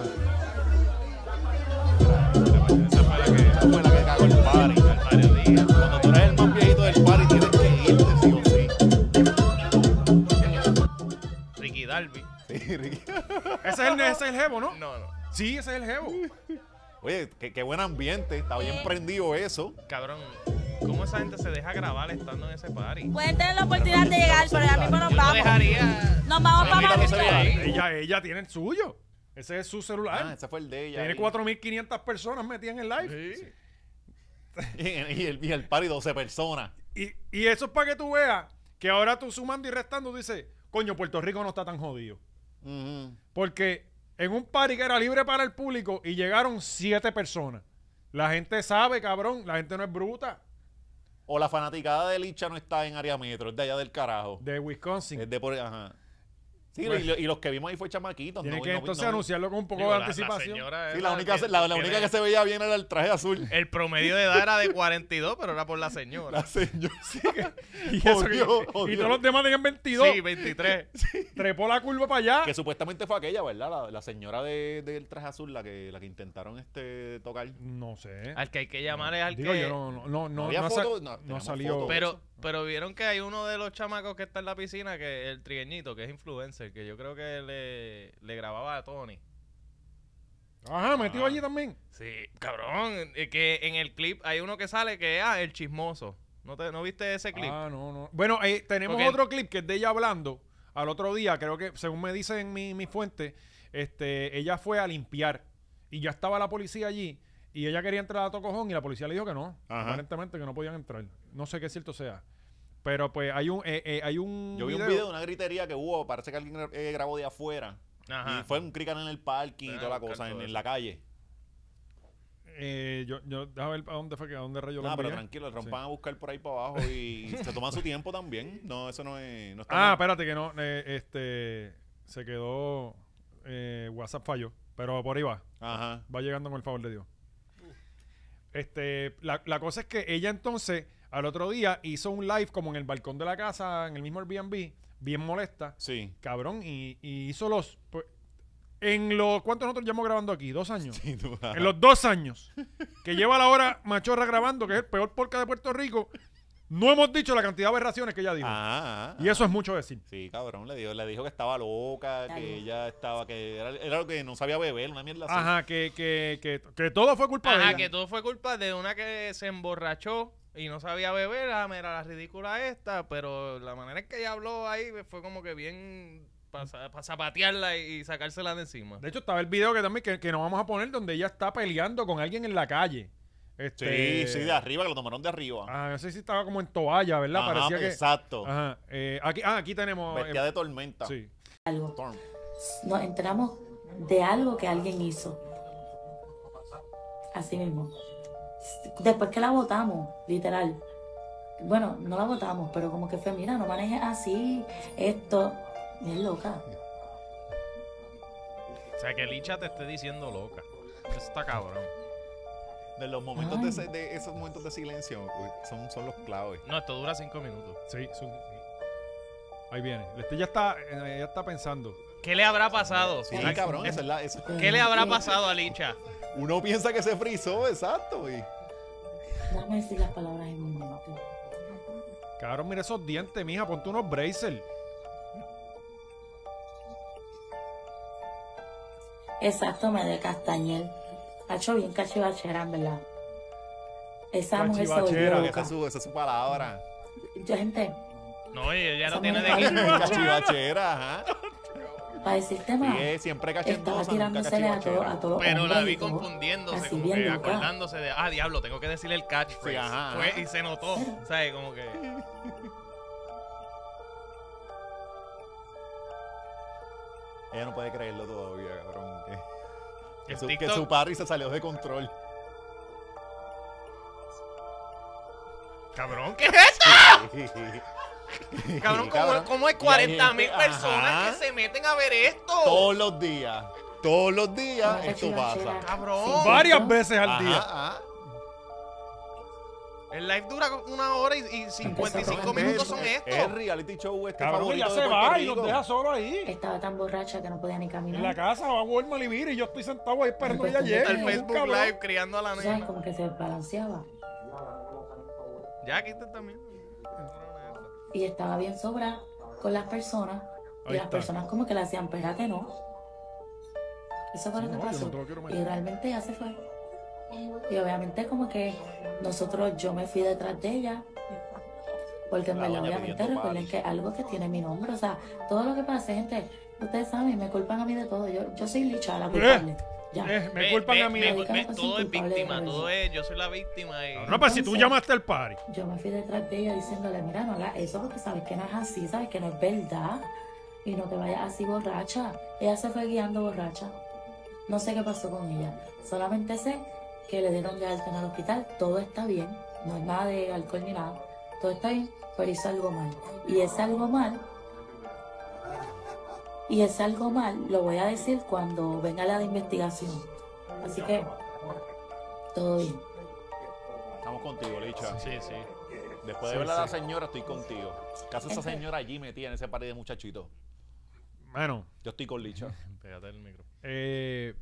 [SPEAKER 2] Esa fue la que.
[SPEAKER 3] Esa fue la que cagó el party.
[SPEAKER 2] el Mario Díaz.
[SPEAKER 3] Cuando tú eres el más viejito del party, tienes que irte, sí o sí.
[SPEAKER 2] Ricky Darby.
[SPEAKER 3] Sí, Ricky.
[SPEAKER 1] Ese, es el, ese es el jevo, ¿no?
[SPEAKER 2] No, no.
[SPEAKER 1] Sí, ese es el jevo.
[SPEAKER 3] Oye, qué, qué buen ambiente. Está bien prendido eso.
[SPEAKER 2] Cabrón, ¿cómo esa gente se deja grabar estando en ese party?
[SPEAKER 5] Pueden tener la oportunidad de llegar, pero ya mismo nos
[SPEAKER 2] Yo no
[SPEAKER 5] vamos.
[SPEAKER 2] dejaría.
[SPEAKER 5] Nos vamos
[SPEAKER 2] Pero
[SPEAKER 5] para
[SPEAKER 2] mira, no
[SPEAKER 5] Barrio
[SPEAKER 2] se ve
[SPEAKER 5] Nuevo.
[SPEAKER 2] ahí.
[SPEAKER 1] Ella, ella tiene el suyo. Ese es su celular.
[SPEAKER 3] Ah, ese fue el de ella.
[SPEAKER 1] tiene
[SPEAKER 3] ahí.
[SPEAKER 1] 4.500 personas metidas en el live.
[SPEAKER 2] Sí.
[SPEAKER 3] Y, y el, y el party 12 personas.
[SPEAKER 1] Y, y eso es para que tú veas que ahora tú sumando y restando dices, coño, Puerto Rico no está tan jodido.
[SPEAKER 3] Ujú.
[SPEAKER 1] Porque en un party que era libre para el público y llegaron siete personas. La gente sabe, cabrón, la gente no es bruta.
[SPEAKER 3] O la fanaticada de Licha no está en área metro, es de Pues allá del carajo.
[SPEAKER 1] De Wisconsin.
[SPEAKER 3] Es de por. Ajá. Sí,
[SPEAKER 1] Bueno.
[SPEAKER 3] y, lo- y los que vimos ahí fue chamaquitos.
[SPEAKER 1] Tienen
[SPEAKER 3] no-
[SPEAKER 1] que
[SPEAKER 3] no-
[SPEAKER 1] entonces
[SPEAKER 3] no-
[SPEAKER 1] anunciarlo con un poco
[SPEAKER 2] Digo,
[SPEAKER 1] de
[SPEAKER 2] la- la
[SPEAKER 1] anticipación.
[SPEAKER 2] señora
[SPEAKER 3] Sí,
[SPEAKER 2] era
[SPEAKER 3] la única,
[SPEAKER 2] que-
[SPEAKER 3] la, la
[SPEAKER 2] que
[SPEAKER 3] única
[SPEAKER 2] era-
[SPEAKER 3] que se veía bien era el traje azul.
[SPEAKER 2] El promedio de edad era de 42, pero era por la señora.
[SPEAKER 3] La señora.
[SPEAKER 1] y, eso que-
[SPEAKER 3] Jodió,
[SPEAKER 1] y
[SPEAKER 3] jodió.
[SPEAKER 1] todos los demás tenían 22.
[SPEAKER 2] Sí, 23.
[SPEAKER 1] Trepó la curva para
[SPEAKER 3] Que
[SPEAKER 1] allá.
[SPEAKER 3] supuestamente fue aquella, ¿verdad? La, la señora de- del traje azul, la que, la que intentaron este tocar.
[SPEAKER 1] No sé.
[SPEAKER 2] Al que hay que llamar es al
[SPEAKER 1] Digo,
[SPEAKER 2] que.
[SPEAKER 1] yo no, no, no, no,
[SPEAKER 3] había
[SPEAKER 1] no sa-
[SPEAKER 3] foto? No,
[SPEAKER 1] no
[SPEAKER 3] tenemos
[SPEAKER 1] salió.
[SPEAKER 3] foto.
[SPEAKER 2] Pero, pero vieron que hay uno de los chamacos que está en la piscina, que el trigueñito, que es influencer, que yo creo que le, le grababa a Tony.
[SPEAKER 1] Ajá, metido
[SPEAKER 3] Ah.
[SPEAKER 1] allí también.
[SPEAKER 2] Sí, cabrón. eh, Que en el clip hay uno que sale que es ah, el chismoso. ¿No, te, ¿No viste ese este clip?
[SPEAKER 1] Ah, no, no. Bueno, eh, tenemos
[SPEAKER 2] Porque-
[SPEAKER 1] otro clip que es de ella hablando. Al otro día, creo que, según me dicen mi, mi fuente, este, ella fue a limpiar y ya estaba la policía allí y ella quería entrar a Tocojón y la policía le dijo que no.
[SPEAKER 3] Ajá.
[SPEAKER 1] Aparentemente que no podían entrar. No sé qué cierto sea. Pero pues hay un, eh, eh, hay un
[SPEAKER 3] Yo vi un video de una gritería que hubo, parece que alguien gra- eh, grabó de afuera.
[SPEAKER 2] Ajá.
[SPEAKER 3] Y fue un crican en el parking y
[SPEAKER 2] Voy a
[SPEAKER 3] toda
[SPEAKER 1] Ah,
[SPEAKER 3] la
[SPEAKER 2] buscar
[SPEAKER 3] cosa, en,
[SPEAKER 2] todo
[SPEAKER 3] en
[SPEAKER 2] eso.
[SPEAKER 3] la calle.
[SPEAKER 1] Eh, yo, yo, déjame ver a dónde fue que a dónde rayo lo
[SPEAKER 3] No, Ah, pero
[SPEAKER 1] envié.
[SPEAKER 3] tranquilo, el rompan a buscar por ahí para abajo y se toman su tiempo también. No, eso no es. No está
[SPEAKER 1] Ah,
[SPEAKER 3] mal.
[SPEAKER 1] espérate que no, eh, este, se quedó, eh, WhatsApp falló, pero por ahí va.
[SPEAKER 3] Ajá.
[SPEAKER 1] Va llegando con el favor de Dios. Este, la, la cosa es que ella entonces al otro día hizo un live como en el balcón de la casa, en el mismo Airbnb, bien molesta,
[SPEAKER 3] Sí.
[SPEAKER 1] cabrón, y, y hizo los... pues, en los... ¿Cuántos nosotros llevamos grabando aquí? ¿Dos años?
[SPEAKER 3] Sí, tú- ajá. Ah,
[SPEAKER 1] En los dos años que lleva la hora machorra grabando, que es el peor porca de Puerto Rico, No hemos dicho la cantidad de aberraciones que ella dijo.
[SPEAKER 3] Ah, ah,
[SPEAKER 1] y eso es mucho decir.
[SPEAKER 3] Sí, cabrón, le dijo, le dijo que estaba loca,
[SPEAKER 5] Está
[SPEAKER 3] que
[SPEAKER 5] bien.
[SPEAKER 3] ella estaba, que era, era lo que no sabía beber, una mierda así.
[SPEAKER 1] Ajá, que, que, que, que todo fue culpa de
[SPEAKER 2] Ajá,
[SPEAKER 1] ella.
[SPEAKER 2] que todo fue culpa de una que se emborrachó y no sabía beber. Ah, mira, la ridícula esta. Pero la manera en que ella habló ahí fue como que bien para zapatearla y sacársela de encima.
[SPEAKER 1] De hecho, estaba el video que también que, que nos vamos a poner donde ella está peleando con alguien en la calle.
[SPEAKER 3] Sí,
[SPEAKER 1] Este,
[SPEAKER 3] sí, de arriba, que lo tomaron de arriba.
[SPEAKER 1] Ah, no sé si estaba como en toalla, ¿verdad?
[SPEAKER 3] Ajá,
[SPEAKER 1] Parecía que.
[SPEAKER 3] Exacto.
[SPEAKER 1] Ajá. eh, aquí, ah, aquí tenemos. eh,
[SPEAKER 2] em,
[SPEAKER 3] Vestida de tormenta.
[SPEAKER 1] sí.
[SPEAKER 6] algo.
[SPEAKER 3] Storm.
[SPEAKER 6] Nos enteramos de algo que alguien hizo. Así mismo. Después que la votamos, literal. Bueno, no la votamos, pero como que fue, mira, no manejes así, esto. Es loca.
[SPEAKER 2] O sea, que Licha te esté diciendo loca. Eso está cabrón.
[SPEAKER 3] De los momentos de,
[SPEAKER 6] Ay.
[SPEAKER 3] ese- de esos momentos de silencio uy, son, son los claves.
[SPEAKER 2] No, esto dura cinco minutos.
[SPEAKER 1] Sí, su- sí. Ahí viene. Este ya está, eh, ella está pensando.
[SPEAKER 2] ¿Qué le habrá pasado?
[SPEAKER 3] Sí,
[SPEAKER 2] Ah,
[SPEAKER 3] cabrón,
[SPEAKER 2] es-
[SPEAKER 3] esa es la- eso-
[SPEAKER 2] ¿Qué le habrá pasado a Licha?
[SPEAKER 3] Uno piensa que se frizó, exacto. Y...
[SPEAKER 6] Déjame decir las palabras en un momento.
[SPEAKER 1] Cabrón, mira esos dientes, mija. Ponte unos braces.
[SPEAKER 6] Exacto, me de Castañel. Ha hecho bien cachivachera, en verdad. Esa mujer se volvió
[SPEAKER 1] Cachivachera,
[SPEAKER 3] Esa
[SPEAKER 6] loca.
[SPEAKER 3] es su, esa es su palabra.
[SPEAKER 6] Yo, gente,
[SPEAKER 2] No, y ella no
[SPEAKER 6] Esa
[SPEAKER 2] tiene de
[SPEAKER 6] mujer-
[SPEAKER 2] qué.
[SPEAKER 3] Cachivachera, ajá.
[SPEAKER 6] para decirte más.
[SPEAKER 3] Sí, siempre
[SPEAKER 6] Estaba
[SPEAKER 3] cachendosa, nunca
[SPEAKER 6] tirándosele a, todo,
[SPEAKER 3] cachivachera.
[SPEAKER 6] a todos los
[SPEAKER 2] Pero la
[SPEAKER 6] hombres
[SPEAKER 2] vi
[SPEAKER 6] y todo.
[SPEAKER 2] confundiéndose,
[SPEAKER 6] Así
[SPEAKER 2] como
[SPEAKER 6] bien
[SPEAKER 2] que
[SPEAKER 6] loca.
[SPEAKER 2] acordándose de, ah, diablo, tengo que decirle el catchphrase.
[SPEAKER 3] Sí, ajá,
[SPEAKER 2] Fue-
[SPEAKER 3] ajá.
[SPEAKER 2] y se notó, ¿sabes? Como que...
[SPEAKER 3] Ella no puede creerlo todavía, cabrón. Que, que
[SPEAKER 2] El
[SPEAKER 3] su, que
[SPEAKER 2] TikTok.
[SPEAKER 3] su parry se salió de control.
[SPEAKER 2] Cabrón, ¿qué es esto? Cabrón,
[SPEAKER 3] Sí,
[SPEAKER 2] ¿cómo, cómo hay
[SPEAKER 3] Y
[SPEAKER 2] 40 mil
[SPEAKER 3] gente,
[SPEAKER 2] personas
[SPEAKER 3] ajá,
[SPEAKER 2] que se meten a ver esto?
[SPEAKER 3] Todos los días, todos los días
[SPEAKER 6] Una
[SPEAKER 3] esto
[SPEAKER 6] cachivachera.
[SPEAKER 3] pasa.
[SPEAKER 2] Cabrón.
[SPEAKER 6] Sí,
[SPEAKER 1] Varias
[SPEAKER 6] yo-
[SPEAKER 1] veces al
[SPEAKER 3] Ajá, ah.
[SPEAKER 1] día.
[SPEAKER 3] ajá.
[SPEAKER 2] El live dura una hora y, y 55
[SPEAKER 6] Empezó
[SPEAKER 2] minutos
[SPEAKER 6] con
[SPEAKER 2] son
[SPEAKER 6] eso.
[SPEAKER 3] El
[SPEAKER 2] estos.
[SPEAKER 3] reality show este
[SPEAKER 1] Cabrón,
[SPEAKER 3] favorito
[SPEAKER 1] ya
[SPEAKER 3] de
[SPEAKER 1] se
[SPEAKER 3] Puerto
[SPEAKER 1] va y nos
[SPEAKER 3] Rico.
[SPEAKER 1] deja solo ahí.
[SPEAKER 6] Estaba tan borracha que no podía ni
[SPEAKER 1] En la
[SPEAKER 6] caminar.
[SPEAKER 1] casa va a Walmart y mira, y yo estoy sentado ahí esperando que ella
[SPEAKER 6] Empezó
[SPEAKER 1] llegue.
[SPEAKER 6] con
[SPEAKER 2] El
[SPEAKER 6] un
[SPEAKER 2] Facebook
[SPEAKER 1] cabrón.
[SPEAKER 2] Live criando a la
[SPEAKER 6] Tú ¿Sabes?
[SPEAKER 2] nena.
[SPEAKER 6] Como que se balanceaba.
[SPEAKER 2] Ya, aquí está también.
[SPEAKER 6] Y estaba bien sobra con las personas. Y
[SPEAKER 1] Ahí
[SPEAKER 6] las
[SPEAKER 1] está.
[SPEAKER 6] personas como que le hacían, espérate, no. Eso
[SPEAKER 1] Sí,
[SPEAKER 6] fue lo que
[SPEAKER 1] no, yo no
[SPEAKER 6] pasó.
[SPEAKER 1] te lo quiero meter.
[SPEAKER 6] y realmente ya se fue. Y obviamente como que nosotros, yo me fui detrás de ella. Porque en
[SPEAKER 3] La
[SPEAKER 6] verdad,
[SPEAKER 3] doña
[SPEAKER 6] obviamente,
[SPEAKER 3] pidiendo
[SPEAKER 6] recuerden
[SPEAKER 3] party.
[SPEAKER 6] que algo que tiene mi nombre. O sea, todo lo que pase, gente, ustedes saben, me culpan a mí de todo. Yo, yo soy licha, la culpable. Ya.
[SPEAKER 1] Eh, me culpan
[SPEAKER 2] Ve,
[SPEAKER 1] a mí.
[SPEAKER 2] ve,
[SPEAKER 6] Ahí
[SPEAKER 2] ve,
[SPEAKER 6] cada
[SPEAKER 2] todo
[SPEAKER 6] cosa
[SPEAKER 2] es
[SPEAKER 6] es culpable de
[SPEAKER 2] víctima,
[SPEAKER 6] cada
[SPEAKER 2] todo
[SPEAKER 6] cosa.
[SPEAKER 2] es. Yo soy la víctima. Y...
[SPEAKER 1] No, pero si tú
[SPEAKER 6] Entonces-
[SPEAKER 1] llamaste al party.
[SPEAKER 6] Yo me fui detrás de ella diciéndole, mira, no hagas eso porque sabes que no es así, sabes que no es verdad. Y no te vayas así borracha. Ella se fue guiando borracha. No sé qué pasó con ella. Solamente sé que le dieron de alta en el hospital. Todo está bien. No es nada de alcohol ni nada. Todo está bien, pero hizo algo mal. Y es algo mal. Y es algo mal, lo voy a decir cuando venga la de investigación. Así que, todo bien.
[SPEAKER 3] Estamos contigo, Licha.
[SPEAKER 2] Sí, sí.
[SPEAKER 3] Después de ver a la señora, estoy contigo. Casi esa señora allí metida en ese par de muchachitos.
[SPEAKER 1] Bueno,
[SPEAKER 3] Yo estoy con Licha.
[SPEAKER 2] Pégate el micro.
[SPEAKER 1] eh,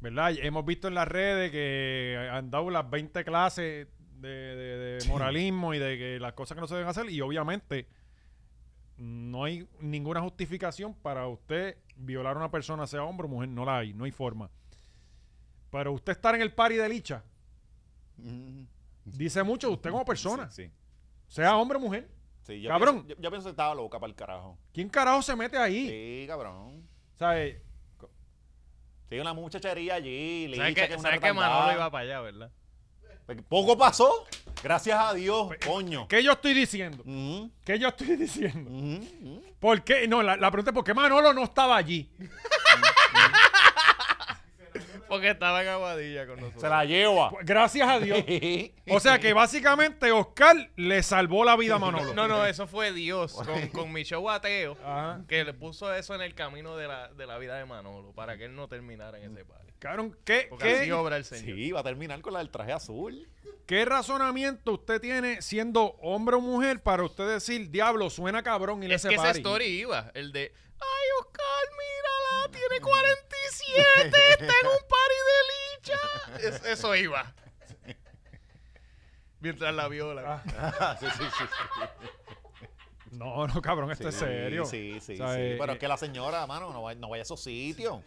[SPEAKER 1] ¿verdad? Hemos visto en las redes que han dado las 20 clases de, de- de moralismo y de que las cosas que no se deben hacer y obviamente no hay ninguna justificación para usted violar a una persona, sea hombre o mujer, no la hay, no hay forma. Pero usted estar en el party de licha dice mucho de usted como persona,
[SPEAKER 3] Sí. sí.
[SPEAKER 1] sea hombre o mujer.
[SPEAKER 3] Sí, yo
[SPEAKER 1] Cabrón.
[SPEAKER 3] pienso- yo, yo pienso que estaba loca para el carajo.
[SPEAKER 1] ¿Quién carajo se mete ahí?
[SPEAKER 3] Sí, cabrón.
[SPEAKER 1] ¿Sabes?
[SPEAKER 3] Sí, una muchachería allí. Licha,
[SPEAKER 2] ¿Sabes
[SPEAKER 3] que,
[SPEAKER 2] que,
[SPEAKER 3] es una
[SPEAKER 2] sabes que
[SPEAKER 3] retardada.
[SPEAKER 2] Manolo iba para allá, verdad?
[SPEAKER 3] Porque Poco pasó. Gracias a Dios, coño.
[SPEAKER 1] ¿Qué yo estoy diciendo?
[SPEAKER 3] Mm,
[SPEAKER 1] ¿Qué yo estoy diciendo?
[SPEAKER 3] mm, mm.
[SPEAKER 1] ¿Por qué? No, la, la pregunta es ¿por qué Manolo no estaba allí?
[SPEAKER 2] Porque estaba en Aguadilla con nosotros.
[SPEAKER 3] Se la lleva.
[SPEAKER 1] Pues, Gracias a Dios. O sea que básicamente Oscar le salvó la vida a Manolo.
[SPEAKER 2] No, no, eso fue Dios con, con mi show ateo.
[SPEAKER 3] eh.
[SPEAKER 1] Ajá.
[SPEAKER 2] Que le puso eso en el camino de la, de la vida de Manolo para que él no terminara en ese party.
[SPEAKER 1] Cabrón, ¿qué,
[SPEAKER 2] Porque así
[SPEAKER 1] qué,
[SPEAKER 2] obra el Señor.
[SPEAKER 3] Sí, va a terminar con la del traje azul.
[SPEAKER 1] qué razonamiento usted tiene siendo hombre o mujer para usted decir, diablo, suena cabrón y le
[SPEAKER 2] Es que esa
[SPEAKER 1] separe"?
[SPEAKER 2] story iba, el de, ay Oscar, mírala, tiene 47, está en un party de licha. Es- eso iba. mientras la viola.
[SPEAKER 1] Ah.
[SPEAKER 3] Ah, sí, sí, sí, sí.
[SPEAKER 1] No, no, cabrón, esto es
[SPEAKER 3] Sí,
[SPEAKER 1] serio.
[SPEAKER 3] Sí, sí,
[SPEAKER 1] O sea,
[SPEAKER 3] sí.
[SPEAKER 1] eh,
[SPEAKER 3] Pero es que la señora, mano, no vaya, no vaya a esos sitios.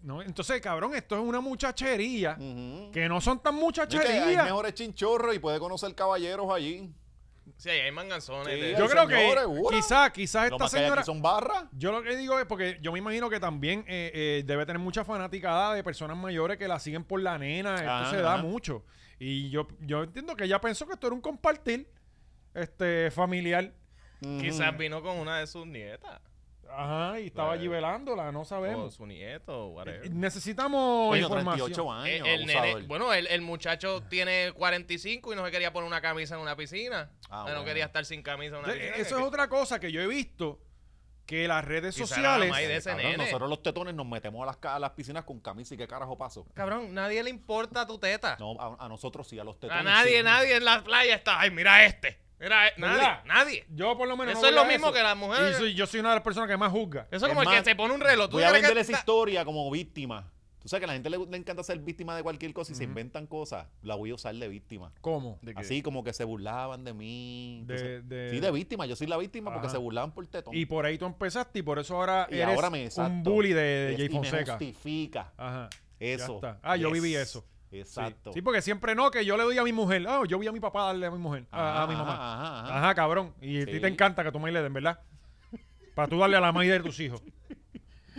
[SPEAKER 1] no, entonces, cabrón, esto es una muchachería.
[SPEAKER 3] Ujú.
[SPEAKER 1] Que no son tan
[SPEAKER 3] Mm. Es que hay
[SPEAKER 1] muchacherías.
[SPEAKER 3] mejores chinchorros y puede conocer caballeros allí.
[SPEAKER 2] Sí, ahí hay manganzones.
[SPEAKER 3] Sí,
[SPEAKER 2] de-
[SPEAKER 1] Yo
[SPEAKER 3] hay
[SPEAKER 1] creo que
[SPEAKER 3] señores, uno.
[SPEAKER 1] quizás, quizás
[SPEAKER 3] Lo
[SPEAKER 1] esta
[SPEAKER 3] más que hay
[SPEAKER 1] señora...
[SPEAKER 3] aquí son barras.
[SPEAKER 1] Yo lo que digo es porque yo me imagino que también eh, eh, debe tener mucha fanaticada de personas mayores que la siguen por la nena. Esto
[SPEAKER 3] Ajá,
[SPEAKER 1] se da
[SPEAKER 3] ajá.
[SPEAKER 1] mucho. Y yo, yo entiendo que ella pensó que esto era un compartir este familiar.
[SPEAKER 3] Mm.
[SPEAKER 2] Quizás vino con una de sus nietas.
[SPEAKER 1] Ajá, y estaba allí
[SPEAKER 2] Claro.
[SPEAKER 1] velándola, no
[SPEAKER 2] O
[SPEAKER 1] sabemos.
[SPEAKER 2] su nieto, Pues, whatever.
[SPEAKER 1] Necesitamos
[SPEAKER 3] Coño,
[SPEAKER 1] información.
[SPEAKER 3] 38 años,
[SPEAKER 2] Eh, el nene-
[SPEAKER 3] abusador.
[SPEAKER 2] bueno, el, el muchacho tiene 45 y no se quería poner una camisa en una piscina.
[SPEAKER 3] Ah,
[SPEAKER 2] Eh,
[SPEAKER 3] bueno.
[SPEAKER 2] No quería estar sin camisa en una
[SPEAKER 1] Entonces,
[SPEAKER 2] piscina.
[SPEAKER 1] Eso es otra cosa que yo he visto que las redes
[SPEAKER 2] Quizá
[SPEAKER 1] sociales.
[SPEAKER 2] la mamá y de ese
[SPEAKER 3] Cabrón,
[SPEAKER 2] nene.
[SPEAKER 3] nosotros los tetones nos metemos a las, ca- a las piscinas con camisa y qué carajo pasó.
[SPEAKER 2] Cabrón, nadie le importa tu teta.
[SPEAKER 3] No, a, a nosotros sí, a los tetones.
[SPEAKER 2] a nadie,
[SPEAKER 3] sí.
[SPEAKER 2] nadie en la playa está. Ay, mira este. Mira, e-
[SPEAKER 1] ¿Verdad?
[SPEAKER 2] nadie, nadie.
[SPEAKER 1] Yo por lo menos.
[SPEAKER 2] Eso
[SPEAKER 1] no
[SPEAKER 2] es
[SPEAKER 1] voy
[SPEAKER 2] lo
[SPEAKER 1] a
[SPEAKER 2] mismo que las mujeres.
[SPEAKER 1] Y soy- yo soy una de las personas que más juzga.
[SPEAKER 2] Eso es
[SPEAKER 3] Es
[SPEAKER 2] como el
[SPEAKER 3] más,
[SPEAKER 2] que se pone un reloj. ¿Tú
[SPEAKER 3] Voy a
[SPEAKER 2] crees que
[SPEAKER 3] vender esa
[SPEAKER 2] está-
[SPEAKER 3] historia como víctima. Tú sabes que a la gente le, le encanta ser víctima de cualquier cosa y se inventan cosas. La voy a usar de víctima.
[SPEAKER 1] ¿Cómo?
[SPEAKER 2] ¿De qué?
[SPEAKER 3] Así como que se burlaban de mí. tú
[SPEAKER 1] De-
[SPEAKER 3] sabes.
[SPEAKER 1] de-
[SPEAKER 3] Sí, de víctima. Yo soy la víctima porque
[SPEAKER 1] Ajá.
[SPEAKER 3] se burlaban por tetón.
[SPEAKER 1] Y por ahí tú empezaste y por eso ahora
[SPEAKER 3] Y
[SPEAKER 1] eres
[SPEAKER 3] ahora me
[SPEAKER 1] un
[SPEAKER 3] exacto.
[SPEAKER 1] bully de, de
[SPEAKER 3] Es-
[SPEAKER 1] Jay
[SPEAKER 3] Y me
[SPEAKER 1] Fonseca.
[SPEAKER 3] justifica.
[SPEAKER 1] Ajá. Ya
[SPEAKER 3] Eso.
[SPEAKER 1] está. Ah, yo viví eso. Sí.
[SPEAKER 3] Exacto.
[SPEAKER 1] Sí, porque siempre no, que yo le doy a mi mujer. Ah, yo vi a mi papá darle a mi mujer, a, a ah, mi mamá. Ajá,
[SPEAKER 3] Ajá, ajá, ajá.
[SPEAKER 1] cabrón. Y a ti
[SPEAKER 3] Sí.
[SPEAKER 1] te encanta que tu madre le den, ¿verdad? Para tú darle a la madre de tus hijos.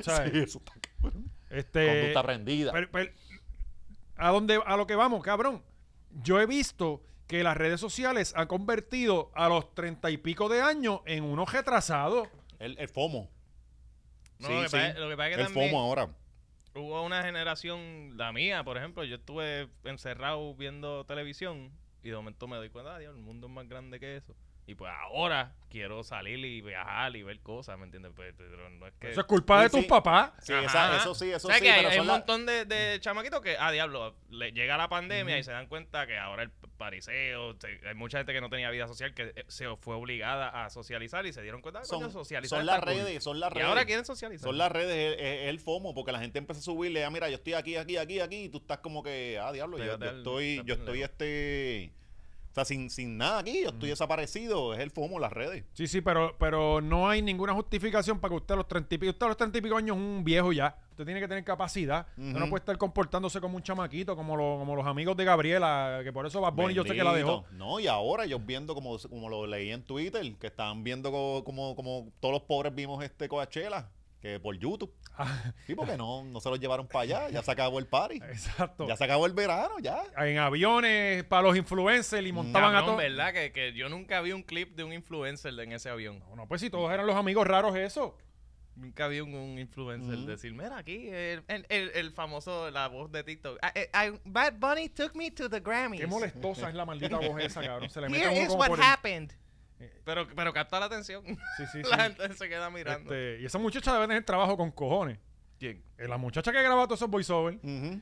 [SPEAKER 1] ¿Sabes?
[SPEAKER 3] Sí, eso está cabrón.
[SPEAKER 1] Este,
[SPEAKER 3] Conducta aprendida.
[SPEAKER 1] pero- pero- a, dónde, a lo que vamos, cabrón. Yo he visto que las redes sociales han convertido a los treinta y pico de años en unos retrasados.
[SPEAKER 3] el, el FOMO.
[SPEAKER 2] No, lo que pasa es- lo que pasa es que
[SPEAKER 3] El
[SPEAKER 2] también-
[SPEAKER 3] FOMO ahora.
[SPEAKER 2] Hubo una generación, la mía, por ejemplo, yo estuve encerrado viendo televisión y de momento me doy cuenta, ah, Dios, el mundo es más grande que eso. Y pues ahora quiero salir y viajar y ver cosas, ¿me entiendes? Pues, pero no es que...
[SPEAKER 1] Eso es culpa
[SPEAKER 3] Sí,
[SPEAKER 1] de tus
[SPEAKER 3] sí.
[SPEAKER 1] papás.
[SPEAKER 3] Sí,
[SPEAKER 2] Ajá.
[SPEAKER 3] esa- eso sí, eso
[SPEAKER 2] ¿Sabes
[SPEAKER 3] sí.
[SPEAKER 2] que hay-
[SPEAKER 3] pero
[SPEAKER 2] hay,
[SPEAKER 3] son
[SPEAKER 2] un
[SPEAKER 3] la-
[SPEAKER 2] montón de, de chamaquitos que, ah, diablo, le llega la pandemia y se dan cuenta que ahora el pariseo, te- hay mucha gente que no tenía vida social que eh, se fue obligada a socializar y se dieron cuenta, ah, coño,
[SPEAKER 3] son,
[SPEAKER 2] socializar
[SPEAKER 3] son las
[SPEAKER 2] está cool.
[SPEAKER 3] redes, son las
[SPEAKER 2] Y
[SPEAKER 3] redes.
[SPEAKER 2] ahora quieren socializar.
[SPEAKER 3] son las redes, es, es el FOMO, porque la gente empieza a subirle, ah, mira, yo estoy aquí, aquí, aquí, aquí, y tú estás como que, ah, diablo, yo,
[SPEAKER 2] Pégate
[SPEAKER 3] yo
[SPEAKER 2] al-
[SPEAKER 3] estoy, yo
[SPEAKER 2] al
[SPEAKER 3] estoy este, o sea, sin, sin nada aquí, yo estoy desaparecido, es el FOMO, las redes.
[SPEAKER 1] Sí, sí, pero, pero no hay ninguna justificación para que usted a los 30 y pico, usted a los 30 y pico años es un viejo ya. Usted tiene que tener capacidad. Usted no
[SPEAKER 3] Ujú.
[SPEAKER 1] puede estar comportándose como un chamaquito, como, lo- como los amigos de Gabriela, que por eso Bad Bunny yo sé que la dejó.
[SPEAKER 3] Bendito. No, y ahora yo viendo, como, como lo leí en Twitter, que estaban viendo co- como, como todos los pobres vimos este Coachella, que por YouTube.
[SPEAKER 1] Ah,
[SPEAKER 3] Sí, porque no, no se los llevaron para allá, ya se acabó el party.
[SPEAKER 1] Exacto.
[SPEAKER 3] Ya se acabó el verano, ya.
[SPEAKER 1] En aviones para los influencers y montaban a
[SPEAKER 2] Cabrón,
[SPEAKER 1] todos.
[SPEAKER 2] ¿verdad? Que, que yo nunca vi un clip de un influencer en ese avión.
[SPEAKER 1] No, pues si todos eran los amigos raros eso.
[SPEAKER 2] Nunca vi un, un influencer
[SPEAKER 3] Ujú.
[SPEAKER 2] decir, mira aquí, el, el- el- el famoso, la voz de TikTok. I- I- I- Bad Bunny took me to the Grammys.
[SPEAKER 1] Qué molestosa es la maldita voz esa, cabrón. Se le mete a
[SPEAKER 2] Here
[SPEAKER 1] uno
[SPEAKER 2] is
[SPEAKER 1] como
[SPEAKER 2] what
[SPEAKER 1] por el- Eh.
[SPEAKER 2] happened. Pero, pero capta la atención.
[SPEAKER 1] Sí, sí, sí.
[SPEAKER 2] La gente se queda mirando.
[SPEAKER 1] Este, y esa muchacha debe tener trabajo con cojones.
[SPEAKER 2] ¿Quién?
[SPEAKER 1] Eh, La muchacha que graba todos esos voiceovers.
[SPEAKER 3] Ujú.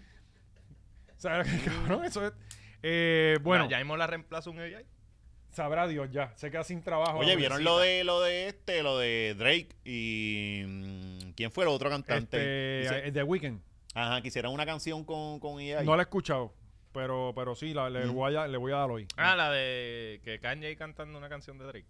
[SPEAKER 1] O sea, cabrón, eso es. Eh, bueno.
[SPEAKER 2] Ah, ya mismo la reemplaza un AI.
[SPEAKER 1] Sabrá Dios ya, se queda sin trabajo.
[SPEAKER 3] Oye,
[SPEAKER 1] ahora.
[SPEAKER 3] ¿vieron lo de lo de este, lo de Drake y mm, quién fue el otro cantante?
[SPEAKER 1] Este,
[SPEAKER 3] Dice-
[SPEAKER 1] eh, The Weeknd.
[SPEAKER 3] ajá, que hicieron una canción con, con E EA.
[SPEAKER 1] No la he escuchado, pero, pero sí, la- le, voy a, le voy a dar hoy.
[SPEAKER 2] Ah, la de que Kanye cantando una canción de Drake.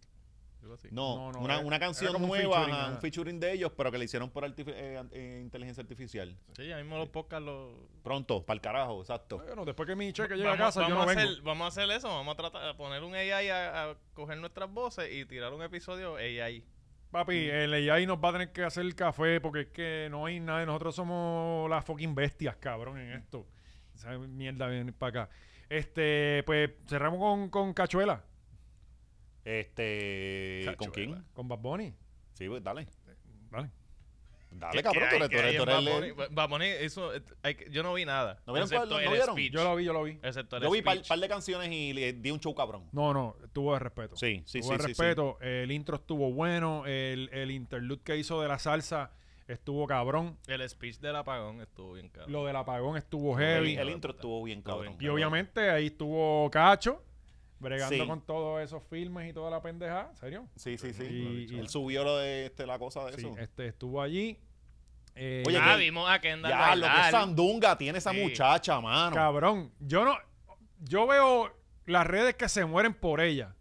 [SPEAKER 2] Algo así.
[SPEAKER 3] No,
[SPEAKER 1] No, no,
[SPEAKER 3] una,
[SPEAKER 1] era-
[SPEAKER 3] una
[SPEAKER 1] era
[SPEAKER 3] canción
[SPEAKER 1] como un
[SPEAKER 3] nueva,
[SPEAKER 1] featuring,
[SPEAKER 3] ajá,
[SPEAKER 1] ajá.
[SPEAKER 3] un featuring de ellos, pero que le hicieron por artifi- eh, an- eh, inteligencia artificial.
[SPEAKER 2] Sí, ya mismo los podcasts los...
[SPEAKER 3] Pronto, para el carajo, exacto.
[SPEAKER 1] Bueno, después que mi cheque llegue
[SPEAKER 2] Vamos,
[SPEAKER 1] a casa, yo no
[SPEAKER 2] vamos a
[SPEAKER 1] vengo.
[SPEAKER 2] hacer, vamos a hacer eso, vamos a tratar a poner un AI a, a coger nuestras voces y tirar un episodio AI.
[SPEAKER 1] Papi, el AI nos va a tener que hacer el café porque es que no hay nadie. Nosotros somos las fucking bestias, cabrón, en esto. Esa mierda viene para acá. Este, pues cerramos con, con Cachuela,
[SPEAKER 3] Este, ¿con
[SPEAKER 2] Cachuela.
[SPEAKER 3] quién?
[SPEAKER 1] con Bad Bunny.
[SPEAKER 3] Sí, pues dale.
[SPEAKER 1] Vale.
[SPEAKER 3] Dale, cabrón, tú eres, tú eres, tú eres el-
[SPEAKER 2] eso, eh, hay que- yo no vi nada.
[SPEAKER 3] ¿No vieron cuál-
[SPEAKER 2] excepto
[SPEAKER 3] no
[SPEAKER 2] el
[SPEAKER 3] vieron?
[SPEAKER 2] speech.
[SPEAKER 1] Yo lo vi, yo lo vi.
[SPEAKER 2] Excepto el
[SPEAKER 3] Yo vi un par,
[SPEAKER 2] speech.
[SPEAKER 3] par de canciones y le di un show cabrón.
[SPEAKER 1] No, no, tuvo el respeto.
[SPEAKER 3] Sí, sí,
[SPEAKER 1] Tuvo
[SPEAKER 3] sí,
[SPEAKER 1] el
[SPEAKER 3] sí, sí.
[SPEAKER 1] respeto. El intro estuvo bueno. El, el interlude que hizo de la salsa estuvo cabrón.
[SPEAKER 2] El speech del apagón estuvo bien caro.
[SPEAKER 1] Lo del apagón estuvo
[SPEAKER 3] El,
[SPEAKER 1] heavy.
[SPEAKER 3] el intro estuvo bien cabrón.
[SPEAKER 1] y obviamente ahí estuvo Cacho, bregando
[SPEAKER 3] Sí.
[SPEAKER 1] con todos esos filmes y toda la pendejada. ¿En serio?
[SPEAKER 3] Sí, sí, sí.
[SPEAKER 1] Y-
[SPEAKER 3] Él subió lo de este, la cosa de
[SPEAKER 1] Sí,
[SPEAKER 3] eso.
[SPEAKER 1] este, estuvo allí. Eh,
[SPEAKER 3] Oye,
[SPEAKER 2] ah,
[SPEAKER 3] que-
[SPEAKER 2] vimos a Kendall
[SPEAKER 3] Ya, lo que
[SPEAKER 2] bailar.
[SPEAKER 3] sandunga tiene esa
[SPEAKER 2] Sí.
[SPEAKER 3] muchacha, mano.
[SPEAKER 1] cabrón, yo no. Yo veo las redes que se mueren por ella.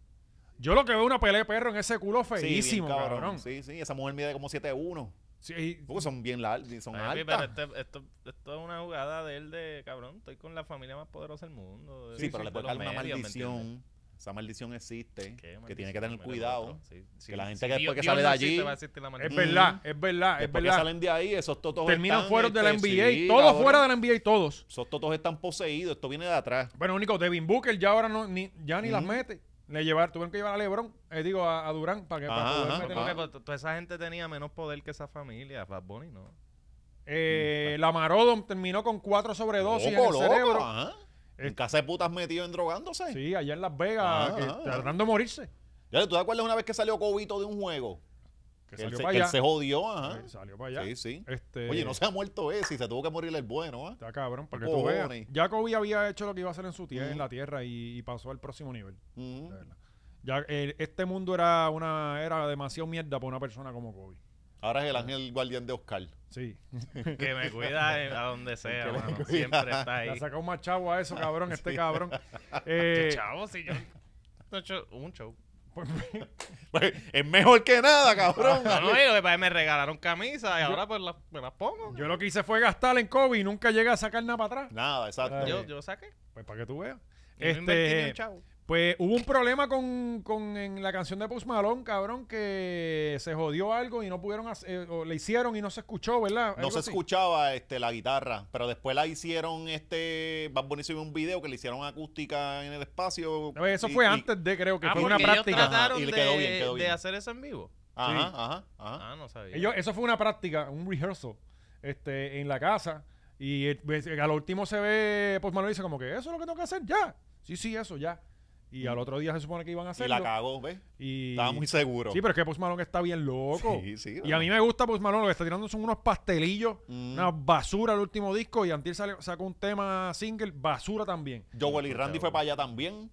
[SPEAKER 1] Yo lo que veo es una pelea de perro en ese culo
[SPEAKER 3] Sí, bien
[SPEAKER 1] feísimo, cabrón.
[SPEAKER 3] Sí, sí, esa mujer mide como 7'1.
[SPEAKER 1] Sí, y-
[SPEAKER 3] Porque son bien largas, son
[SPEAKER 2] Ay,
[SPEAKER 3] altas.
[SPEAKER 2] pero este- esto, esto es una jugada de él de cabrón. Estoy con la familia más poderosa del mundo. de-
[SPEAKER 3] sí, pero
[SPEAKER 2] de
[SPEAKER 3] le puede
[SPEAKER 2] los
[SPEAKER 3] caer una
[SPEAKER 2] medios, ¿me entiendes?
[SPEAKER 3] maldición. Esa maldición existe.
[SPEAKER 2] ¿Qué
[SPEAKER 3] Que tiene
[SPEAKER 2] maldición?
[SPEAKER 3] que tener
[SPEAKER 2] Mira,
[SPEAKER 3] cuidado.
[SPEAKER 2] otro. Sí, sí,
[SPEAKER 3] que la
[SPEAKER 2] sí.
[SPEAKER 3] gente que después que
[SPEAKER 2] Dios-
[SPEAKER 3] sale de
[SPEAKER 2] Dios no
[SPEAKER 3] allí-
[SPEAKER 2] existe, va a existir la
[SPEAKER 1] es
[SPEAKER 2] maldición.
[SPEAKER 1] verdad, es verdad, es
[SPEAKER 3] Después que
[SPEAKER 1] verdad.
[SPEAKER 3] salen de ahí, esos totos
[SPEAKER 1] Terminan
[SPEAKER 3] están,
[SPEAKER 1] fuera de la
[SPEAKER 3] este,
[SPEAKER 1] NBA.
[SPEAKER 3] sí,
[SPEAKER 1] todos
[SPEAKER 3] cabrón.
[SPEAKER 1] fuera de la NBA, todos.
[SPEAKER 3] Esos totos están poseídos. Esto viene de atrás.
[SPEAKER 1] Bueno, único, Devin Booker ya ahora no, ni, ya ni las
[SPEAKER 3] Ujú.
[SPEAKER 1] mete. Le llevar, tuvieron que llevar a Lebron, eh, digo, a, a Durán para que para
[SPEAKER 3] Ajá,
[SPEAKER 1] poder
[SPEAKER 3] ajá.
[SPEAKER 1] meter-
[SPEAKER 2] Porque pues,
[SPEAKER 3] Ah.
[SPEAKER 2] to- toda esa gente tenía menos poder que esa familia. Bad Bunny no.
[SPEAKER 1] Eh, la Marodon terminó con 4 sobredosis en el
[SPEAKER 3] Loco, loco,
[SPEAKER 1] cerebro.
[SPEAKER 3] ajá.
[SPEAKER 1] Es-
[SPEAKER 3] En casa de putas metido en drogándose.
[SPEAKER 1] Sí, allá en Las Vegas,
[SPEAKER 3] Ah,
[SPEAKER 1] que-
[SPEAKER 3] ah, ah.
[SPEAKER 1] tratando de morirse.
[SPEAKER 3] Ya, ¿Tú te acuerdas una vez que salió Cobito de un juego?
[SPEAKER 1] Que
[SPEAKER 3] Que él
[SPEAKER 1] salió
[SPEAKER 3] se-
[SPEAKER 1] para
[SPEAKER 3] que él
[SPEAKER 1] allá.
[SPEAKER 3] se jodió, ajá.
[SPEAKER 1] Eh, salió para allá.
[SPEAKER 3] Sí, sí.
[SPEAKER 1] Este,
[SPEAKER 3] Oye, no se ha muerto ese y se tuvo que morir el bueno, ¿ah?
[SPEAKER 1] Está cabrón, para que tú
[SPEAKER 3] Cojones.
[SPEAKER 1] veas. Jacoby había hecho lo que iba a hacer en su tierra,
[SPEAKER 3] Ujú.
[SPEAKER 1] en la tierra, y, y pasó al próximo nivel.
[SPEAKER 3] Mm.
[SPEAKER 1] de verdad. Ya, el- este mundo era una era demasiado mierda para una persona como Kobe.
[SPEAKER 3] Ahora es el ángel guardián de Oscar.
[SPEAKER 1] Sí.
[SPEAKER 2] Que me cuida eh, a donde sea,
[SPEAKER 3] Que me
[SPEAKER 2] mano.
[SPEAKER 3] cuida.
[SPEAKER 2] Siempre está
[SPEAKER 1] Le ha
[SPEAKER 2] ahí.
[SPEAKER 1] sacado más chavo a eso, cabrón, este cabrón. Eh,
[SPEAKER 2] Chavo, si yo. no he hecho Un show.
[SPEAKER 1] pues,
[SPEAKER 3] es mejor que nada, cabrón.
[SPEAKER 2] No, no, y lo que pasa es que me regalaron camisas y ahora pues las- me las pongo.
[SPEAKER 1] yo lo que hice fue gastar en Kobe y nunca llegué a sacar nada para atrás.
[SPEAKER 3] Nada, exacto.
[SPEAKER 2] Yo, yo saqué.
[SPEAKER 1] Pues para que tú veas.
[SPEAKER 2] Y no invertí ni
[SPEAKER 1] Este,
[SPEAKER 2] un chavo.
[SPEAKER 1] Pues hubo un problema con, con en la canción de Post Malone, cabrón, que se jodió algo y no pudieron hacer, eh, o le hicieron y no se escuchó, ¿verdad?
[SPEAKER 3] no
[SPEAKER 1] Algo
[SPEAKER 3] se
[SPEAKER 1] así.
[SPEAKER 3] escuchaba este, la guitarra, pero después la hicieron, este, Bad Bunny subió un video que le hicieron acústica en el espacio.
[SPEAKER 1] No, Pues, Eso
[SPEAKER 3] y-
[SPEAKER 1] fue
[SPEAKER 3] y-
[SPEAKER 1] antes de, creo que
[SPEAKER 2] Ah,
[SPEAKER 1] fue una
[SPEAKER 2] porque ellos
[SPEAKER 1] práctica.
[SPEAKER 3] tratan-
[SPEAKER 2] trataron
[SPEAKER 3] Ajá, y le
[SPEAKER 2] de-
[SPEAKER 3] quedó bien, quedó bien.
[SPEAKER 2] de hacer eso en vivo.
[SPEAKER 3] Ajá,
[SPEAKER 1] Sí.
[SPEAKER 3] ajá, ajá.
[SPEAKER 2] Ah, no sabía.
[SPEAKER 1] Ellos, eso fue una práctica, un rehearsal, este, en la casa. Y eh, ves, eh, al último se ve, pues Manuel dice como que eso es lo que tengo que hacer, ya. Sí, sí, eso, ya. Y al otro día se supone que iban a
[SPEAKER 3] Mm. y
[SPEAKER 1] hacerlo.
[SPEAKER 3] la cagó, ¿ves?
[SPEAKER 1] y-
[SPEAKER 3] Estaba muy seguro.
[SPEAKER 1] Sí, pero es que Post Malone está bien loco.
[SPEAKER 3] Sí, sí,
[SPEAKER 1] y a
[SPEAKER 3] bueno.
[SPEAKER 1] mí me gusta Post Malone, lo que está tirando son unos pastelillos,
[SPEAKER 3] Mm.
[SPEAKER 1] una basura el último disco. Y Antier sale- sacó un tema single, basura también.
[SPEAKER 3] Joel y Randy fue para allá también.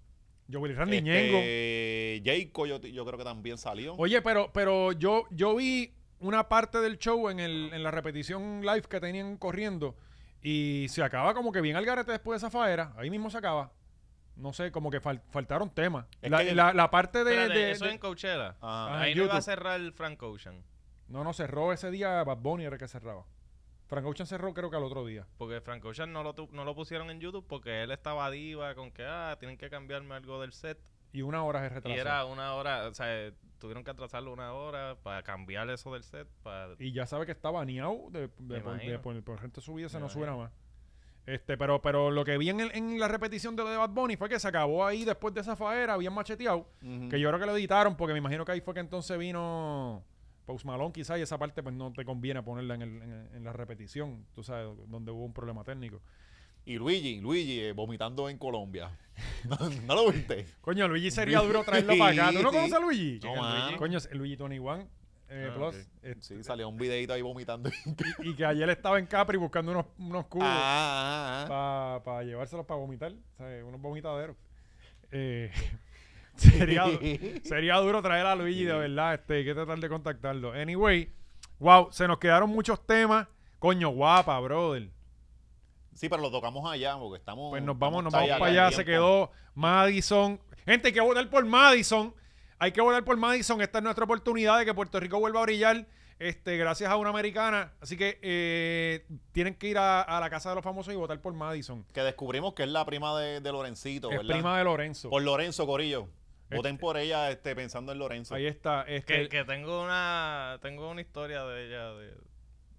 [SPEAKER 1] Yo, Willy Randy Ñengo.
[SPEAKER 3] Este, Jayco yo, yo creo que también salió.
[SPEAKER 1] Oye, pero, pero yo, yo vi una parte del show en, el, en la repetición live que tenían corriendo y se acaba como que bien al garete después de esa faera. Ahí mismo se acaba. No sé, como que fal- faltaron temas.
[SPEAKER 3] Es
[SPEAKER 1] La,
[SPEAKER 3] que-
[SPEAKER 1] la- la parte de...
[SPEAKER 2] Espérate,
[SPEAKER 1] de-
[SPEAKER 2] eso
[SPEAKER 1] de-
[SPEAKER 2] en Coachella.
[SPEAKER 3] Ajá.
[SPEAKER 1] Ah,
[SPEAKER 2] Ahí
[SPEAKER 1] en
[SPEAKER 2] no iba a
[SPEAKER 1] YouTube.
[SPEAKER 2] cerrar Frank Ocean.
[SPEAKER 1] No, no, cerró ese día Bad Bunny era el que cerraba. Frank Ocean cerró creo que al otro día.
[SPEAKER 2] Porque Frank Ocean no lo, tu- no lo pusieron en YouTube porque él estaba diva con que, ah, tienen que cambiarme algo del set.
[SPEAKER 1] Y una hora es retraso.
[SPEAKER 2] Y era una hora, o sea, eh, tuvieron que atrasarlo una hora para cambiar eso del set. Para...
[SPEAKER 1] Y ya sabe que está baneado de, de-
[SPEAKER 2] Me
[SPEAKER 1] por, de-
[SPEAKER 2] imagino.
[SPEAKER 1] por- por gente subida, se
[SPEAKER 2] Me
[SPEAKER 1] no sube nada más. Este, pero, pero lo que vi en, el- en la repetición de lo de Bad Bunny fue que se acabó ahí después de esa faera, bien macheteado.
[SPEAKER 3] Ujú.
[SPEAKER 1] Que yo creo que lo editaron porque me imagino que ahí fue que entonces vino Post Malone quizás y esa parte pues no te conviene ponerla en, el- en el- en la repetición, tú sabes, donde hubo un problema técnico.
[SPEAKER 3] Y Luigi, Luigi eh, vomitando en Colombia. no, no lo viste?
[SPEAKER 1] Coño, Luigi sería duro traerlo para acá. ¿Tú no
[SPEAKER 3] Sí.
[SPEAKER 1] conoces a Luigi?
[SPEAKER 3] No, mano.
[SPEAKER 1] Coño, es Luigi Tony One
[SPEAKER 2] Ah,
[SPEAKER 1] Plus. eh,
[SPEAKER 3] Sí, salió un videito ahí vomitando.
[SPEAKER 1] Y que ayer estaba en Capri buscando unos, unos cubos.
[SPEAKER 3] ah, ah, ah.
[SPEAKER 1] para llevárselos para vomitar, ¿sabes? unos vomitaderos. Eh, sería, sería duro traer a Luigi, de verdad, este, hay que tratar de contactarlo. Anyway, wow, se nos quedaron muchos temas. Coño, guapa, brother.
[SPEAKER 3] Sí, pero lo tocamos allá porque estamos.
[SPEAKER 1] Pues nos vamos, nos
[SPEAKER 3] estamos
[SPEAKER 1] vamos
[SPEAKER 3] allá
[SPEAKER 1] para
[SPEAKER 3] con el
[SPEAKER 1] allá. Se
[SPEAKER 3] tiempo.
[SPEAKER 1] quedó Madison. Gente, hay que votar por Madison. Hay que votar por Madison. Esta es nuestra oportunidad de que Puerto Rico vuelva a brillar. Este, gracias a una americana. Así que eh, tienen que ir a, a la casa de los famosos y votar por Madison.
[SPEAKER 3] Que descubrimos que es la prima de, de Lorencito,
[SPEAKER 1] Es
[SPEAKER 3] ¿verdad?
[SPEAKER 1] prima de Lorenzo.
[SPEAKER 3] Por Lorenzo, Corillo.
[SPEAKER 1] Este-
[SPEAKER 3] Voten por ella este, pensando en Lorenzo.
[SPEAKER 1] Ahí está.
[SPEAKER 2] Que,
[SPEAKER 1] Este,
[SPEAKER 2] que tengo una tengo una historia de ella de,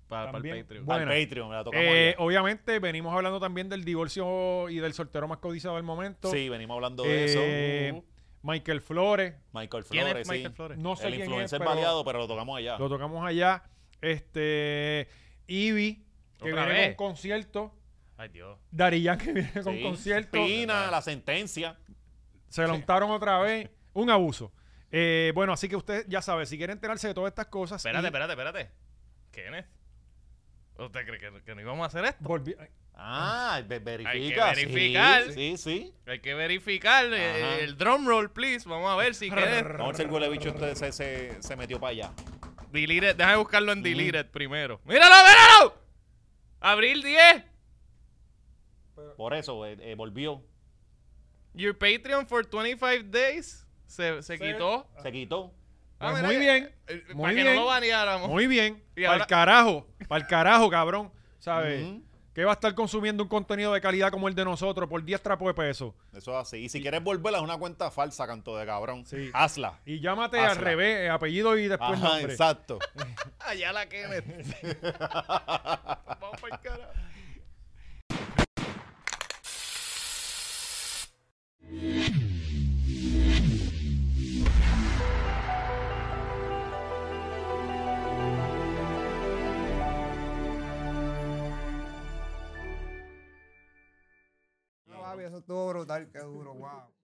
[SPEAKER 2] para,
[SPEAKER 1] También.
[SPEAKER 2] el Patreon.
[SPEAKER 1] Bueno.
[SPEAKER 3] Al Patreon, la tocamos
[SPEAKER 1] eh,
[SPEAKER 3] allá.
[SPEAKER 1] obviamente venimos hablando también del divorcio y del soltero más codiciado del momento.
[SPEAKER 3] Sí, venimos hablando de
[SPEAKER 1] Eh,
[SPEAKER 2] Uh-huh.
[SPEAKER 3] eso.
[SPEAKER 1] Michael Flores.
[SPEAKER 3] Michael
[SPEAKER 2] ¿Quién
[SPEAKER 3] Flores,
[SPEAKER 2] es Michael
[SPEAKER 3] sí.
[SPEAKER 2] Flores?
[SPEAKER 1] No sé
[SPEAKER 3] el
[SPEAKER 1] quién
[SPEAKER 3] influencer
[SPEAKER 1] es, pero
[SPEAKER 3] baleado, pero lo tocamos allá.
[SPEAKER 1] lo tocamos allá. Este, Ivy, que
[SPEAKER 2] ¿Otra
[SPEAKER 1] viene
[SPEAKER 2] vez?
[SPEAKER 1] con concierto.
[SPEAKER 2] Ay, Dios.
[SPEAKER 1] Darillan, que viene con
[SPEAKER 3] Sí.
[SPEAKER 1] concierto.
[SPEAKER 3] Pina, la sentencia.
[SPEAKER 1] Se lo untaron otra vez. Un abuso. Eh, bueno, así que usted ya sabe, si quiere enterarse de todas estas cosas.
[SPEAKER 2] Espérate,
[SPEAKER 1] y-
[SPEAKER 2] espérate, espérate. ¿Quién es? ¿Usted cree que, que no íbamos a hacer esto?
[SPEAKER 1] volvi- pues, ay,
[SPEAKER 3] Ah, ve-
[SPEAKER 2] Hay que
[SPEAKER 3] verifica. sí,
[SPEAKER 2] verificar.
[SPEAKER 3] Sí, sí.
[SPEAKER 2] Hay que verificar eh,
[SPEAKER 3] Ajá.
[SPEAKER 2] el drum roll, please. Vamos a ver si quieres.
[SPEAKER 3] No, el huele bicho usted se, se, se metió para allá.
[SPEAKER 2] Deleted. Déjame buscarlo
[SPEAKER 1] Mm.
[SPEAKER 2] en Deleted primero. ¡Míralo, míralo! Abril 10.
[SPEAKER 3] Por eso eh, eh, volvió.
[SPEAKER 2] Your Patreon for 25 days se, se quitó.
[SPEAKER 3] Se quitó.
[SPEAKER 1] Pues
[SPEAKER 2] mira
[SPEAKER 1] muy
[SPEAKER 2] que-
[SPEAKER 1] bien,
[SPEAKER 2] eh,
[SPEAKER 1] muy
[SPEAKER 2] para que
[SPEAKER 1] bien.
[SPEAKER 2] no lo baneáramos.
[SPEAKER 1] Muy bien.
[SPEAKER 2] Y
[SPEAKER 1] Para
[SPEAKER 2] ahora-
[SPEAKER 1] el carajo. Para el carajo, cabrón. ¿Sabes?
[SPEAKER 3] Ujú.
[SPEAKER 1] Que va a estar consumiendo un contenido de calidad como el de nosotros por 10 trapos de peso.
[SPEAKER 3] Eso es así. Y si quieres volverla a una cuenta falsa, canto de cabrón,
[SPEAKER 1] Sí.
[SPEAKER 3] hazla.
[SPEAKER 1] Y llámate al
[SPEAKER 3] Hazla.
[SPEAKER 1] revés, eh, apellido y después
[SPEAKER 3] Ajá,
[SPEAKER 1] nombre.
[SPEAKER 3] exacto.
[SPEAKER 2] Allá la Kenneth. Vamos para el carajo.
[SPEAKER 7] No, papi, eso estuvo brutal, qué duro, wow.